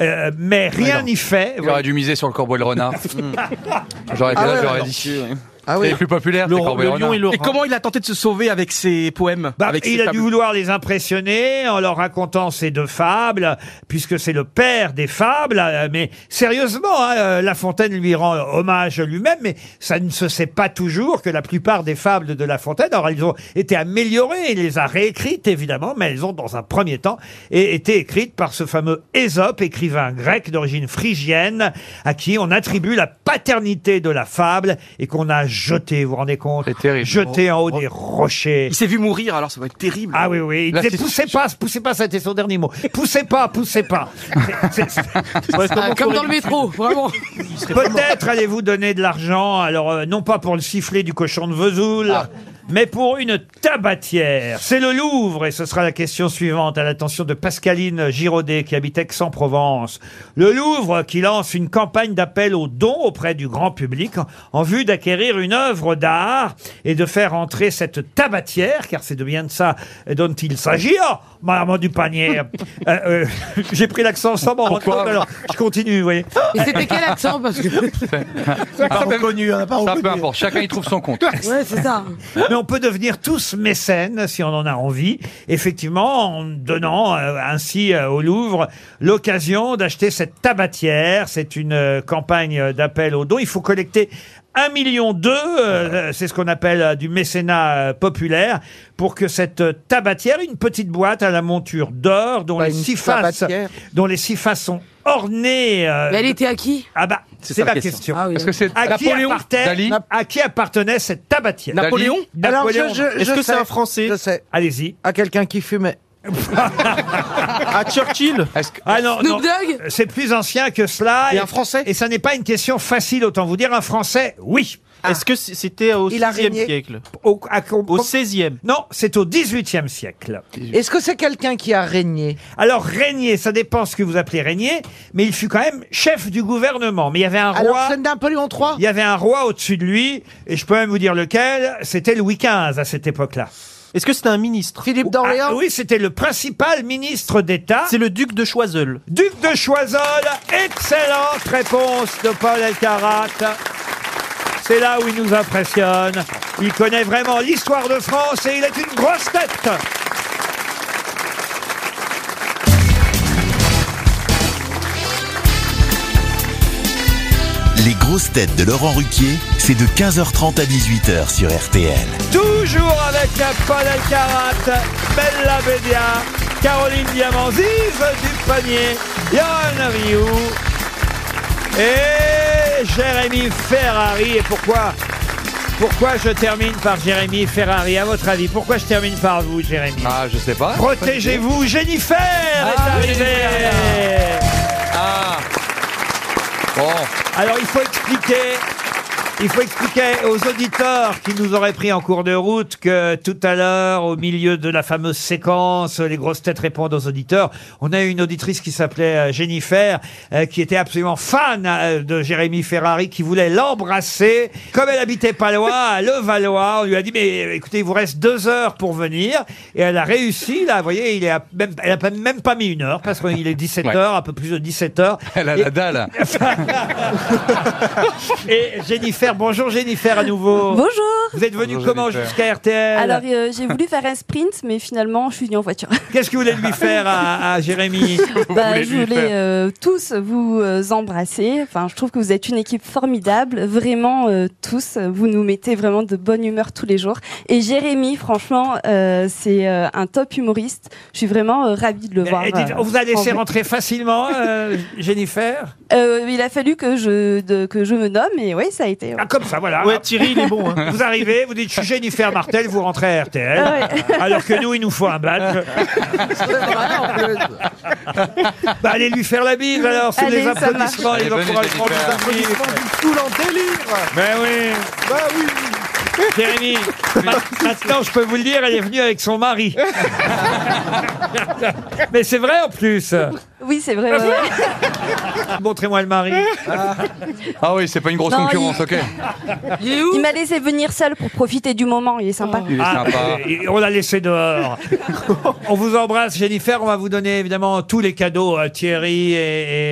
Speaker 2: Euh, mais rien n'y fait.
Speaker 3: Il aurait dû miser sur le corbeau et le renard. Hmm. J'aurais été
Speaker 2: Ah
Speaker 3: là,
Speaker 2: ouais,
Speaker 3: j'aurais
Speaker 2: ouais,
Speaker 3: dit. Ah oui. C'est les plus populaires, c'est Corbeil Renard.
Speaker 6: Et comment il a tenté de se sauver avec ses poèmes
Speaker 2: Bah,
Speaker 6: avec
Speaker 2: il
Speaker 6: ses
Speaker 2: a dû
Speaker 6: fables
Speaker 2: vouloir les impressionner en leur racontant ces deux fables, puisque c'est le père des fables. euh, Mais sérieusement, hein, euh, La Fontaine lui rend hommage lui-même, mais ça ne se sait pas toujours que la plupart des fables de La Fontaine, alors elles ont été améliorées, il les a réécrites évidemment, mais elles ont dans un premier temps é- été écrites par ce fameux Ésope, écrivain grec d'origine phrygienne, à qui on attribue la paternité de la fable et qu'on a jeté, vous vous rendez compte, jeté en haut des rochers.
Speaker 6: Il s'est vu mourir, alors ça va être terrible.
Speaker 2: Ah oui, oui. Il
Speaker 6: Là,
Speaker 2: disait,
Speaker 6: c'est-
Speaker 2: poussez pas, poussez pas, c'était son dernier mot. Poussez pas, poussez pas. C'est- c'est-
Speaker 8: Ah, comme dans le métro, vraiment.
Speaker 2: Peut-être allez-vous donner de l'argent, alors euh, non pas pour le sifflet du cochon de Vesoul, mais pour une tabatière. C'est le Louvre, et ce sera la question suivante à l'attention de Pascaline Giraudet qui habite Aix-en-Provence. Le Louvre qui lance une campagne d'appel aux dons auprès du grand public en- en vue d'acquérir une œuvre d'art et de faire entrer cette tabatière, car c'est de bien de ça dont il s'agit. Oh, maman du panier Euh, euh, J'ai pris l'accent sans m'en rendre compte, alors je continue, vous voyez.
Speaker 8: Et c'était quel accent Parce que.
Speaker 3: Ah,
Speaker 2: pas
Speaker 3: peu-
Speaker 2: reconnu, hein, pas
Speaker 3: ça,
Speaker 2: reconnu.
Speaker 3: peu importe. Chacun y trouve son compte.
Speaker 8: Ouais, c'est ça.
Speaker 2: Mais on peut devenir tous mécènes si on en a envie, effectivement, en donnant euh, ainsi euh, au Louvre l'occasion d'acheter cette tabatière. C'est une euh, campagne euh, d'appel aux dons. Il faut collecter 1,2 million, euh, c'est ce qu'on appelle euh, du mécénat euh, populaire, pour que cette euh, tabatière, une petite boîte à la monture d'or, dont, les six faces-
Speaker 8: tabatière.
Speaker 2: dont les six faces sont ornées. euh,
Speaker 8: Mais elle était à qui
Speaker 2: Ah bah,
Speaker 8: C'est
Speaker 2: c'est
Speaker 8: ça la
Speaker 2: la
Speaker 8: question.
Speaker 2: question.
Speaker 8: Ah oui, Est-ce oui. que c'est
Speaker 2: à, qui
Speaker 8: Napoléon,
Speaker 2: appartenait-
Speaker 8: Dali
Speaker 2: à qui appartenait cette tabatière
Speaker 7: Napoléon Alors, je-
Speaker 2: Napoléon.
Speaker 7: je- je sais.
Speaker 2: Français
Speaker 7: Je sais.
Speaker 2: Allez-y.
Speaker 7: À quelqu'un qui fumait.
Speaker 2: À Churchill Ah non,
Speaker 7: Snoop
Speaker 2: non. c'est plus ancien que cela.
Speaker 7: Et un Français
Speaker 2: Et ça n'est pas une question facile, autant vous dire. Un Français, oui.
Speaker 9: Est-ce que c- c'était au
Speaker 2: Il a
Speaker 9: 16e
Speaker 2: régné.
Speaker 9: siècle
Speaker 2: Au,
Speaker 9: 16e.
Speaker 2: Non, c'est au 18e siècle.
Speaker 7: Est-ce que c'est quelqu'un qui a régné
Speaker 2: Alors, régner, ça dépend ce que vous appelez régner, mais il fut quand même chef du gouvernement. Mais il y avait un roi.
Speaker 7: Alors, c'est Napoléon III
Speaker 2: Il y avait un roi au-dessus de lui, et je peux même vous dire lequel, c'était Louis XV à cette époque-là. Ah
Speaker 9: Est-ce que c'était un ministre
Speaker 7: Philippe d'Orléans
Speaker 2: Oui, c'était le principal ministre d'État.
Speaker 9: C'est le duc de Choiseul.
Speaker 2: Duc de Choiseul, excellente réponse de Paul Elkarat. C'est là où il nous impressionne. Il connaît vraiment l'histoire de France et il est une grosse tête.
Speaker 1: Les grosses têtes de Laurent Ruquier, c'est de 15h30 à 18h sur RTL.
Speaker 2: Toujours avec Paul Elkarat, Bella Bédia, Caroline Diamant, Ziz du Panier, Yann Rioux et Jérémy Ferrari. Et pourquoi pourquoi je termine par Jérémy Ferrari À votre avis, pourquoi je termine par vous, Jérémy
Speaker 3: Ah, je sais pas.
Speaker 2: Protégez-vous, Jennifer
Speaker 3: Ah,
Speaker 2: est arrivée
Speaker 3: Ah. Bon.
Speaker 2: Alors il faut expliquer. Il faut expliquer aux auditeurs qui nous auraient pris en cours de route que tout à l'heure, au milieu de la fameuse séquence, les grosses têtes répondent aux auditeurs. On a eu une auditrice qui s'appelait euh, Jennifer, euh, qui était absolument fan euh, de Jérémy Ferrari, qui voulait l'embrasser. Comme elle habitait pas loin, à Levallois, on lui a dit, mais euh, écoutez, il vous reste deux heures pour venir. Et elle a réussi, là, vous voyez, il est à même, elle a pas- même pas mis une heure, parce qu'il est 17
Speaker 3: Ouais.
Speaker 2: heures, un peu plus de 17 heures.
Speaker 3: Elle a la dalle.
Speaker 2: Et Jennifer, bonjour Jennifer à nouveau.
Speaker 17: Bonjour.
Speaker 2: Vous êtes venue
Speaker 3: Bonjour,
Speaker 2: comment
Speaker 3: Jennifer.
Speaker 2: jusqu'à RTL
Speaker 17: Alors, euh, j'ai voulu faire un sprint, mais finalement, je suis venue en voiture.
Speaker 2: Qu'est-ce que vous voulez lui faire à, à Jérémy
Speaker 17: Bah, je voulais euh, tous vous euh, embrasser. Enfin, je trouve que vous êtes une équipe formidable. Vraiment, euh, tous. Vous nous mettez vraiment de bonne humeur tous les jours. Et Jérémy, franchement, euh, c'est euh, un top humoriste. Je suis vraiment euh, ravie de le voir.
Speaker 2: Et Eh, dites-
Speaker 17: euh,
Speaker 2: on vous a laissé
Speaker 17: en vrai.
Speaker 2: rentrer facilement, euh, Jennifer
Speaker 17: Euh, il a fallu que je, de- que je me nomme, et oui, ça a été. ouais.
Speaker 2: Ah, Comme ça, voilà.
Speaker 9: Ouais, Thierry, il est bon, hein.
Speaker 2: Vous arrivez, vous dites, je suis Jennifer Martel, vous rentrez à RTL.
Speaker 17: Ah ouais.
Speaker 2: Alors que nous, il nous faut un badge. Bah, allez lui faire la bise, alors, c'est
Speaker 17: Allez,
Speaker 2: des
Speaker 17: ça
Speaker 2: applaudissements,
Speaker 9: Eh
Speaker 17: marche.
Speaker 2: les
Speaker 9: ben,
Speaker 3: Allez, venez,
Speaker 2: encouragements de
Speaker 3: Jennifer.
Speaker 2: nos amis.
Speaker 7: Tout l'entélire
Speaker 2: Mais Ben oui
Speaker 7: Bah oui
Speaker 2: Jérémy, ma- maintenant je peux vous le dire, elle est venue avec son mari. Mais c'est vrai en plus.
Speaker 17: Oui, c'est vrai. ouais, ouais.
Speaker 2: Montrez-moi le mari.
Speaker 3: Ah oui, c'est pas une grosse
Speaker 17: Non,
Speaker 3: concurrence,
Speaker 17: il-
Speaker 3: ok.
Speaker 17: Il, m'a laissé venir seul pour profiter du moment. Il est sympa.
Speaker 3: Il est
Speaker 2: Ah.
Speaker 3: sympa.
Speaker 2: et on l'a laissé dehors. on vous embrasse, Jennifer. On va vous donner évidemment tous les cadeaux. euh, Thierry et,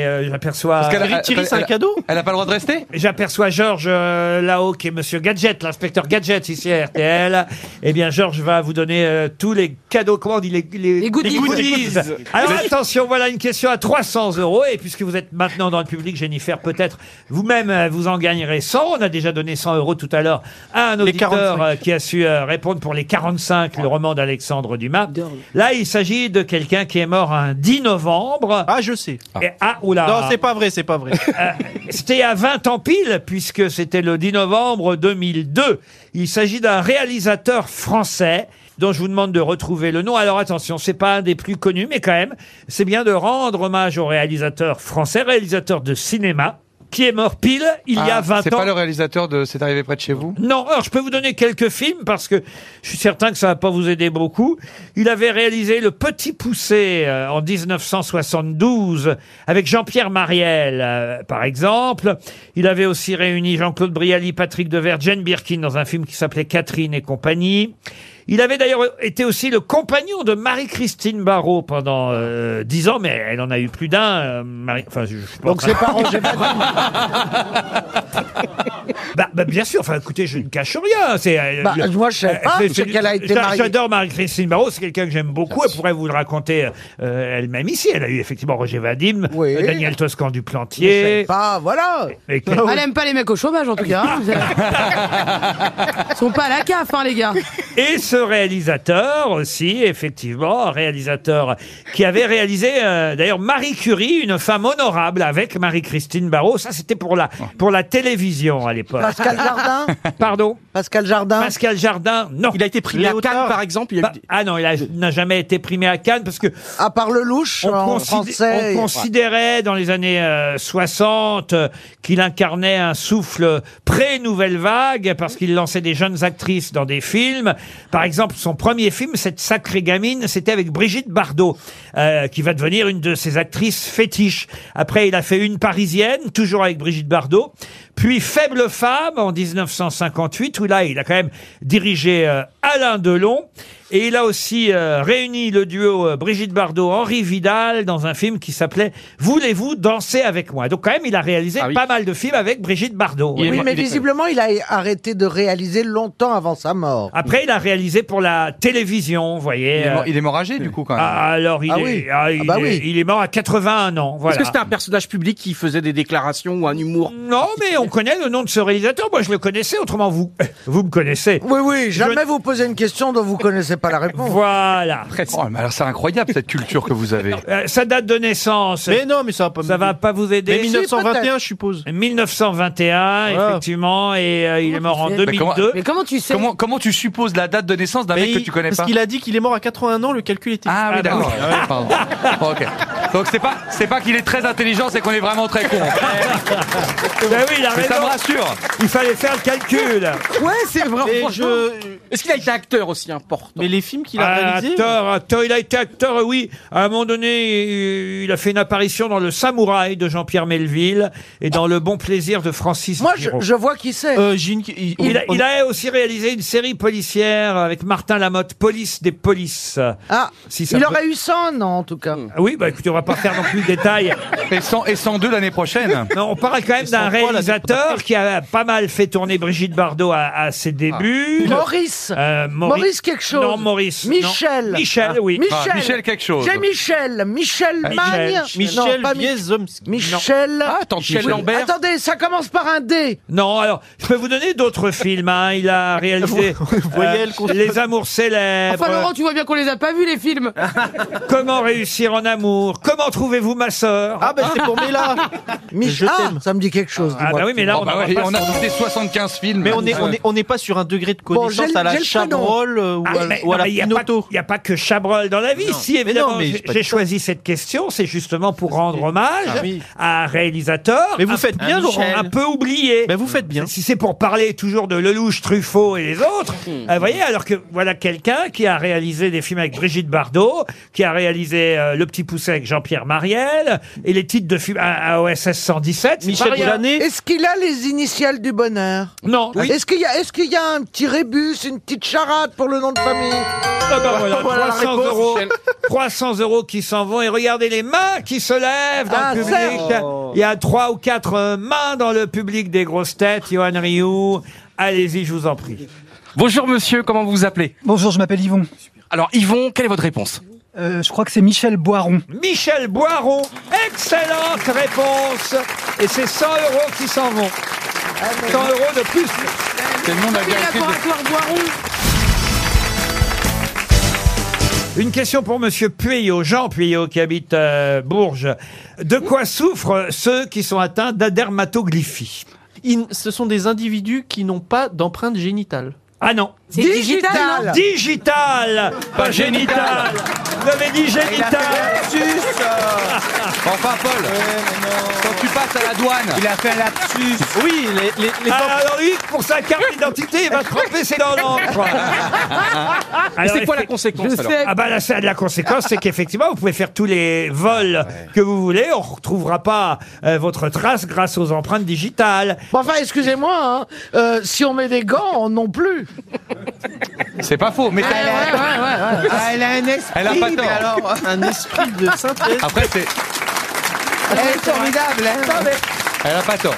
Speaker 2: et, euh, j'aperçois.
Speaker 3: Parce qu'elle a- Thierry, Thierry, elle- c'est un elle-
Speaker 2: cadeau
Speaker 3: Elle a pas le droit de rester
Speaker 2: J'aperçois Georges euh, là-haut, qui est Monsieur Gadget, l'inspecteur Gadget ici à RTL. Eh bien, Georges va vous donner euh, tous les cadeaux. Comment on dit les,
Speaker 8: Les goodies. Les
Speaker 2: les
Speaker 8: goodies.
Speaker 2: Alors
Speaker 8: Mais-
Speaker 2: attention, voilà une question à 300 euros. Et puisque vous êtes maintenant dans le public, Jennifer, peut-être vous-même euh, vous en gagnerez 100. On a déjà donné 100 euros tout à l'heure à un auditeur
Speaker 9: 45.
Speaker 2: euh, qui a su euh, répondre pour les 45, le roman d'Alexandre Dumas. Là, il s'agit de quelqu'un qui est mort un 10 novembre. Ah, je sais. ah, oula.
Speaker 9: Non, c'est pas vrai, c'est pas vrai.
Speaker 2: C'était à 20 ans pile, puisque c'était le 10 novembre 2002. Il s'agit d'un réalisateur français dont je vous demande de retrouver le nom. Alors attention, c'est pas un des plus connus, mais quand même, c'est bien de rendre hommage au réalisateur français, réalisateur de cinéma, qui est mort pile il y a
Speaker 3: Ah,
Speaker 2: 20 ans.
Speaker 3: C'est pas le réalisateur de C'est arrivé près de chez vous
Speaker 2: Non, alors je peux vous donner quelques films parce que je suis certain que ça va pas vous aider beaucoup. Il avait réalisé Le Petit Poussé euh, en 1972 avec Jean-Pierre Mariel, euh, par exemple. Il avait aussi réuni Jean-Claude Brialy, Patrick Devers, Jane Birkin dans un film qui s'appelait Catherine et compagnie. Il avait d'ailleurs été aussi le compagnon de Marie-Christine Barrault pendant euh, dix ans, mais elle en a eu plus d'un. euh, Marie... enfin, je- je sais
Speaker 7: Donc c'est pas Roger Vadim.
Speaker 2: bah, bah, bien sûr, enfin écoutez, je ne cache rien. C'est, euh,
Speaker 7: Bah, moi, je sais
Speaker 2: euh,
Speaker 7: pas,
Speaker 2: c'est-
Speaker 7: je
Speaker 2: c'est-
Speaker 7: sais qu'elle a été
Speaker 2: j'a-
Speaker 7: mariée.
Speaker 2: J'adore Marie-Christine Barrault, c'est quelqu'un que j'aime beaucoup. Elle pourrait vous le raconter euh, elle-même ici. Elle a eu effectivement Roger Vadim, euh, Daniel Toscan du
Speaker 7: Je Ah sais
Speaker 2: Plantier.
Speaker 7: pas, voilà.
Speaker 2: Et que-
Speaker 8: Elle aime pas les mecs au chômage en tout cas. hein. Ils sont pas à la CAF, hein, les gars.
Speaker 2: Et ce réalisateur aussi, effectivement, un réalisateur qui avait réalisé euh, d'ailleurs Marie Curie, une femme honorable avec Marie-Christine Barrault. Ça, c'était pour la, pour la télévision à l'époque.
Speaker 7: Pascal Jardin
Speaker 2: Pardon
Speaker 7: Pascal Jardin
Speaker 2: Pascal Jardin, non. Il a été
Speaker 7: primé à Cannes, par
Speaker 2: exemple Ah non, il a- n'a jamais été primé à Cannes parce que.
Speaker 7: À part le louche, en
Speaker 2: considé-
Speaker 7: français.
Speaker 2: on considérait dans les années euh, 60 euh, qu'il incarnait un souffle pré-nouvelle vague parce qu'il lançait des jeunes actrices dans des films. Par exemple, son premier film, Cette sacrée gamine, c'était avec Brigitte Bardot, euh, qui va devenir une de ses actrices fétiches. Après, il a fait Une Parisienne, toujours avec Brigitte Bardot. Puis Faible femme en 1958, où là, il a quand même dirigé euh, Alain Delon. Et il a aussi euh, réuni le duo euh, Brigitte Bardot-Henri Vidal dans un film qui s'appelait Voulez-vous danser avec moi Donc quand même, il a réalisé
Speaker 3: Ah
Speaker 2: pas mal de films avec Brigitte Bardot.
Speaker 7: Oui, mais visiblement, il a arrêté de réaliser longtemps avant sa mort.
Speaker 2: Après, il a réalisé pour la télévision, vous
Speaker 3: Il
Speaker 2: voyez.
Speaker 3: est
Speaker 2: euh,
Speaker 3: mort- il est mort âgé, du coup, quand même.
Speaker 2: Ah, alors, il,
Speaker 3: Ah
Speaker 2: est,
Speaker 3: oui.
Speaker 2: ah,
Speaker 3: Ah
Speaker 2: il
Speaker 3: bah
Speaker 2: est-
Speaker 3: oui.
Speaker 2: il est mort à 81 ans. Voilà.
Speaker 6: Est-ce que c'était un personnage public qui faisait des déclarations ou un humour
Speaker 2: Non, mais on connaît le nom de ce réalisateur. Moi, je le connaissais. Autrement, vous, euh, vous me connaissez.
Speaker 7: Oui, oui, jamais vous posez une question dont vous connaissez pas la réponse.
Speaker 2: Voilà.
Speaker 3: Oh, mais alors, c'est incroyable cette culture que vous avez.
Speaker 2: Euh, sa date de naissance. Mais
Speaker 9: non, mais ça va pas,
Speaker 2: ça va pas vous aider.
Speaker 9: Mais 1921, je suppose.
Speaker 2: 1921,
Speaker 3: Ah.
Speaker 9: Voilà.
Speaker 2: effectivement, et euh, il est mort en
Speaker 9: sais Mais comment-
Speaker 2: 2002.
Speaker 9: mais
Speaker 8: comment tu sais
Speaker 3: Comment, comment tu supposes la date de naissance d'un
Speaker 9: Mais
Speaker 3: mec que
Speaker 9: il-
Speaker 3: tu connais
Speaker 9: parce
Speaker 3: pas
Speaker 9: qu'il a dit qu'il est mort à 81 ans, le calcul était.
Speaker 3: Ah oui, d'accord. Ah oui, pardon. Bon, ok. Donc c'est pas c'est pas qu'il est très intelligent, c'est qu'on est vraiment très con.
Speaker 2: Ben oui, il a
Speaker 3: Mais ça
Speaker 2: raison.
Speaker 3: me rassure.
Speaker 2: Il fallait faire le calcul.
Speaker 6: Ouais, c'est vrai.
Speaker 9: Mais
Speaker 6: franchement. Est-ce qu'il a été acteur aussi important
Speaker 9: Mais les films qu'il a
Speaker 2: Ah,
Speaker 9: réalisés. euh,
Speaker 2: acteur, acteur, il a été acteur, oui. À un moment donné, il a fait une apparition dans Le Samouraï de Jean-Pierre Melville et dans Le Bon Plaisir de Francis
Speaker 7: Moi, je,
Speaker 2: Giraud.
Speaker 7: je vois qui c'est.
Speaker 9: Euh, j'ai une- il-
Speaker 2: Il a,
Speaker 9: on-
Speaker 2: il a aussi réalisé une série policière avec Martin Lamotte, Police des Polices.
Speaker 7: Ah,
Speaker 2: Si ça
Speaker 7: il
Speaker 2: peut-
Speaker 7: aurait eu 100 ans, en tout cas.
Speaker 2: Ah Oui, bah écoutez, on va pas faire non plus de détails.
Speaker 3: Et 100 et 102 l'année prochaine.
Speaker 2: Non, on parle quand même d'un réalisateur qui a pas mal fait tourner Brigitte Bardot à, à
Speaker 3: Ah.
Speaker 2: ses débuts.
Speaker 7: Maurice.
Speaker 2: Euh,
Speaker 7: Maurice. quelque chose.
Speaker 2: Non, Maurice. non.
Speaker 7: Michel.
Speaker 2: Michel, oui. Ah,
Speaker 7: Michel.
Speaker 9: Ah,
Speaker 3: Ah,
Speaker 7: J'ai Michel. Michel
Speaker 2: Michel.
Speaker 7: Magne.
Speaker 9: Michel
Speaker 7: Non, pas Mi-
Speaker 9: Wiesomski.
Speaker 7: Michel.
Speaker 9: Ah, attends, Michel Lambert.
Speaker 7: Attendez, ça commence par un D.
Speaker 2: Non, alors, je peux vous donner d'autres films. hein. Il a réalisé
Speaker 9: voyez
Speaker 2: euh,
Speaker 9: le concept.
Speaker 2: Les Amours célèbres.
Speaker 8: Enfin, Laurent, tu vois bien qu'on les a pas vus, les films.
Speaker 2: Comment réussir en amour Comment trouvez-vous ma sœur
Speaker 9: Ah, ben c'est pour Mela.
Speaker 7: Michel. Ah, ça me dit quelque chose.
Speaker 2: Ah, bah oui, mais là,
Speaker 3: Oh,
Speaker 2: on
Speaker 3: bah
Speaker 2: n'aura
Speaker 3: ouais,
Speaker 2: pas
Speaker 3: on a
Speaker 2: son-
Speaker 3: cité 75 films.
Speaker 9: Mais on n'est
Speaker 2: Euh,
Speaker 3: Ouais.
Speaker 9: on est, on est pas sur un degré de
Speaker 7: Bon, j'ai
Speaker 9: connaissance
Speaker 7: le
Speaker 9: à la Chabrol euh, ou
Speaker 2: Ah,
Speaker 9: à,
Speaker 2: mais
Speaker 9: ou à
Speaker 2: non,
Speaker 9: la
Speaker 2: mais il y a pas-
Speaker 9: Pinoto.
Speaker 2: Il n'y a pas que Chabrol dans la vie.
Speaker 9: Non.
Speaker 2: Si,
Speaker 9: Mais
Speaker 2: évidemment,
Speaker 9: non, mais
Speaker 2: j'ai-
Speaker 9: j'ai pas Ah,
Speaker 2: j'ai
Speaker 9: dit-
Speaker 2: choisi cette question, c'est justement pour rendre hommage à un réalisateur.
Speaker 9: Mais vous
Speaker 2: un-
Speaker 9: faites bien,
Speaker 2: un-
Speaker 9: Laurent.
Speaker 2: Un peu oublié. Mais vous faites bien. Si c'est pour parler toujours de Lelouch, Truffaut et les autres,
Speaker 9: Hum.
Speaker 2: euh, vous voyez, alors que voilà quelqu'un qui a réalisé des films avec Brigitte Bardot, qui a réalisé euh, Le Petit Poussin avec Jean-Pierre Mariel, et les titres de films euh, à, à OSS 117. c'est pas rien.
Speaker 7: Est-ce qu'il a les initiales du bonheur
Speaker 2: Non. Oui.
Speaker 7: Est-ce qu'il y, est qu'il y a un petit rébus, une petite charade pour le nom de famille
Speaker 2: Ah bah voilà,
Speaker 7: Voilà la
Speaker 2: 300
Speaker 7: réponse,
Speaker 2: euros,
Speaker 7: Michel.
Speaker 2: 300 euros qui s'en vont et regardez les mains qui se lèvent dans
Speaker 7: Ah,
Speaker 2: le public.
Speaker 7: certes.
Speaker 2: Il y a trois ou quatre euh, mains dans le public des grosses têtes. Johan Rioux, allez-y, je vous en prie.
Speaker 18: Bonjour monsieur, comment vous vous appelez Bonjour, je m'appelle Yvon. Alors Yvon, quelle est votre réponse Je crois que c'est Michel Boiron.
Speaker 2: Michel Boiron, excellente réponse. Et c'est 100 euros qui s'en vont. 100 euros de plus.
Speaker 3: C'est le nom de la directrice de-
Speaker 2: Une question pour Monsieur Pueyo, Jean Pueyo, qui habite euh, Bourges. De quoi souffrent ceux qui sont atteints d'adermatoglyphie
Speaker 9: Ils- ce sont des individus qui n'ont pas d'empreinte génitale.
Speaker 2: Ah non
Speaker 9: C'est digital, hein. non
Speaker 2: Digital Pas
Speaker 9: Pas
Speaker 2: génital
Speaker 9: génital.
Speaker 2: Vous avez dit
Speaker 9: Il a
Speaker 2: génital
Speaker 9: fait un
Speaker 3: Enfin, Paul, quand tu passes à la douane.
Speaker 2: Il a fait un lapsus Oui, les,
Speaker 3: portes-
Speaker 2: Ah, Alors lui, pour sa carte d'identité, il va tremper ses dents dans l'encre
Speaker 6: Et c'est
Speaker 2: Alors,
Speaker 6: quoi la
Speaker 2: effe-
Speaker 6: conséquence alors
Speaker 2: Ah bah la, la conséquence, c'est qu'effectivement, vous pouvez faire tous les vols que vous voulez, on retrouvera pas euh, votre trace grâce aux empreintes digitales.
Speaker 4: Bon, enfin, excusez-moi, hein, euh, si on met des gants, on non plus.
Speaker 3: C'est pas faux, mais
Speaker 4: Ah, ouais, ouais, ouais, ouais.
Speaker 3: Ah, elle a un esprit, Elle a pas mais tort. alors,
Speaker 9: un esprit de synthèse.
Speaker 3: Après, c'est.
Speaker 9: Elle est formidable.
Speaker 2: hein.
Speaker 3: Elle a pas tort.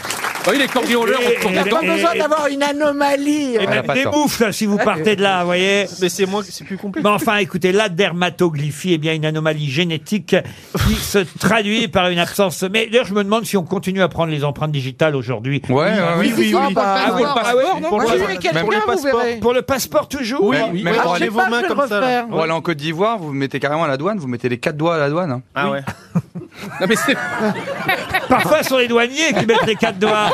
Speaker 3: Oh, il est cambrioleur, on se
Speaker 4: Il n'y a
Speaker 3: tourne
Speaker 4: pas
Speaker 3: dedans.
Speaker 4: besoin d'avoir une anomalie.
Speaker 2: Et même des bouffes ben, si vous partez de là, vous voyez.
Speaker 9: Mais c'est moi, c'est plus compliqué.
Speaker 2: Mais enfin, écoutez, la dermatoglyphie est bien une anomalie génétique qui se traduit par une absence. Mais d'ailleurs, je me demande si on continue à prendre les empreintes digitales aujourd'hui. hein.
Speaker 3: Ouais, ouais, oui, oui, oui.
Speaker 2: Ah, pour le passeport, non
Speaker 9: Pour le
Speaker 2: Moi, j'ai
Speaker 9: passeport.
Speaker 2: quelqu'un,
Speaker 9: Même le
Speaker 2: vous
Speaker 9: passeport.
Speaker 2: verrez. Pour le passeport toujours
Speaker 9: Oui,
Speaker 3: Même-
Speaker 9: oui.
Speaker 3: même
Speaker 9: Ah,
Speaker 3: pour
Speaker 9: je sais
Speaker 3: aller-
Speaker 9: pas, je vais le refaire.
Speaker 3: Pour aller en Côte d'Ivoire, vous vous mettez carrément à la douane, vous mettez les quatre doigts à la douane. Ah ouais. non mais c'est.
Speaker 2: Parfois, ce sont les douaniers qui mettent les quatre doigts.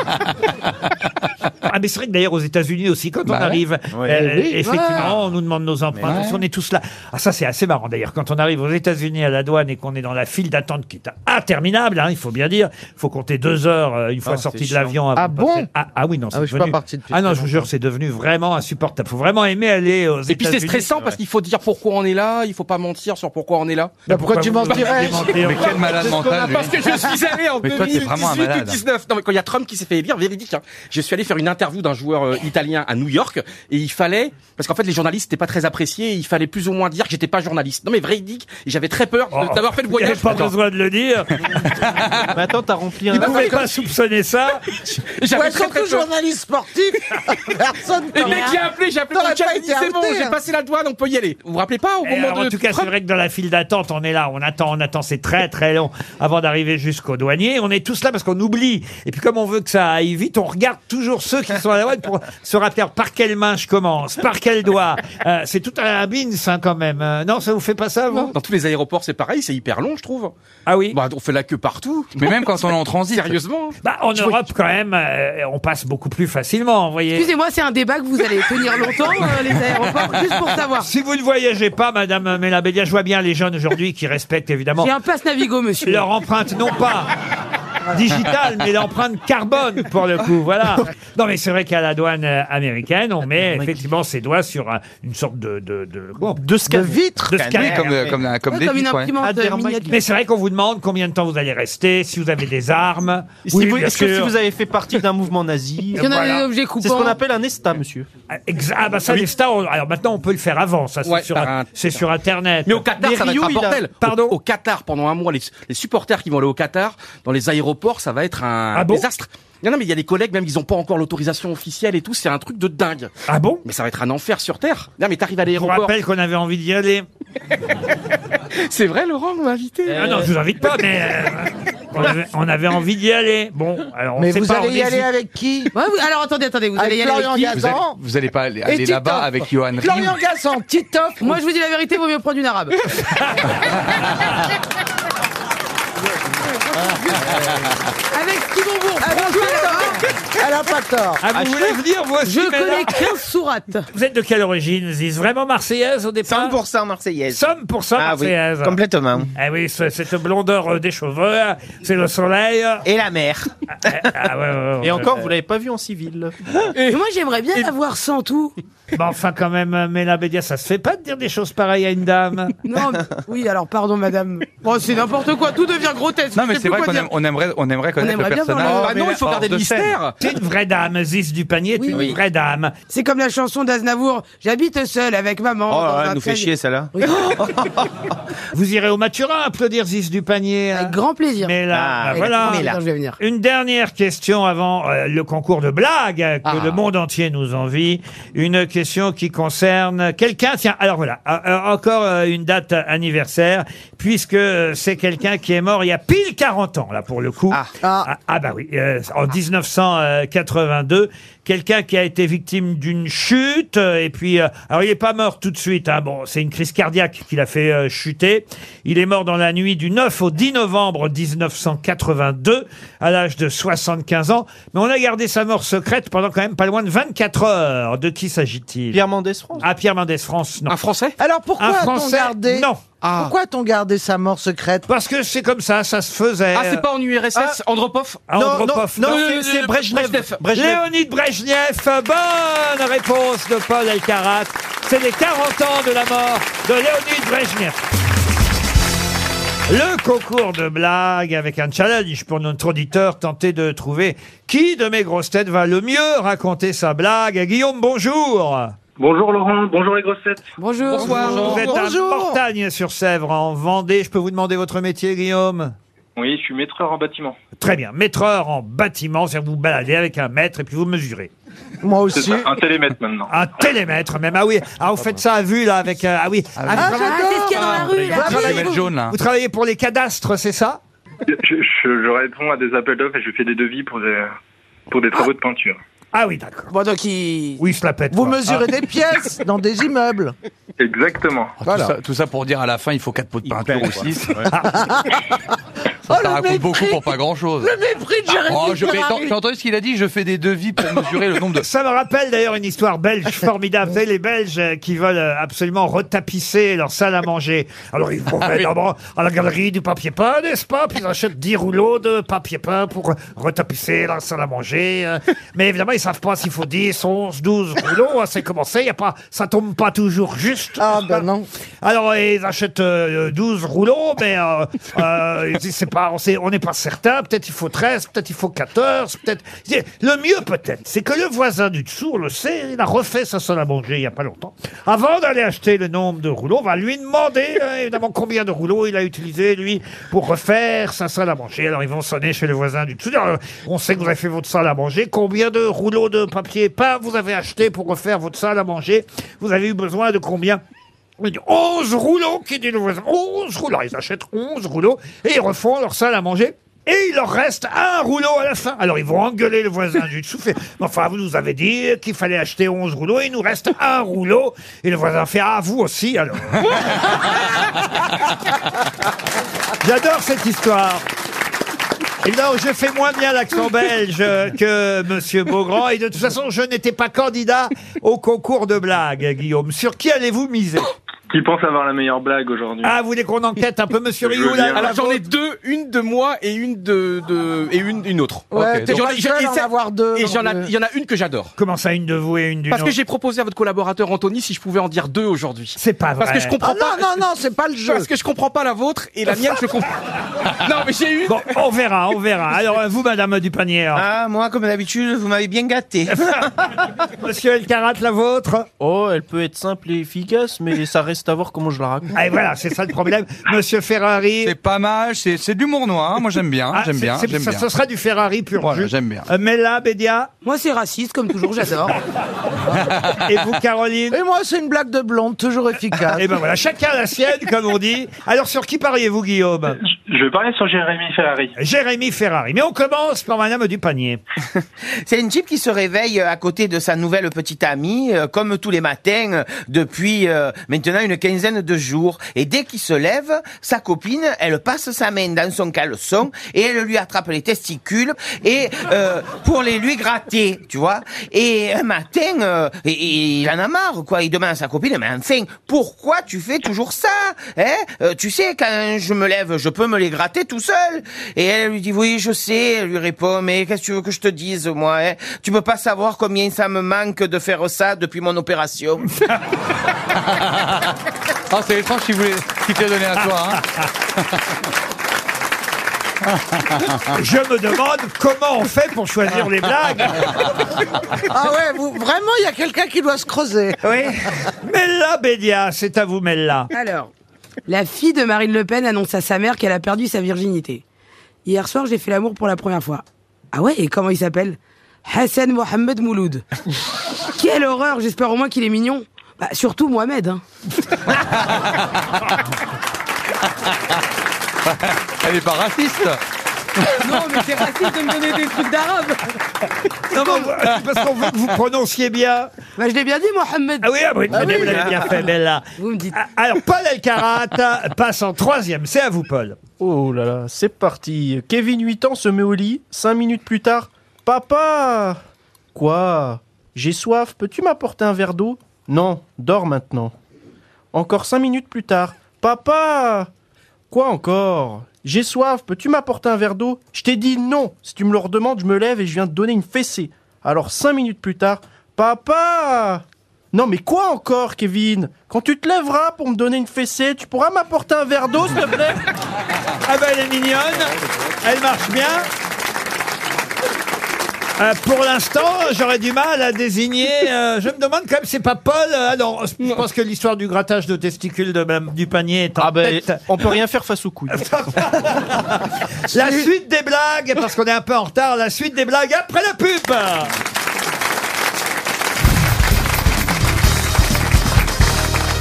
Speaker 2: Ah, mais c'est vrai que d'ailleurs, aux États-Unis aussi, quand
Speaker 3: Bah
Speaker 2: on
Speaker 3: ouais.
Speaker 2: arrive,
Speaker 3: Ouais.
Speaker 2: euh,
Speaker 3: Eh oui.
Speaker 2: effectivement,
Speaker 3: Ouais.
Speaker 2: on nous demande nos empreintes.
Speaker 3: Mais ouais.
Speaker 2: On est tous là. Ah, ça, c'est assez marrant d'ailleurs. Quand on arrive aux États-Unis à la douane et qu'on est dans la file d'attente qui est interminable, hein, il faut bien dire, il faut compter deux heures euh, une fois
Speaker 9: Ah,
Speaker 2: sorti
Speaker 9: c'est
Speaker 2: de l'avion. avant
Speaker 9: Ah
Speaker 2: de
Speaker 9: bon
Speaker 2: passer- ah, ah oui, non, c'est
Speaker 9: oui, je suis
Speaker 2: devenu-
Speaker 9: pas parti depuis
Speaker 2: Ah non, je vous jure, c'est devenu vraiment insupportable. Faut vraiment aimer aller aux États-Unis.
Speaker 6: Et puis c'est stressant parce qu'il faut dire pourquoi on est là, il faut pas mentir sur pourquoi on est là.
Speaker 2: Bah, pourquoi tu mentirais
Speaker 3: Mais quel malade
Speaker 6: C'est ce qu'on
Speaker 3: mental,
Speaker 6: a-
Speaker 3: lui.
Speaker 6: Parce que je suis allé en
Speaker 3: Mais toi, t'es
Speaker 6: 2018
Speaker 3: vraiment un
Speaker 6: ou
Speaker 3: malade.
Speaker 6: 19. Non mais quand il y a Trump qui s'est fait élire, véridique. hein. Je suis allé faire une interview d'un joueur euh, italien à New York et il fallait parce qu'en fait les journalistes n'étaient pas très appréciés, et il fallait plus ou moins dire que j'étais pas journaliste. Non mais véridique. et J'avais très peur
Speaker 3: Oh.
Speaker 6: de- d'avoir fait le
Speaker 2: Il n'y avait
Speaker 6: voyage.
Speaker 2: pas
Speaker 6: Attends.
Speaker 2: besoin de le dire.
Speaker 9: Mais attends, t'as rempli un.
Speaker 2: Ils ne pouvaient pas soupçonner ça.
Speaker 6: J'avais
Speaker 4: Ouais,
Speaker 6: très, très
Speaker 4: surtout
Speaker 6: peur.
Speaker 4: journaliste sportif, personne.
Speaker 6: Et dès que j'ai appelé, j'ai appelé mon
Speaker 4: T'aurais
Speaker 6: chef,
Speaker 4: pas
Speaker 6: il dit,
Speaker 4: été
Speaker 6: c'est bon,
Speaker 4: outé,
Speaker 6: j'ai
Speaker 4: hein.
Speaker 6: passé la douane, on peut y aller. Vous vous rappelez pas au
Speaker 2: Et
Speaker 6: moment
Speaker 2: Eh, alors,
Speaker 6: de
Speaker 2: en tout cas, c'est
Speaker 6: Trump
Speaker 2: vrai que dans la file d'attente, on est là, on attend, on attend, c'est très très long avant d'arriver jusqu'au douanier. On est tous là parce qu'on oublie. Et puis comme on veut que ça aille vite, on regarde toujours ceux qui sont à la douane pour se rappeler par quelle main je commence, par quel doigt. Euh, c'est tout un bins hein, quand même. Euh, non, ça vous fait pas ça vous
Speaker 6: Dans tous les aéroports, c'est pareil, c'est hyper long, je trouve.
Speaker 2: Ah oui.
Speaker 6: Bah, on fait la queue partout.
Speaker 3: Mais même quand on est en transit.
Speaker 6: Sérieusement.
Speaker 2: Bah, en Europe quand même, euh, on passe beaucoup plus facilement, vous voyez.
Speaker 8: Excusez-moi, c'est un débat que vous allez tenir longtemps, euh, les aéroports, juste pour savoir.
Speaker 2: Si vous ne voyagez pas, Madame Mélabédia, je vois bien les jeunes aujourd'hui qui respectent évidemment
Speaker 8: J'ai un passe Navigo, monsieur.
Speaker 2: leur empreinte, non pas digitale, mais l'empreinte carbone pour le coup. Voilà. Non, mais c'est vrai qu'à la douane euh, américaine, on met effectivement ses doigts sur euh, une sorte de de de, comment
Speaker 9: De scanner.
Speaker 2: de vitre, de
Speaker 3: Oui,
Speaker 2: scanner.
Speaker 3: comme, euh, comme la- comme Ouais, des comme une vitres, ouais. imprimante,
Speaker 2: Ah,
Speaker 3: euh, miniature.
Speaker 2: Mais c'est vrai qu'on vous demande combien de temps vous allez rester, si vous avez des armes.
Speaker 9: Si vous- Est-ce que si vous avez fait partie d'un mouvement nazi,
Speaker 2: Est-ce qu'on a des objets
Speaker 9: c'est ce
Speaker 2: coupants
Speaker 9: qu'on appelle un ESTA, monsieur.
Speaker 2: Exa- Ah bah ça, les stars, on- alors maintenant on peut le faire avant, ça c'est
Speaker 6: Ouais,
Speaker 2: sur,
Speaker 6: par un-
Speaker 2: c'est sur Internet.
Speaker 6: Mais au Qatar,
Speaker 2: Mais
Speaker 6: ça va
Speaker 2: Rio,
Speaker 6: être un
Speaker 2: il a-
Speaker 6: bordel.
Speaker 2: Pardon
Speaker 6: au, au Qatar, pendant un mois, les, les supporters qui vont aller au Qatar, dans les aéroports, ça va être un
Speaker 2: Ah bon
Speaker 6: désastre. Non, non, mais il y a des collègues, même, ils ont pas encore l'autorisation officielle et tout, c'est un truc de dingue.
Speaker 2: Ah bon
Speaker 6: Mais ça va être un enfer sur Terre. Non, mais t'arrives à
Speaker 2: Je vous
Speaker 6: l'aéroport.
Speaker 2: rappelle qu'on avait envie d'y aller.
Speaker 6: C'est vrai, Laurent, vous m'invitez
Speaker 2: Ah non, je vous invite pas, mais euh, on, avait, on avait envie d'y aller. Bon, alors on
Speaker 7: Mais
Speaker 2: sait
Speaker 7: vous
Speaker 2: pas, on
Speaker 7: allez y
Speaker 2: hésite.
Speaker 7: aller avec qui
Speaker 8: Ouais, vous- alors attendez, attendez, vous
Speaker 7: Avec
Speaker 8: allez y aller
Speaker 7: Florian
Speaker 8: avec qui
Speaker 7: Gazan.
Speaker 3: allez- vous allez pas aller,
Speaker 7: Et
Speaker 3: aller
Speaker 7: Titoff.
Speaker 3: là-bas avec Johan
Speaker 7: Florian
Speaker 3: Rioux.
Speaker 7: Gasson, Titoff.
Speaker 8: Moi, je vous dis la vérité, vaut mieux prendre une arabe. Avec Simon Bourg.
Speaker 7: Alors, elle a pas tort.
Speaker 2: Ah, vous voulez venir, vous aussi,
Speaker 7: Je
Speaker 2: Bernard
Speaker 7: connais 15
Speaker 2: sourates. Vous êtes de quelle origine, Ziz Vraiment marseillaise au départ 100% marseillaise. 100%
Speaker 5: Ah oui,
Speaker 2: marseillaise.
Speaker 5: complètement.
Speaker 2: Ah oui, ce- cette blondeur euh, des cheveux, c'est le soleil. Et la mer. Ah
Speaker 9: Et encore, vous l'avez pas vu en civil.
Speaker 2: Et moi, j'aimerais bien l'avoir sans tout. Bah enfin, quand même, euh, Mela Bédia, ça se fait pas de dire des choses pareilles à une dame.
Speaker 8: Non, mais- oui, alors pardon, madame. Oh, c'est n'importe quoi, tout devient grotesque.
Speaker 3: Non,
Speaker 8: je
Speaker 3: mais
Speaker 8: sais
Speaker 3: c'est
Speaker 8: plus
Speaker 3: vrai
Speaker 8: quoi
Speaker 3: qu'on
Speaker 8: dire.
Speaker 3: aime- on aimerait, on aimerait connaître le personnage.
Speaker 2: C'est une vraie dame, Ziz du panier, est une vraie dame.
Speaker 8: C'est comme la chanson d'Aznavour, j'habite seule avec maman.
Speaker 2: Oh là
Speaker 8: dans
Speaker 2: là,
Speaker 8: un
Speaker 2: elle nous fait
Speaker 8: train-
Speaker 2: chier, celle-là.
Speaker 8: Oui.
Speaker 2: Vous irez au Maturin applaudir Ziz du panier. Avec
Speaker 8: grand plaisir.
Speaker 2: Mais là,
Speaker 8: Ah,
Speaker 2: bah voilà.
Speaker 8: mais là. Je vais venir.
Speaker 2: Une dernière question avant euh, le concours de blagues euh, que le monde entier nous envie. Une question qui concerne quelqu'un. Tiens, alors voilà, euh, euh, encore euh, une date anniversaire, puisque euh, c'est quelqu'un qui est mort il y a pile 40 ans, là, pour le coup. Ah, ah bah oui, euh, en euh, 1982. Quelqu'un qui a été victime d'une chute, euh, et puis, euh, alors il n'est pas mort tout de suite, hein, bon, c'est une crise cardiaque qui l'a fait euh, chuter. Il est mort dans la nuit du 9 au 10 novembre 1982, à l'âge de 75 ans, mais on a gardé sa mort secrète pendant quand même pas loin de 24 heures. De qui s'agit-il Pierre Mendès France Ah, Pierre Mendès France, non. Un Français Ah.
Speaker 7: Alors pourquoi
Speaker 2: Un
Speaker 7: a-t-on
Speaker 2: Français
Speaker 7: gardé Ah.
Speaker 2: Non.
Speaker 7: Pourquoi a-t-on gardé sa mort secrète
Speaker 2: Parce que c'est comme ça, ça se faisait.
Speaker 6: Ah, c'est pas en URSS, Andropov
Speaker 2: Ah, Andropov, non. Léonid Brejnev, bonne réponse de Paul Elkarat. C'est les 40 ans de la mort de Léonid Brejnev. Le concours de blagues avec un challenge pour notre auditeur, tenter de trouver qui de mes grosses têtes va le mieux raconter sa blague. Guillaume, bonjour
Speaker 19: Bonjour Laurent, bonjour les grossettes.
Speaker 8: Bonjour.
Speaker 2: Vous êtes
Speaker 19: Bonjour.
Speaker 2: à Mortagne-sur-Sèvre, en Vendée. Je peux vous demander votre métier, Guillaume
Speaker 19: Oui, je suis maîtreur en bâtiment.
Speaker 2: Très bien. Maîtreur en bâtiment, c'est-à-dire vous baladez avec un mètre et puis vous mesurez.
Speaker 7: Moi
Speaker 19: C'est ça, un télémètre maintenant.
Speaker 2: Un télémètre même. Ah oui, ah, vous faites ça à vue là avec... euh, ah oui. Ah, vous
Speaker 19: Ah,
Speaker 2: travaillez-
Speaker 19: j'adore. Ah, c'est ce qu'il y a dans la rue, là.
Speaker 2: Vous travaillez-
Speaker 19: Télémètre jaune, là.
Speaker 2: Vous travaillez pour les cadastres, c'est ça
Speaker 19: Je, je- je réponds à des appels d'offres et je fais des devis pour des, pour des travaux de peinture.
Speaker 2: Ah oui, d'accord.
Speaker 7: Bon, donc
Speaker 2: Oui, il se la pète.
Speaker 7: Vous
Speaker 2: quoi.
Speaker 7: mesurez
Speaker 2: Ah.
Speaker 7: des pièces dans des immeubles.
Speaker 19: Exactement.
Speaker 2: Oh,
Speaker 3: Ah, tout
Speaker 7: Voilà.
Speaker 3: ça- tout, ça, pour dire à la fin, il faut quatre pots de peinture
Speaker 19: pète,
Speaker 3: ou
Speaker 19: quoi.
Speaker 3: 6.
Speaker 7: Oh,
Speaker 3: ça
Speaker 7: le
Speaker 3: raconte
Speaker 7: mépris.
Speaker 3: beaucoup pour pas grand chose.
Speaker 7: Le mépris de Jérémy
Speaker 6: Oh,
Speaker 3: je fais-
Speaker 7: Ferrari.
Speaker 3: t'as- T'as entendu ce qu'il a dit Je fais des devis pour mesurer le nombre de.
Speaker 2: Ça me rappelle d'ailleurs une histoire belge formidable. Vous savez, les Belges euh, qui veulent euh, absolument retapisser leur salle à manger. Alors ils vont
Speaker 3: Ah oui.
Speaker 2: d'abord à la galerie du papier peint, n'est-ce pas Puis ils achètent 10 rouleaux de papier peint pour retapisser leur salle à manger. euh. Mais évidemment, ils savent pas s'il faut 10, 11, 12 rouleaux. hein, C'est commencé, y a pas, ça tombe pas toujours juste. Ah ben non. Alors euh, ils achètent euh, 12 rouleaux, mais euh, euh, ils disent, c'est pas, on sait- on n'est pas certain. Peut-être il faut 13, peut-être il faut 14, peut-être. Ils disent, Le mieux peut-être, c'est que le voisin du dessous, on le sait, il a refait sa salle à manger il y a pas longtemps. Avant d'aller acheter le nombre de rouleaux, on va lui demander euh, évidemment combien de rouleaux il a utilisé lui pour refaire sa salle à manger. Alors ils vont sonner chez le voisin du dessous. dire, euh, on sait que vous avez fait votre salle à manger. Combien de rouleaux de papier peint vous avez acheté pour refaire votre salle à manger Vous avez eu besoin de combien il dit, 11 rouleaux, qui dit le voisin. 11 rouleaux. Alors, Ils achètent 11 rouleaux et ils refont leur salle à manger. Et il leur reste un rouleau à la fin. Alors ils vont engueuler le voisin du dessous. fait, Mais Enfin, vous nous avez dit qu'il fallait acheter 11 rouleaux, il nous reste un rouleau. Et le voisin fait, ah, vous aussi, alors. J'adore cette histoire. Évidemment, je fais moins bien l'accent belge euh, que Monsieur Beaugrand. Et de toute façon, je n'étais pas candidat au concours de blagues, Guillaume. Sur qui allez-vous miser
Speaker 19: Qui pense avoir la meilleure blague aujourd'hui
Speaker 2: Ah, vous voulez qu'on enquête un peu, Monsieur
Speaker 19: Je
Speaker 2: Rioux
Speaker 19: veux
Speaker 2: là
Speaker 19: bien.
Speaker 6: Alors j'en ai deux, une de moi et une de, de- et une, une autre.
Speaker 7: Ouais,
Speaker 6: Ok,
Speaker 7: t'es
Speaker 6: donc-
Speaker 7: pas le seul
Speaker 6: et
Speaker 7: à en
Speaker 6: c'est-
Speaker 7: avoir deux,
Speaker 6: Et
Speaker 7: non,
Speaker 6: j'en a-
Speaker 7: deux.
Speaker 6: il y en a une que j'adore.
Speaker 2: Comment ça, une de vous et une d'une
Speaker 6: Parce que
Speaker 2: autre
Speaker 6: j'ai proposé à votre collaborateur Anthony si je pouvais en dire deux aujourd'hui.
Speaker 2: C'est pas vrai.
Speaker 6: Parce que je comprends
Speaker 2: Ah
Speaker 6: pas.
Speaker 2: non, non, non,
Speaker 6: c'est pas le jeu. Parce que je comprends pas la vôtre et la mienne je comprends. non mais j'ai eu.
Speaker 2: Bon, on verra, on verra. Alors, euh, vous, Madame Dupanier.
Speaker 5: Ah, moi, comme d'habitude, vous m'avez bien gâté.
Speaker 2: Monsieur Elkarat, la vôtre
Speaker 9: Oh, elle peut être simple et efficace, mais ça reste à voir comment je la raconte.
Speaker 2: Ah, Et voilà, c'est ça le problème. Monsieur Ferrari.
Speaker 3: C'est pas mal, c'est c'est de l'humour noir. hein. Moi, j'aime bien.
Speaker 2: Ah,
Speaker 3: j'aime
Speaker 2: c'est-
Speaker 3: bien.
Speaker 2: c'est-
Speaker 3: j'aime
Speaker 2: ça-
Speaker 3: bien.
Speaker 2: ce sera du Ferrari pur
Speaker 3: Voilà,
Speaker 2: jus.
Speaker 3: j'aime bien.
Speaker 2: Euh, Mella, Bédia
Speaker 8: Moi, c'est raciste, comme toujours, j'adore.
Speaker 2: Et vous, Caroline
Speaker 7: Et moi, c'est une blague de blonde, toujours efficace.
Speaker 2: Et ben voilà, chacun la sienne, comme on dit. Alors, sur qui pariez-vous, Guillaume
Speaker 19: Je vais parler sur Jérémy Ferrari.
Speaker 2: Jérémy Ferrari. Mais on commence par Madame Dupanier.
Speaker 5: C'est une type qui se réveille euh, à côté de sa nouvelle petite amie, euh, comme tous les matins, euh, depuis euh, maintenant une une quinzaine de jours. Et dès qu'il se lève, sa copine, elle passe sa main dans son caleçon et elle lui attrape les testicules et euh, pour les lui gratter, tu vois. Et un matin, euh, et- et il en a marre, quoi. Il demande à sa copine, mais enfin, pourquoi tu fais toujours ça hein Euh, Tu sais, quand je me lève, je peux me les gratter tout seul. Et elle lui dit, oui, je sais. Elle lui répond, mais qu'est-ce que tu veux que je te dise, moi hein Tu peux pas savoir combien ça me manque de faire ça depuis mon opération.
Speaker 3: Ah, c'est étrange si vous qui te donné à toi. hein.
Speaker 2: Je me demande comment on fait pour choisir les blagues.
Speaker 4: Ah ouais, vous- vraiment, il y a quelqu'un qui doit se creuser.
Speaker 2: Oui. Mella Bédia, c'est à vous, Mella.
Speaker 8: Alors, la fille de Marine Le Pen annonce à sa mère qu'elle a perdu sa virginité. Hier soir, j'ai fait l'amour pour la première fois. Ah ouais, et comment il s'appelle Hassan Mohamed Mouloud. Quelle horreur, j'espère au moins qu'il est mignon. Bah, surtout Mohamed. hein.
Speaker 3: Elle est pas raciste.
Speaker 8: Non, mais c'est raciste de me donner des trucs d'arabe.
Speaker 2: Euh, parce qu'on veut que vous prononciez bien.
Speaker 8: Bah, je l'ai bien dit, Mohamed. Bah
Speaker 2: Ah oui, ah
Speaker 7: Bah
Speaker 2: oui, madame, vous l'avez bien fait, Bella. Ah,
Speaker 8: Vous me dites.
Speaker 2: Alors, Paul Elkarat euh, passe en troisième. C'est à vous, Paul.
Speaker 9: Oh là là, c'est parti. Kevin, 8 ans, se met au lit. 5 minutes plus tard, Papa Quoi J'ai soif, peux-tu m'apporter un verre d'eau Non, dors maintenant. Encore 5 minutes plus tard, Papa Quoi encore J'ai soif, peux-tu m'apporter un verre d'eau Je t'ai dit non Si tu me le redemandes, je me lève et je viens te donner une fessée. Alors 5 minutes plus tard, Papa non mais quoi encore, Kevin Quand tu te lèveras pour me donner une fessée, tu pourras m'apporter un verre d'eau, s'il te plaît bah,
Speaker 2: Ah ben elle est mignonne, elle marche bien. Euh, pour l'instant, j'aurais du mal à désigner. euh, je me demande quand même, c'est pas Paul. euh, ah non, je pense que l'histoire du grattage de testicules de même du panier est en tête.
Speaker 9: Ah ben, On peut rien faire face aux couilles.
Speaker 2: La suite des blagues, parce qu'on est un peu en retard. La suite des blagues après la pub.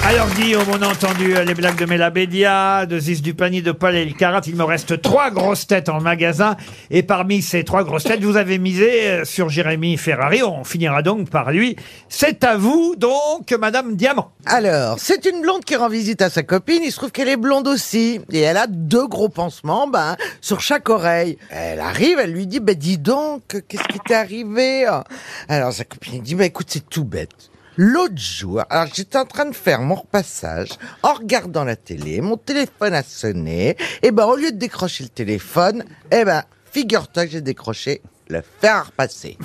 Speaker 2: Alors Guillaume, on a entendu euh, les blagues de Mélabédia, de Ziz Dupani, de Paul et Elkarat. Il me reste trois grosses têtes en magasin. Et parmi ces trois grosses têtes, vous avez misé euh, sur Jérémy Ferrari. On finira donc par lui. C'est à vous donc, Madame Diamant.
Speaker 4: Alors, c'est une blonde qui rend visite à sa copine. Il se trouve qu'elle est blonde aussi. Et elle a deux gros pansements ben, sur chaque oreille. Elle arrive, elle lui dit, ben dis donc, qu'est-ce qui t'est arrivé Alors sa copine dit, ben écoute, c'est tout bête. L'autre jour, alors j'étais en train de faire mon repassage en regardant la télé, mon téléphone a sonné, et ben au lieu de décrocher le téléphone, eh ben figure-toi que j'ai décroché le fer à repasser.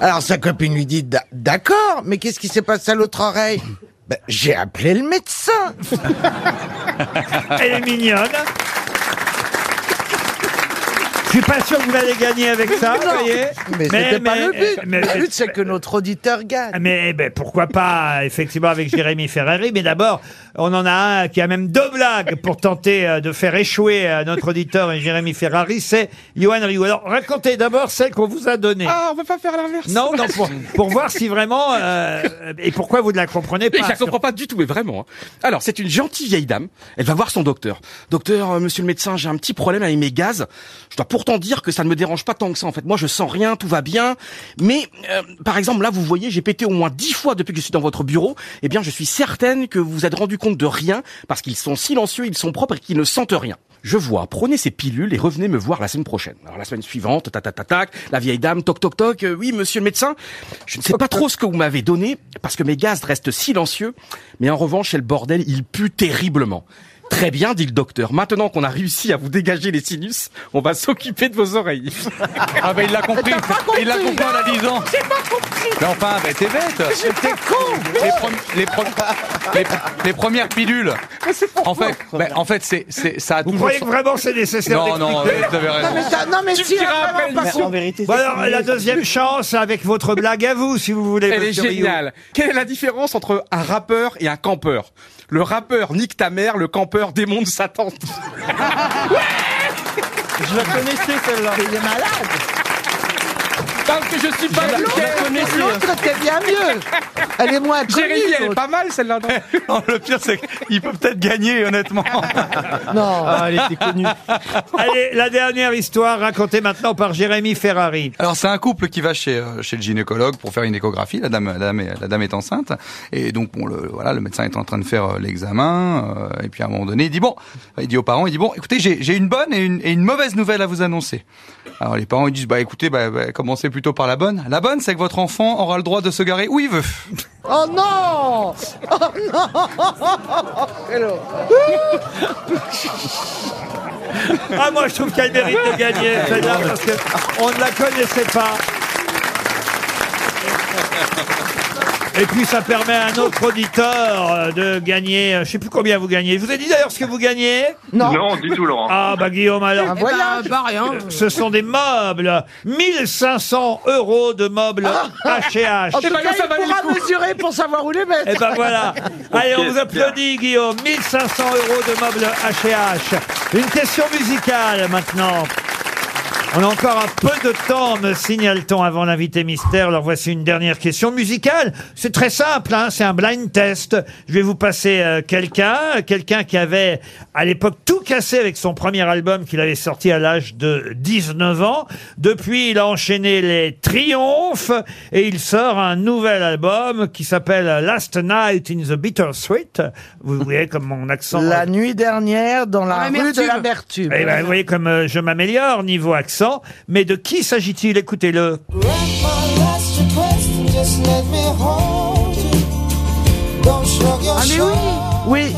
Speaker 4: Alors sa copine lui dit D'a- D'accord, mais qu'est-ce qui s'est passé à l'autre oreille Ben, J'ai appelé le médecin.
Speaker 2: Elle est mignonne. Je suis pas sûr que vous allez gagner avec ça,
Speaker 4: Non,
Speaker 2: vous voyez.
Speaker 4: Mais, c'était pas le but.
Speaker 2: mais-
Speaker 4: le but, c'est que notre auditeur gagne.
Speaker 2: Mais ben, pourquoi pas, effectivement, avec Jérémy Ferrari. Mais d'abord, on en a un qui a même deux blagues pour tenter euh, de faire échouer euh, notre auditeur et Jérémy Ferrari. C'est Johan Rioux. Alors, racontez d'abord celle qu'on vous a donnée.
Speaker 6: Ah, on peut pas faire l'inverse.
Speaker 2: Non, non, pour, pour voir si vraiment... euh, et pourquoi vous ne la comprenez
Speaker 6: Et
Speaker 2: pas.
Speaker 6: je la comprends pas du tout, mais vraiment. hein. Alors, c'est une gentille vieille dame. Elle va voir son docteur. Docteur, euh, monsieur le médecin, j'ai un petit problème avec mes gaz. Je dois pourtant dire que ça ne me dérange pas tant que ça. En fait, moi, je sens rien, tout va bien. Mais, euh, par exemple, là, vous voyez, j'ai pété au moins dix fois depuis que je suis dans votre bureau. Eh bien, je suis certaine que vous vous êtes rendu compte de rien parce qu'ils sont silencieux, ils sont propres et qu'ils ne sentent rien. Je vois, prenez ces pilules et revenez me voir la semaine prochaine. Alors la semaine suivante, tac, tac, tac, tac, la vieille dame, toc, toc, toc, euh, oui, monsieur le médecin, je ne sais pas trop ce que vous m'avez donné, parce que mes gaz restent silencieux, mais en revanche, c'est le bordel, il pue terriblement. Très bien, dit le docteur, maintenant qu'on a réussi à vous dégager les sinus, on va s'occuper de vos oreilles.
Speaker 3: Ah ben il l'a compris. Il l'a compris en a 10 ans. Mais enfin, ben t'es bête. J'étais con. Les, premi- les premi- les pr- les premières pilules. En fait, ben, en fait, c'est, c'est, ça a
Speaker 2: Vous
Speaker 3: toujours.
Speaker 2: croyez que vraiment c'est nécessaire
Speaker 3: Non, non,
Speaker 2: d'expliquer
Speaker 3: vous avez raison.
Speaker 4: Non, mais t'as- non, mais
Speaker 3: Tu
Speaker 4: si,
Speaker 3: me diras
Speaker 4: ah,
Speaker 3: après,
Speaker 4: non,
Speaker 3: mais
Speaker 4: parce que-
Speaker 3: en vérité,
Speaker 2: Bon, alors, la deuxième chance avec votre blague à vous, si vous voulez.
Speaker 6: Elle est
Speaker 2: monsieur Rioux.
Speaker 6: géniale. Quelle est la différence entre un rappeur et un campeur Le rappeur nique ta mère, le campeur démonte sa tante.
Speaker 7: Bah,
Speaker 9: Je la connaissais celle-là.
Speaker 4: Il est malade.
Speaker 6: Parce que je suis pas la
Speaker 7: L'autre était bien mieux. Elle est moins connue.
Speaker 6: Jérémy, elle est
Speaker 7: l'autre.
Speaker 6: pas mal celle-là. non
Speaker 3: Non, le pire, c'est qu'il peut peut-être gagner, honnêtement.
Speaker 7: Non.
Speaker 3: Ah, elle était connue.
Speaker 2: Allez, la dernière histoire racontée maintenant par Jérémy Ferrari.
Speaker 3: Alors c'est un couple qui va chez euh, chez le gynécologue pour faire une échographie. La dame la dame est, la dame est enceinte et donc bon le voilà le médecin est en train de faire euh, l'examen euh, et puis à un moment donné il dit bon il dit aux parents il dit bon écoutez j'ai j'ai une bonne et une, et une mauvaise nouvelle à vous annoncer. Alors les parents ils disent bah écoutez bah, bah, commencez plutôt par la bonne. La bonne c'est que votre enfant aura le droit de se garer où il veut.
Speaker 7: Oh non Oh non Hello.
Speaker 2: Ah, moi, je trouve qu'elle mérite de gagner, celle-là, parce qu'on ne la connaissait pas. Et puis, ça permet à un autre auditeur euh, de gagner. euh, Je sais plus combien vous gagnez. Je vous ai dit d'ailleurs ce que vous gagnez
Speaker 19: Non. Non, du tout, Laurent.
Speaker 2: Ah, bah, Guillaume, alors.
Speaker 19: Un Eh ben, voyage.
Speaker 2: pas rien. Ce sont des meubles. 1500 euros de meubles HH.
Speaker 7: Ah. En tout cas, il pourra mesurer pour savoir où les mettre.
Speaker 2: Et ben voilà. Allez, on vous applaudit, Guillaume. 1500 euros de meubles H&H. Une question musicale maintenant. On a encore un peu de temps, me signale-t-on, avant l'invité mystère. Alors voici une dernière question musicale. C'est très simple, hein, c'est un blind test. Je vais vous passer euh, quelqu'un, euh, quelqu'un qui avait à l'époque tout cassé avec son premier album qu'il avait sorti à l'âge de 19 ans. Depuis, il a enchaîné les triomphes et il sort un nouvel album qui s'appelle Last Night in the Bittersweet. Vous voyez comme mon accent...
Speaker 7: La nuit dernière, dans la rue de
Speaker 2: L'amertume.
Speaker 7: l'amertume.
Speaker 2: Eh ben, vous voyez comme euh, je m'améliore niveau accent. Mais de qui s'agit-il Écoutez-le.
Speaker 7: Ah mais oui Oui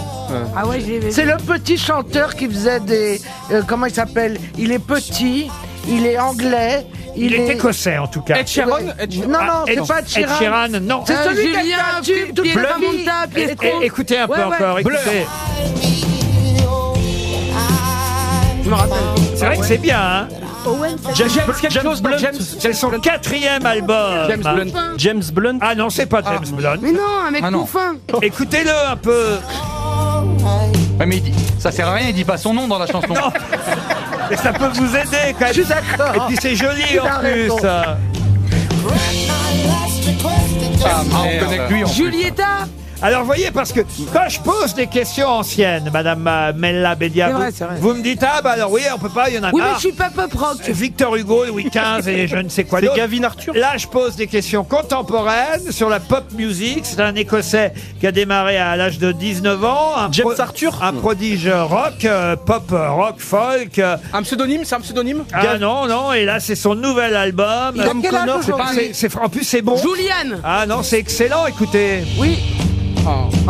Speaker 8: Ah ouais, je l'ai
Speaker 7: C'est le petit chanteur qui faisait des... euh, comment il s'appelle Il est petit, il est anglais, il,
Speaker 2: Il est
Speaker 7: est...
Speaker 2: écossais, en tout cas.
Speaker 6: Ed Sheeran Ed Sheeran
Speaker 7: Non, non,
Speaker 2: Ah, Ed-
Speaker 7: c'est pas Ed Sheeran.
Speaker 2: Ed Sheeran, non.
Speaker 7: C'est
Speaker 2: Euh,
Speaker 7: celui qui
Speaker 8: Julien,
Speaker 7: a fait un tube toute
Speaker 8: Pierre
Speaker 7: la vie.
Speaker 8: Travolta,
Speaker 2: Eh,
Speaker 8: Pierre
Speaker 7: Et- et-
Speaker 8: Travolta.
Speaker 2: Écoutez un peu
Speaker 7: Ouais, ouais.
Speaker 2: encore, écoutez. Je me rappelle. C'est vrai que c'est bien, hein James, Blunt. C'est son quatrième album.
Speaker 9: James Blunt.
Speaker 2: James Blunt. Ah non, c'est pas James Blunt.
Speaker 8: Mais non, un mec
Speaker 3: Ah non.
Speaker 8: tout fin.
Speaker 2: Écoutez-le un peu.
Speaker 3: Ouais, mais il dit- ça sert à rien il dit pas son nom dans la chanson.
Speaker 2: Et ça peut vous aider quand même.
Speaker 7: Je suis d'accord.
Speaker 2: Et puis c'est
Speaker 7: Il
Speaker 2: joli
Speaker 7: a
Speaker 2: en plus.
Speaker 7: raison.
Speaker 3: Ah, on connecte lui en plus.
Speaker 8: Julieta
Speaker 2: Alors voyez, parce que quand je pose des questions anciennes, Madame euh, Mella Bédia,
Speaker 8: C'est
Speaker 2: vous,
Speaker 8: vrai, c'est vrai.
Speaker 2: vous me dites ah bah alors oui, on peut pas, il y en a
Speaker 8: Oui, mais
Speaker 2: marre.
Speaker 8: je suis pas pop rock.
Speaker 2: Victor Hugo, Louis XV et je ne sais quoi
Speaker 9: C'est
Speaker 2: d'autre.
Speaker 9: Gavin Arthur.
Speaker 2: Là, je pose des questions contemporaines sur la pop music. C'est un Écossais qui a démarré à l'âge de 19 ans. Un
Speaker 9: James
Speaker 2: pro-
Speaker 9: Arthur. Hmm.
Speaker 2: Un prodige rock, euh, pop, euh, rock, folk. euh,
Speaker 6: Un pseudonyme, c'est un pseudonyme
Speaker 2: Ah non, non, et là, c'est son nouvel album.
Speaker 7: Il a quel âge
Speaker 2: Connor, c'est pas-
Speaker 7: aujourd'hui
Speaker 2: c'est- c'est- En plus, c'est bon.
Speaker 8: Julianne
Speaker 2: Ah non, c'est excellent, écoutez.
Speaker 8: Oui.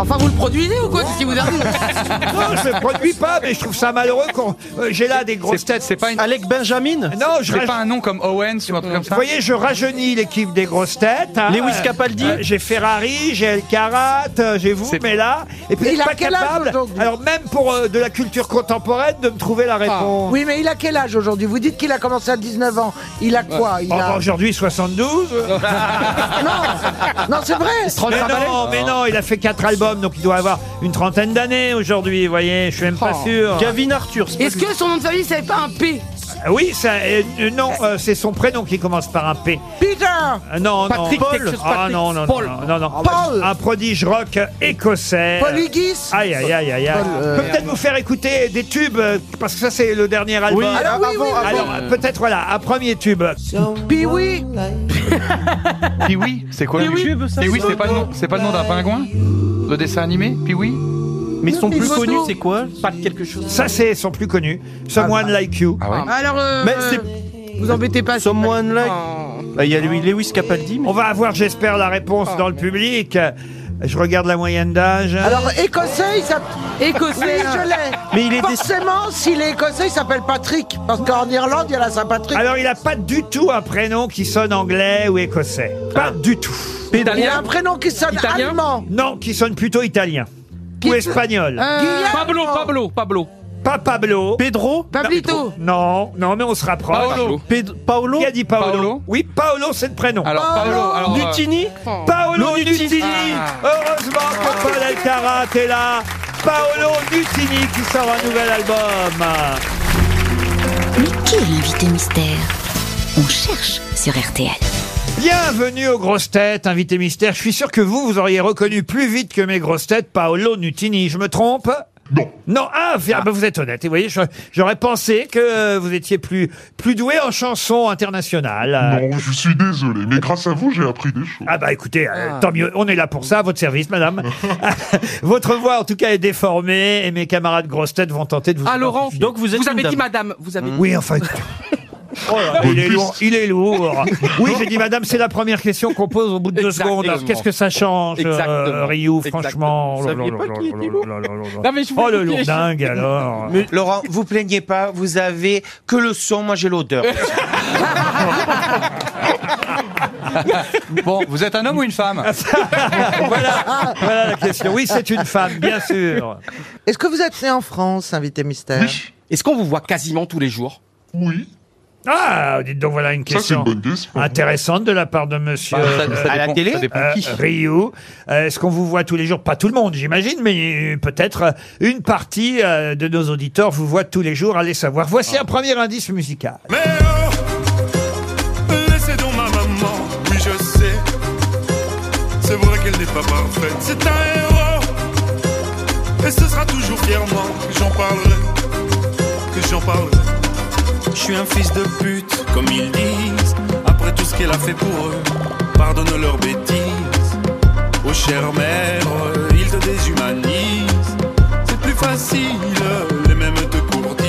Speaker 8: Enfin, vous le produisez ou quoi C'est ce qui vous arrive
Speaker 2: Non, je ne produis pas, mais je trouve ça malheureux qu'on. euh, J'ai là des grosses
Speaker 3: C'est
Speaker 2: têtes.
Speaker 3: c'est pas une-
Speaker 9: Alec Benjamin
Speaker 2: Non, je
Speaker 3: c'est
Speaker 2: raj-
Speaker 3: pas un nom comme Owens ou un truc comme
Speaker 2: Vous
Speaker 3: ça.
Speaker 2: voyez, je rajeunis l'équipe des grosses têtes. hein.
Speaker 9: Lewis
Speaker 2: Euh,
Speaker 9: Capaldi
Speaker 2: euh, J'ai Ferrari, j'ai El Karat, euh, j'ai vous,
Speaker 3: C'est-
Speaker 2: mais là. Et puis,
Speaker 7: Mais
Speaker 2: je
Speaker 7: il
Speaker 2: suis
Speaker 7: a
Speaker 2: pas
Speaker 7: quel âge
Speaker 2: capable.
Speaker 7: aujourd'hui
Speaker 2: Alors, même pour euh, de la culture contemporaine, de me trouver la réponse.
Speaker 7: Ah. Oui, mais il a quel âge aujourd'hui Vous dites qu'il a commencé à 19 ans. Il a quoi Il
Speaker 2: Oh, bah,
Speaker 7: a...
Speaker 2: Aujourd'hui, 72.
Speaker 9: Oh
Speaker 7: Non, non c'est vrai.
Speaker 2: Mais non, mais non, il a fait quatre albums, donc il doit avoir une trentaine d'années aujourd'hui, vous voyez, je suis même pas
Speaker 7: Oh.
Speaker 2: sûr.
Speaker 9: Gavin Arthur. c'est pas
Speaker 8: Est-ce que son nom de famille, c'est pas un P
Speaker 2: Ah Oui, ça, euh, euh, non, euh, c'est son prénom qui commence par un P.
Speaker 7: Peter
Speaker 2: Ah, Non,
Speaker 9: Patrick,
Speaker 2: non.
Speaker 9: quelque chose,
Speaker 2: Ah
Speaker 9: Patrick.
Speaker 2: non, non, non,
Speaker 9: Paul.
Speaker 2: non, non, non.
Speaker 7: Paul.
Speaker 2: Un prodige rock écossais.
Speaker 7: Polygis
Speaker 2: Aïe, aïe, aïe, aïe, aïe.
Speaker 7: Paul, euh,
Speaker 2: Je peux peut-être vous faire écouter des tubes, euh, parce que ça, c'est le dernier album.
Speaker 7: Alors, oui, oui, oui.
Speaker 2: Alors, euh, peut-être, voilà, un premier tube.
Speaker 7: Pee-wee
Speaker 3: Puis oui, c'est quoi
Speaker 9: Pee-wee.
Speaker 3: lui Puis oui, c'est pas le nom, c'est pas le nom d'un pingouin Le dessin animé Puis oui.
Speaker 9: Mais son plus
Speaker 8: Photo.
Speaker 9: connu, c'est quoi
Speaker 6: Pas de quelque chose.
Speaker 2: Ça, c'est son plus connu. Someone Like You.
Speaker 3: Ah ouais.
Speaker 8: Alors, euh,
Speaker 9: Mais c'est-
Speaker 8: vous embêtez pas.
Speaker 9: Someone like.
Speaker 6: Oh.
Speaker 9: Bah, Il y a lui, Lewis Capaldi. mais-
Speaker 2: On va avoir, j'espère, la
Speaker 8: Ah.
Speaker 2: réponse dans le public. Je regarde la moyenne d'âge.
Speaker 7: Alors, écossais, il s'appelle... Oui,
Speaker 8: Écossais.
Speaker 7: je l'ai.
Speaker 9: Mais il est
Speaker 7: Forcément, s'il est écossais, il s'appelle Patrick. Parce qu'en Irlande, il y a la Saint-Patrick.
Speaker 2: Alors, il n'a pas du tout un prénom qui sonne anglais ou écossais. Pas du tout.
Speaker 7: il y a un
Speaker 6: Pédalien
Speaker 7: prénom qui sonne
Speaker 6: Italien
Speaker 7: allemand.
Speaker 2: Non, qui sonne plutôt italien. Ou
Speaker 8: Pietro-
Speaker 2: espagnol.
Speaker 8: Euh,
Speaker 7: Guillaume
Speaker 6: Pablo, Pablo, Pablo.
Speaker 2: Pas Pablo.
Speaker 9: Pedro
Speaker 8: Pablito.
Speaker 2: Non, non, mais on se rapproche.
Speaker 3: Paolo.
Speaker 9: Pedro- Paolo
Speaker 2: Qui a dit Paolo,
Speaker 3: Paolo
Speaker 2: Oui, Paolo, c'est le prénom.
Speaker 3: Alors Paolo, alors euh,
Speaker 9: Nutini
Speaker 2: Paolo
Speaker 9: Le
Speaker 2: Nutini. Ah.
Speaker 9: Nutini.
Speaker 2: Heureusement que Paul Alcarat est là. Paolo Nutini qui sort un nouvel album.
Speaker 10: Mais qui est l'invité mystère On cherche sur RTL.
Speaker 2: Bienvenue aux grosses têtes, invité mystère. Je suis sûr que vous, vous auriez reconnu plus vite que mes grosses têtes Paolo Nutini. Je me trompe non. Non, ah, vi- ah, bah, vous êtes honnête. Et vous voyez, je- j'aurais pensé que euh, vous étiez plus, plus doué en chansons internationales.
Speaker 20: Non, je suis désolé, mais grâce à vous, j'ai appris des choses.
Speaker 2: Ah bah écoutez, euh,
Speaker 20: Ah.
Speaker 2: tant mieux, on est là pour ça, à votre service, madame. votre voix, en tout cas, est déformée et mes camarades grosses têtes vont tenter de vous...
Speaker 6: Ah, Laurent,
Speaker 2: identifier.
Speaker 6: donc vous êtes. Vous avez dit madame, vous avez
Speaker 2: Oui, enfin... Oh là là, il, est lourd, il est lourd. Oui, j'ai dit, madame, c'est la première question qu'on pose au bout de deux secondes. Alors, Qu'est-ce que ça change, euh,
Speaker 6: Exactement.
Speaker 2: Ryu,
Speaker 6: Exactement.
Speaker 2: franchement
Speaker 6: Vous saviez pas qui était lourd
Speaker 2: Non, mais je voulais Oh, le vous piéger. lourdingue, alors.
Speaker 5: Mais- Laurent, vous plaignez pas, vous avez que le son, moi j'ai l'odeur.
Speaker 3: Ah, bon, vous êtes un homme ou une femme
Speaker 2: voilà, voilà la question. Oui, c'est une femme, bien sûr.
Speaker 7: Est-ce que vous êtes né en France, invité mystère
Speaker 6: Est-ce qu'on vous voit quasiment tous les jours
Speaker 20: Oui.
Speaker 2: Ah, dites donc, voilà une
Speaker 20: Ça, c'est
Speaker 2: question
Speaker 20: une bonne question.
Speaker 2: intéressante de la part de monsieur
Speaker 20: Bah, ça- ça
Speaker 2: euh,
Speaker 20: À la dépend- télé ça dépend
Speaker 2: euh,
Speaker 20: qui.
Speaker 2: Ryu. Euh, Est-ce qu'on vous voit tous les jours Pas tout le monde, j'imagine, mais euh, peut-être euh, une partie euh, de nos auditeurs vous voit tous les jours, allez savoir. Voici un premier indice musical.
Speaker 21: Mais oh, laissez donc ma maman, oui je sais. C'est vrai qu'elle n'est pas parfaite, c'est un héros. Et ce sera toujours fièrement que j'en parlerai, que j'en parlerai. Je suis un fils de pute, comme ils disent, après tout ce qu'elle a fait pour eux. Pardonne leurs bêtises, oh chère mère, ils te déshumanisent. C'est plus facile, les mêmes te courtisent,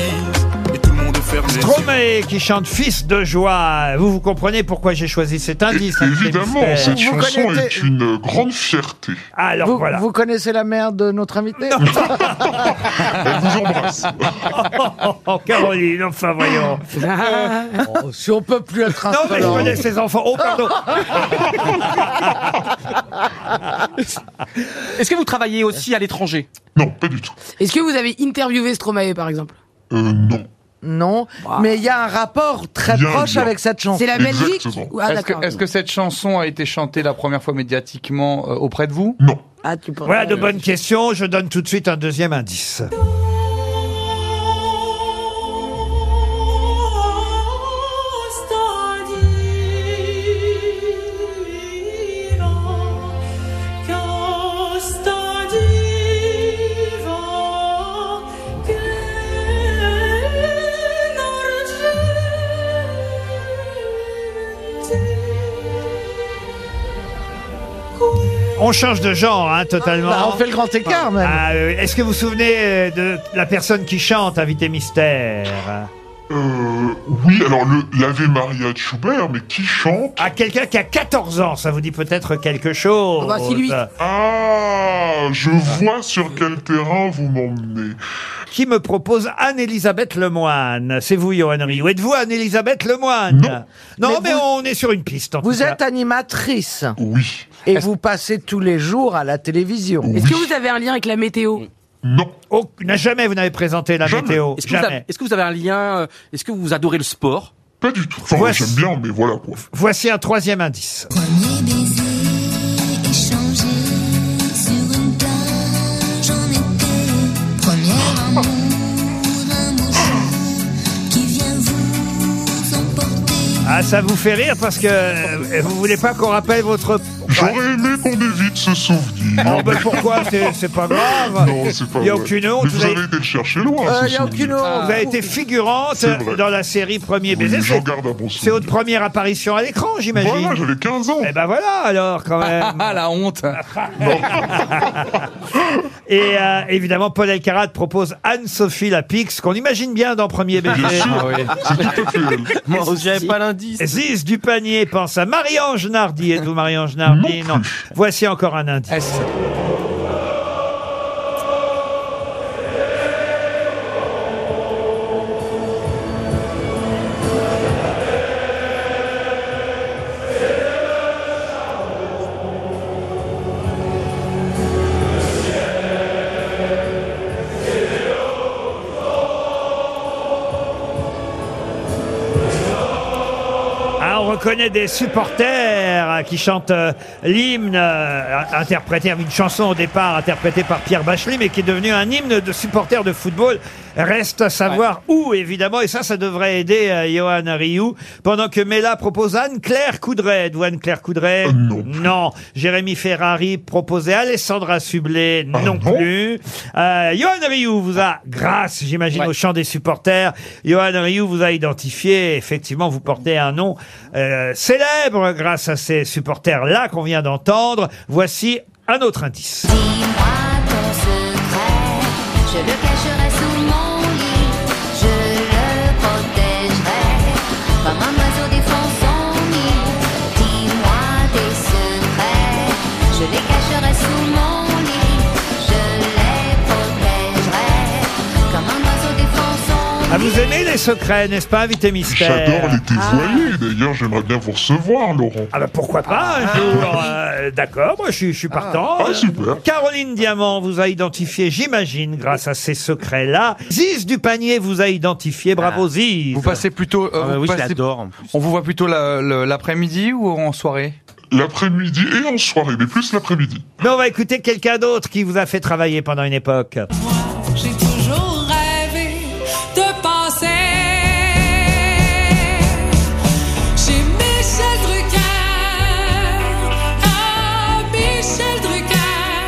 Speaker 21: et tout le monde ferme les yeux.
Speaker 2: Stromae qui chante Fils de joie. Vous, vous comprenez pourquoi j'ai choisi cet indice hein,
Speaker 20: Évidemment,
Speaker 2: Michel
Speaker 20: cette
Speaker 2: Mystère.
Speaker 20: chanson est une euh, grande fierté.
Speaker 2: Alors
Speaker 7: vous,
Speaker 2: voilà.
Speaker 7: vous connaissez la mère de notre invité
Speaker 20: Elle vous embrasse.
Speaker 2: Oh, Caroline, enfin voyons.
Speaker 7: Oh, Si on peut plus être
Speaker 2: Non, mais je connais ses enfants. Oh, pardon.
Speaker 6: Est-ce que vous travaillez aussi à l'étranger
Speaker 20: Non, pas du tout.
Speaker 8: Est-ce que vous avez interviewé Stromae, par exemple Bah.
Speaker 20: Euh, non.
Speaker 7: Non, mais il y a un rapport très
Speaker 3: Il y a un
Speaker 7: proche
Speaker 3: lien.
Speaker 7: avec cette chanson. Ou- ah,
Speaker 3: Est-ce que,
Speaker 7: d'accord.
Speaker 3: est-ce que cette chanson a été chantée la première fois médiatiquement euh, auprès de vous
Speaker 20: Non.
Speaker 7: Ah, tu penses-
Speaker 2: Voilà de bonnes questions. Je donne tout de suite un deuxième indice. On change de genre, hein, totalement.
Speaker 7: Bah, on fait le grand écart, même.
Speaker 2: Ah, euh, Est-ce que vous vous souvenez euh, de la personne qui chante, invité mystère
Speaker 20: Euh, oui, alors le l'Ave Maria de Schubert, mais qui chante
Speaker 2: À Ah, quelqu'un qui a 14 ans, ça vous dit peut-être quelque chose.
Speaker 7: bah,
Speaker 20: Ah, je vois sur quel terrain vous m'emmenez.
Speaker 2: Qui me propose Anne-Elisabeth Lemoine C'est vous, Johan Rioux. Êtes-vous Anne-Elisabeth Lemoine Non, mais, on est sur une piste. En
Speaker 7: Vous
Speaker 2: tout cas.
Speaker 7: êtes animatrice.
Speaker 20: Oui.
Speaker 7: Et vous passez tous les jours à la télévision.
Speaker 8: Est-ce que vous avez un lien avec la météo
Speaker 20: Non.
Speaker 2: jamais vous n'avez présenté la météo.
Speaker 6: Est-ce que, vous
Speaker 2: Jamais.
Speaker 6: avez- est-ce que vous avez un lien euh, Est-ce que vous adorez le sport
Speaker 20: Pas du tout. Enfin,
Speaker 2: Voici-
Speaker 20: j'aime bien, mais voilà quoi.
Speaker 2: Voici un troisième indice.
Speaker 10: Premier baiser échangé sur une plage en été. Premier amour, un beau
Speaker 20: Ah.
Speaker 10: jour qui vient vous emporter.
Speaker 2: Ah, ça vous fait rire parce que euh, vous voulez pas qu'on rappelle votre.
Speaker 20: J'aurais aimé qu'on évite ce souvenir.
Speaker 2: Oh, ben pourquoi C'est- C'est pas grave.
Speaker 20: Non, c'est pas
Speaker 2: Il n'y a
Speaker 20: vrai.
Speaker 2: aucune honte. Euh,
Speaker 20: Mais vous avez été le chercher loin. ce souvenir.
Speaker 2: Vous avez été figurante
Speaker 20: C'est vrai.
Speaker 2: dans la série Premier
Speaker 20: Oui,
Speaker 2: baiser.
Speaker 20: j'en
Speaker 2: C'est-
Speaker 20: garde un bon
Speaker 2: C'est votre première apparition à l'écran, j'imagine.
Speaker 20: Voilà, j'avais 15 ans.
Speaker 2: Eh ben voilà, alors, quand même.
Speaker 3: Ah la honte
Speaker 2: Et euh, évidemment, Paul Elkarat propose Anne-Sophie Lapix, qu'on imagine bien dans Premier baiser.
Speaker 20: Bien
Speaker 9: Ah
Speaker 20: sûr.
Speaker 9: Moi, j'avais pas l'indice.
Speaker 2: Ziz du panier pense à Marie-Ange Nardi. Êtes-vous Marie-Ange Nardi Non. Voici encore un indice. Ah, on reconnaît des supporters euh, qui chantent euh, l'hymne euh, interprété, une chanson au départ interprétée par Pierre Bachelet, mais qui est devenue un hymne de supporters de football. Reste à savoir où, évidemment, et ça, ça devrait aider euh, Johan Rioux. Pendant que Mela propose Anne-Claire Coudray. Êtes-vous Anne-Claire Coudray Non. Jérémy Ferrari proposait Alessandra Sublet.
Speaker 20: Ah
Speaker 2: Non, plus. Euh, Johan Rioux vous a, grâce, j'imagine, au champ des supporters, Johan Rioux vous a identifié. Effectivement, vous portez un nom euh, célèbre grâce à ces supporters-là qu'on vient d'entendre. Voici un autre indice.
Speaker 13: Ton secret, je le cacherai sous mon lit, je le protégerai. Comme un oiseau défend son nid, dis-moi tes secrets, je les cacherai sous mon lit, je les protégerai. Comme un oiseau défend son
Speaker 2: Ah, vous aimez les secrets, n'est-ce pas, invité mystère
Speaker 20: J'adore les dévoiler. D'ailleurs, j'aimerais bien vous recevoir, Laurent.
Speaker 2: Ah bah pourquoi pas un jour euh, D'accord, moi je suis, je suis partant.
Speaker 20: Ah, super.
Speaker 2: Caroline Diamant vous a identifié, j'imagine, grâce à ces secrets-là. Ziz du panier vous a identifié, bravo Ziz.
Speaker 3: Ah. Vous passez plutôt. euh, vous passez- On vous voit plutôt la- le- l'après-midi ou en soirée
Speaker 20: L'après-midi et en soirée, mais plus l'après-midi.
Speaker 2: Mais on va écouter quelqu'un d'autre qui vous a fait travailler pendant une époque.
Speaker 13: J'ai toujours rêvé de passer chez Michel Drucker, à Michel Drucker,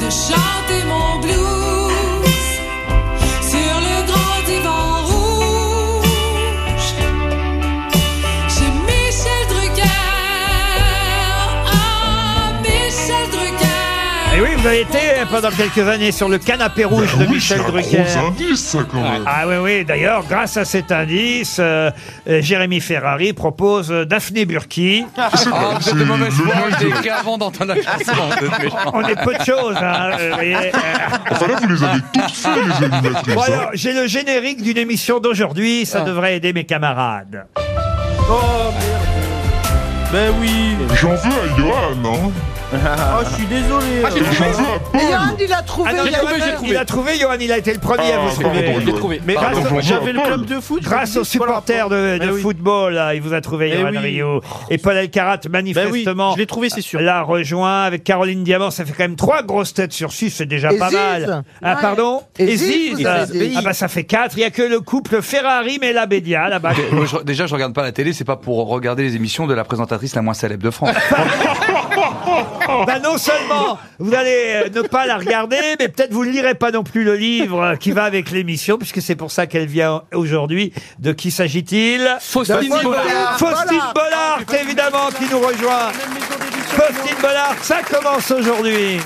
Speaker 13: de chanter mon blues sur le grand divan rouge. Chez Michel Drucker, à Michel Drucker.
Speaker 2: Et oui, vous avez été euh, pendant quelques années sur le canapé rouge
Speaker 20: Ben
Speaker 2: de Michel Drucker.
Speaker 20: Gros hein. indice, ça, quand même.
Speaker 2: Ah oui, oui, d'ailleurs, grâce à cet indice, euh, euh, Jérémy Ferrari propose euh, Daphné Burki.
Speaker 3: Ah, vous êtes de mauvaise foi, j'ai écrit avant d'entendre la chanson. vous êtes méchant.
Speaker 2: On est peu de choses, hein, euh, vous voyez.
Speaker 20: Enfin, là, vous les avez toutes faites, les animatrices.
Speaker 2: Bon,
Speaker 20: hein.
Speaker 2: alors, j'ai le générique d'une émission d'aujourd'hui,
Speaker 3: Ah.
Speaker 2: ça devrait aider mes camarades.
Speaker 9: Oh,
Speaker 20: Ben oui. J'en veux à Johan, hein. Ah, je suis désolé. J'en veux à Paul.
Speaker 7: Johan, il a trouvé.
Speaker 2: Ah non,
Speaker 7: il a
Speaker 2: Johan,
Speaker 7: trouvé.
Speaker 2: Il a trouvé, Johan, il a été le
Speaker 20: Ah,
Speaker 2: premier à vous
Speaker 20: pardon,
Speaker 2: trouver.
Speaker 20: Johan.
Speaker 2: Mais
Speaker 20: Pardon,
Speaker 2: grâce-
Speaker 20: Johan.
Speaker 2: j'avais le
Speaker 20: Paul.
Speaker 2: club
Speaker 9: de foot.
Speaker 2: Grâce aux supporters de, de football, là, il vous a trouvé,
Speaker 9: Eh
Speaker 2: Johan
Speaker 9: oui.
Speaker 2: Rio. Et Paul Alcarat, manifestement, Ben je l'ai trouvé, c'est sûr. l'a rejoint avec Caroline Diamant. Ça fait quand même trois grosses têtes sur six, c'est déjà
Speaker 9: Et
Speaker 2: pas
Speaker 9: Ziz.
Speaker 2: mal. Ah,
Speaker 9: Ouais.
Speaker 2: pardon
Speaker 9: Et
Speaker 2: Et
Speaker 9: Ziz,
Speaker 2: Ziz.
Speaker 9: vous avez dit.
Speaker 2: Ah, bah, ça fait quatre. Il n'y a que le couple Ferrari mais la Bédia, là-bas.
Speaker 3: Dé- moi, Euh, je- Déjà, je regarde pas la télé, c'est pas pour regarder les émissions de la présentatrice la moins célèbre de France. Euh,
Speaker 2: Bah, non seulement vous allez euh, ne pas la regarder, mais peut-être vous ne lirez pas non plus le livre euh, qui va avec l'émission, puisque c'est pour ça qu'elle vient aujourd'hui. De qui s'agit-il
Speaker 3: Faustine
Speaker 2: Faustine
Speaker 3: Bollard.
Speaker 2: Faustine Bollard, évidemment, qui nous rejoint. Faustine Bollard, ça commence aujourd'hui.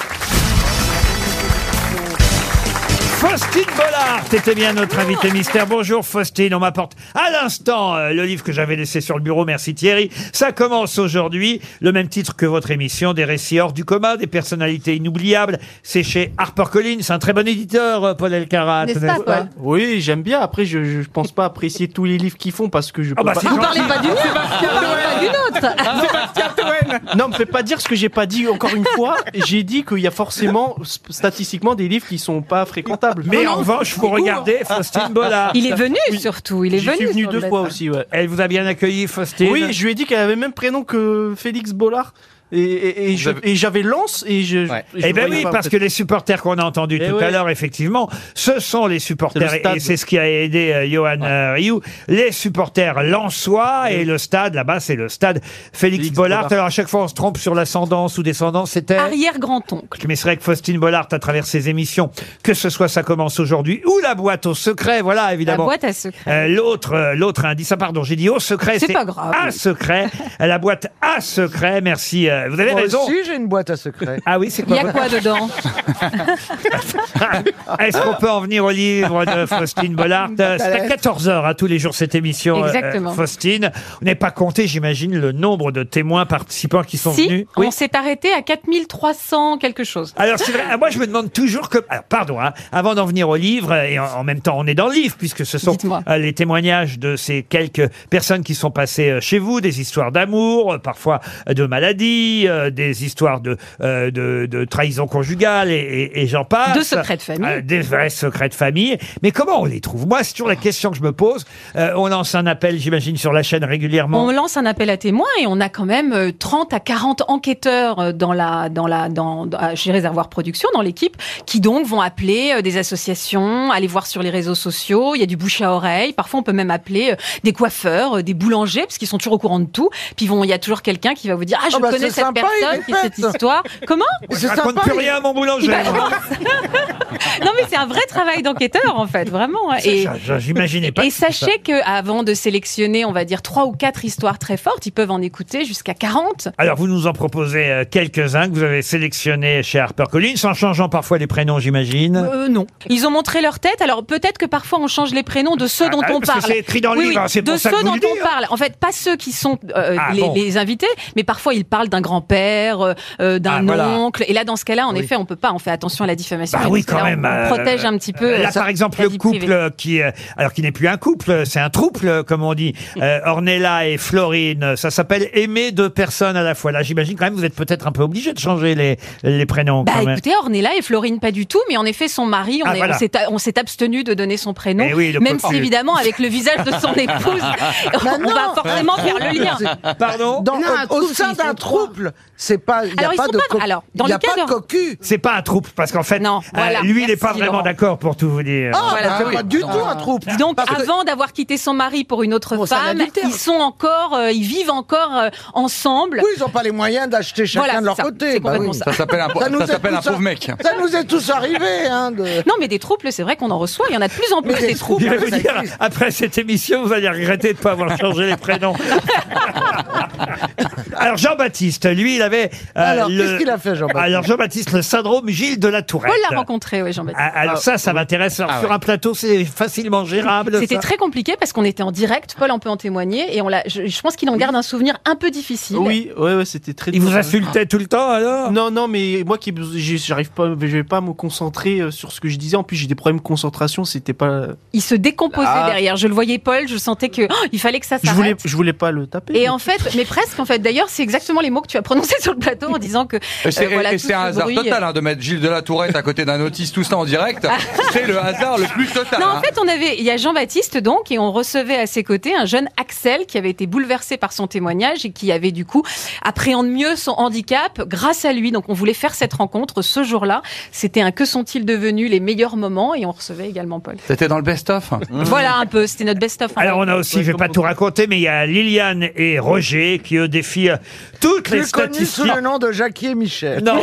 Speaker 2: Faustine Bollard, Oh. t'étais bien notre invitée mystère. Bonjour Faustine, on m'apporte à l'instant euh, le livre que j'avais laissé sur le bureau. Merci Thierry. Ça commence aujourd'hui, le même titre que votre émission, des récits hors du commun, des personnalités inoubliables. C'est chez HarperCollins, un très bon éditeur, euh, Paul Elkarat. Ah,
Speaker 9: N'est-ce
Speaker 2: n'est-ce pas
Speaker 9: Oui, j'aime bien. Après, je, je pense pas apprécier tous les livres qu'ils font parce que je peux
Speaker 2: bah,
Speaker 9: pas...
Speaker 2: c'est Vous parlez gentil. pas du mien,
Speaker 9: Sébastien
Speaker 13: vous parlez pas
Speaker 9: Toen.
Speaker 13: du nôtre.
Speaker 9: Ah, Sébastien Toen. Non, me fais pas dire ce que j'ai pas dit encore une fois. J'ai dit qu'il y a forcément, s- statistiquement, des livres qui sont pas fréquentables.
Speaker 22: Oh
Speaker 2: Mais en revanche, vous regardez Faustine Bollard.
Speaker 22: Il est venu surtout, il est
Speaker 9: Je
Speaker 22: venu.
Speaker 9: suis venu
Speaker 22: sur
Speaker 9: deux
Speaker 22: le
Speaker 9: fois
Speaker 22: plateau.
Speaker 9: aussi, ouais.
Speaker 2: Elle vous a bien accueilli, Faustine
Speaker 9: Oui, je lui ai dit qu'elle avait le même prénom que Félix Bollard. Et, et- et je- et j'avais Lance et je. je- je
Speaker 2: Eh ben
Speaker 9: voyais
Speaker 2: oui,
Speaker 9: pas,
Speaker 2: parce
Speaker 9: en
Speaker 2: que
Speaker 9: fait.
Speaker 2: les supporters qu'on a entendus
Speaker 9: Eh
Speaker 2: tout à
Speaker 9: ouais.
Speaker 2: l'heure, effectivement, ce sont les supporters,
Speaker 9: C'est le
Speaker 2: et-
Speaker 9: stade.
Speaker 2: et c'est ce qui a aidé euh, Johan euh, Rioux, les supporters lançois, et le stade, là-bas, c'est le stade Félix, Bollard.
Speaker 22: Bollard.
Speaker 2: Alors, à chaque fois, on se trompe sur l'ascendance ou descendance, c'était...
Speaker 22: Arrière-grand-oncle.
Speaker 2: Mais c'est vrai que Faustine Bollard, à travers ses émissions, que ce soit Ça commence aujourd'hui ou La boîte au secret, voilà, évidemment.
Speaker 22: boîte à secrets.
Speaker 2: Euh, l'autre, euh, l'autre indice, ah, pardon, j'ai dit au secret,
Speaker 22: C'est pas grave.
Speaker 2: à secret, Euh, la boîte à secret, merci. euh, vous avez
Speaker 7: Moi
Speaker 2: raison.
Speaker 7: aussi, j'ai une boîte à secret.
Speaker 2: Ah oui, c'est
Speaker 22: Il
Speaker 2: quoi
Speaker 22: y a
Speaker 2: votre-
Speaker 22: quoi dedans
Speaker 2: Est-ce qu'on peut en venir au livre de Faustine Bollard Euh, C'est à 14h à tous les jours cette émission. euh,
Speaker 22: Exactement.
Speaker 2: Faustine, on n'est pas compté, j'imagine, le nombre de témoins participants qui sont
Speaker 22: Si,
Speaker 2: venus.
Speaker 22: on s'est arrêté à 4300 quelque chose.
Speaker 2: Alors c'est vrai, ah, moi je me demande toujours que, alors, pardon, hein, avant d'en venir au livre euh, et en, en même temps on est dans le livre puisque ce sont euh, les témoignages de ces quelques personnes qui sont passées euh, chez vous, des histoires d'amour, euh, parfois euh, de maladies, famille, euh, des histoires de, euh, de, de trahison conjugale et, et- et j'en passe.
Speaker 22: De secrets de famille.
Speaker 2: Euh, des vrais secrets de famille. Mais comment on les trouve Moi, c'est toujours la question que je me pose. Euh, on lance un appel, j'imagine, sur la chaîne régulièrement.
Speaker 22: On lance un appel à témoins et on a quand même euh, 30 à 40 enquêteurs euh, dans la, dans la, dans, dans- chez Réservoir Production, dans l'équipe, qui donc vont appeler euh, des associations, aller voir sur les réseaux sociaux. Il y a du bouche à oreille. Parfois, on peut même appeler euh, des coiffeurs, euh, des boulangers, parce qu'ils sont toujours au courant de tout. Puis ils vont, il y a toujours quelqu'un qui va vous dire Ah, je
Speaker 2: Oh bah,
Speaker 22: connais
Speaker 2: c'est
Speaker 22: cette
Speaker 2: sympa, il
Speaker 22: personne
Speaker 2: est
Speaker 22: qui a cette
Speaker 2: fait.
Speaker 22: histoire. Comment
Speaker 2: Je C'est raconte sympa, plus il- rien à mon boulanger,
Speaker 22: Bah,
Speaker 2: moi.
Speaker 22: non, mais c'est un vrai travail d'enquêteur, en fait, vraiment. hein. Et-
Speaker 2: Je- je- J'imaginais pas.
Speaker 22: et
Speaker 2: que c'était ça.
Speaker 22: sachez qu'avant de sélectionner, on va dire, trois ou quatre histoires très fortes, ils peuvent en écouter jusqu'à 40.
Speaker 2: Alors, vous nous en proposez euh, quelques-uns que vous avez sélectionnés chez HarperCollins, en changeant parfois les prénoms, j'imagine.
Speaker 22: Euh, non. Ils ont montré leur tête. Alors peut-être que parfois on change les prénoms de ceux
Speaker 2: Ah
Speaker 22: dont
Speaker 2: bah oui,
Speaker 22: on
Speaker 2: parce que
Speaker 22: parle.
Speaker 2: c'est écrit dans le livre, hein, c'est
Speaker 22: de
Speaker 2: pour ça que
Speaker 22: ceux
Speaker 2: vous
Speaker 22: dont
Speaker 2: le dites,
Speaker 22: on parle. En fait, pas ceux qui sont euh,
Speaker 2: Ah,
Speaker 22: les,
Speaker 2: bon.
Speaker 22: les invités, mais parfois ils parlent d'un grand-père, euh, euh, d'un
Speaker 2: Ah, voilà.
Speaker 22: oncle. Et là, dans ce cas-là, en
Speaker 2: Oui.
Speaker 22: effet, on peut pas. On fait attention à la diffamation.
Speaker 2: Bah
Speaker 22: Et
Speaker 2: oui,
Speaker 22: parce que
Speaker 2: quand
Speaker 22: là,
Speaker 2: même.
Speaker 22: On,
Speaker 2: euh,
Speaker 22: protège un petit peu.
Speaker 2: Là,
Speaker 22: euh,
Speaker 2: par exemple,
Speaker 22: la
Speaker 2: le
Speaker 22: vie
Speaker 2: couple
Speaker 22: privée.
Speaker 2: euh, qui, euh, alors qui n'est plus un couple, euh, c'est un trouble, euh, comme on dit. Euh, Ornella et Florine, ça s'appelle aimer deux personnes à la fois. Là, j'imagine quand même, vous êtes peut-être un peu obligé de changer les, les prénoms.
Speaker 22: Bah
Speaker 2: quand même.
Speaker 22: écoutez, Ornella et Florine pas du tout, mais en effet son mari, on
Speaker 2: Ah,
Speaker 22: est-
Speaker 2: voilà.
Speaker 22: on s'est on s'est abstenu de donner son prénom,
Speaker 2: Eh oui, le
Speaker 22: même
Speaker 2: pauvre.
Speaker 22: si évidemment avec le visage de son épouse, on,
Speaker 7: Bah
Speaker 22: on va
Speaker 7: non.
Speaker 22: forcément faire le lien.
Speaker 7: C'est-
Speaker 2: Pardon
Speaker 7: Dans-
Speaker 22: Non,
Speaker 7: au-
Speaker 22: un
Speaker 7: Au
Speaker 22: trouble,
Speaker 7: sein
Speaker 22: ils
Speaker 7: d'un
Speaker 22: sont
Speaker 7: trouble, c'est pas. Il n'y a
Speaker 22: Alors, ils
Speaker 7: pas
Speaker 22: sont
Speaker 7: de.
Speaker 22: pas-
Speaker 7: co-
Speaker 22: alors, dans
Speaker 7: y a
Speaker 22: le cas
Speaker 7: pas de
Speaker 22: de-
Speaker 7: cocu.
Speaker 2: C'est pas un trouble, parce qu'en fait, euh,
Speaker 22: voilà.
Speaker 2: lui, il n'est
Speaker 22: Merci,
Speaker 2: pas vraiment
Speaker 22: Laurent.
Speaker 2: d'accord pour tout vous dire.
Speaker 7: Ah, bah, c'est pas du tout un trouble. Bah,
Speaker 22: Dis Donc
Speaker 7: Parce que- Oh,
Speaker 22: avant d'avoir quitté son mari pour une autre
Speaker 7: c'est un
Speaker 22: femme,
Speaker 7: adultère.
Speaker 22: ils sont encore, euh, ils vivent encore euh, ensemble.
Speaker 7: Oui, ils n'ont pas les moyens d'acheter chacun
Speaker 22: Voilà,
Speaker 7: de leur
Speaker 22: c'est ça.
Speaker 7: côté.
Speaker 22: C'est
Speaker 7: Bah
Speaker 22: complètement
Speaker 7: oui.
Speaker 22: ça. Ça s'appelle un-
Speaker 7: nous
Speaker 22: ça
Speaker 7: est
Speaker 22: s'appelle un
Speaker 7: tous ar-
Speaker 22: pauvre mec.
Speaker 7: Ça nous est tous arrivés. Hein, de...
Speaker 22: Non mais des troubles, c'est vrai qu'on en reçoit. Il y en a de plus en plus des troubles.
Speaker 2: Je vais vous dire, après cette émission, vous allez regretter de ne pas avoir changé les prénoms. Alors Jean-Baptiste, lui, il avait. euh,
Speaker 22: Alors,
Speaker 2: le-
Speaker 22: qu'est-ce qu'il a fait, Jean-Baptiste
Speaker 2: Alors Jean-Baptiste, le syndrome Gilles de la Tourette.
Speaker 22: Paul l'a rencontré, ouais, Jean-Baptiste.
Speaker 2: Ah, Alors ça, ça m'intéresse. Alors,
Speaker 22: Ah
Speaker 2: Sur
Speaker 22: ouais.
Speaker 2: un plateau, c'est facilement gérable.
Speaker 22: C'était
Speaker 2: ça.
Speaker 22: très compliqué parce qu'on était en direct. Paul en peut en témoigner et on l'a. Je, je pense qu'il en garde un souvenir un peu difficile.
Speaker 9: Oui, ouais, ouais, c'était très.
Speaker 2: Il vous insultait tout le temps alors
Speaker 9: Non, non, mais moi qui j'ai- j'arrive pas, je vais pas me concentrer euh, sur ce que je disais. En plus, j'ai des problèmes de concentration. C'était pas.
Speaker 22: Il se décomposait
Speaker 9: Ah.
Speaker 22: derrière. Je le voyais, Paul. Je sentais que oh, il fallait que ça
Speaker 9: Je voulais,
Speaker 22: s'arrête.
Speaker 9: je voulais pas le taper.
Speaker 22: Et en fait, mais presque en fait. D'ailleurs, c'est exactement les mots que tu as prononcés sur le plateau en disant que
Speaker 3: Et C'est
Speaker 22: euh, voilà,
Speaker 3: et
Speaker 22: tout
Speaker 3: c'est un
Speaker 22: ce
Speaker 3: hasard
Speaker 22: bruit-
Speaker 3: total hein, de mettre Gilles de la Tourette à côté d'un autiste, tout ça en direct. C'est le hasard le plus total.
Speaker 22: Non,
Speaker 3: hein.
Speaker 22: en fait, on avait, il y a Jean-Baptiste donc, et on recevait à ses côtés un jeune Axel qui avait été bouleversé par son témoignage et qui avait du coup appréhende mieux son handicap grâce à lui. Donc, on voulait faire cette rencontre ce jour-là. C'était un que sont-ils devenus les meilleurs moments et on recevait également Paul.
Speaker 3: C'était dans le best-of.
Speaker 22: Voilà un peu, c'était notre best-of. hein.
Speaker 2: Alors on a aussi, je vais pas tout raconter, mais il y a Liliane et Roger qui eux défient euh, toutes les
Speaker 7: Plus connu sous
Speaker 2: statistiques.
Speaker 7: le nom de Jackie et Michel.
Speaker 2: Non.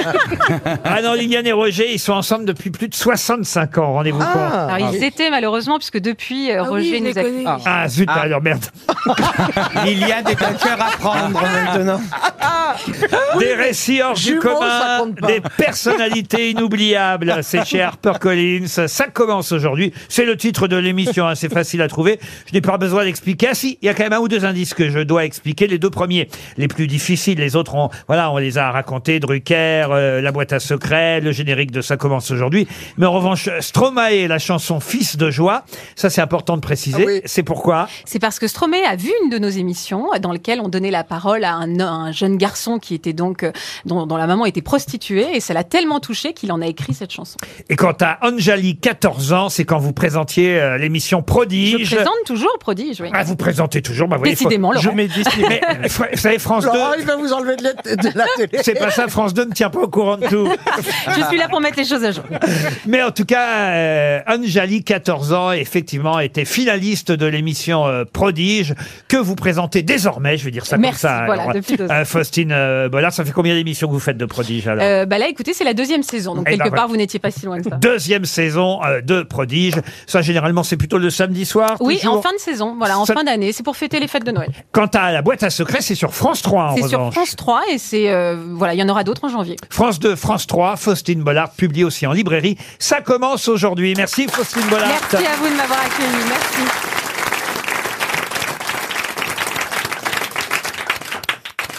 Speaker 2: ah non, Liliane et Roger, ils sont ensemble depuis plus de 65 ans, rendez-vous
Speaker 22: Ah.
Speaker 2: compte.
Speaker 22: Alors, ils étaient malheureusement, puisque depuis, euh,
Speaker 8: oui,
Speaker 22: Roger
Speaker 8: je les
Speaker 22: nous a
Speaker 8: connais.
Speaker 2: Ah, ah, zut, alors merde.
Speaker 5: Liliane est un cœur à prendre maintenant.
Speaker 2: Des récits hors du
Speaker 5: Ah, Jumeaux, ça
Speaker 2: commun,
Speaker 5: compte pas.
Speaker 2: des personnalités inoubliables. C'est chez HarperCollins. Ça commence aujourd'hui. C'est le titre de l'émission. hein. C'est facile à trouver. Je n'ai pas besoin d'expliquer. Ah si, il y a quand même un ou deux indices que je dois expliquer. Les deux premiers, les plus difficiles. Les autres, on, voilà, on les a racontés. Drucker, euh, La boîte à secrets, le générique de Ça commence aujourd'hui. Mais en revanche, Stromae, la chanson Fils de joie. Ça, c'est important de préciser. C'est pourquoi.
Speaker 22: C'est parce que Stromae a vu une de nos émissions dans laquelle on donnait la parole à un, un jeune garçon qui était donc euh, dont, dont la maman était prostituée et ça l'a tellement touché qu'il en a écrit cette chanson.
Speaker 2: Et quant à Anjali, 14 ans, c'est quand vous présentiez euh, l'émission Prodige.
Speaker 22: Je présente toujours Prodige. Oui.
Speaker 2: Ah, vous présentez toujours, bah, vous voyez,
Speaker 22: Décidément,
Speaker 2: faut-
Speaker 22: Laurent.
Speaker 2: je mets Disney. Mais, fr- vous savez, France 2.
Speaker 7: Laurent, il va vous enlever de la, de la télé.
Speaker 2: C'est pas ça, France 2 ne tient pas au courant de tout.
Speaker 22: Je suis là pour mettre les choses à jour.
Speaker 2: Mais en tout cas, euh, Anjali, 14 ans, effectivement, était finaliste de l'émission euh, Prodige, que vous présentez désormais, je vais dire ça
Speaker 22: Merci,
Speaker 2: comme ça.
Speaker 22: voilà, depuis deux ans.
Speaker 2: euh, Faustine euh, Bollard, ça fait combien d'émissions que vous faites de Prodige alors
Speaker 22: Euh, bah là, écoutez, c'est la deuxième saison, donc
Speaker 2: Eh ben,
Speaker 22: quelque
Speaker 2: voilà.
Speaker 22: part vous n'étiez pas si loin que ça.
Speaker 2: Deuxième saison euh, de Prodige. Ça, généralement, c'est plutôt le samedi soir.
Speaker 22: Oui,
Speaker 2: toujours.
Speaker 22: en fin de saison, voilà, en
Speaker 2: Ça-
Speaker 22: fin d'année, c'est pour fêter les fêtes de Noël.
Speaker 2: Quant à la boîte à secrets, c'est sur France 3 en
Speaker 22: C'est sur
Speaker 2: revanche.
Speaker 22: France 3 et c'est euh, voilà, il y en aura d'autres en janvier.
Speaker 2: France 2, France 3, Faustine Bollard publie aussi en librairie. Ça commence aujourd'hui. Merci Faustine Bollard.
Speaker 22: Merci à vous de m'avoir accueilli. Merci.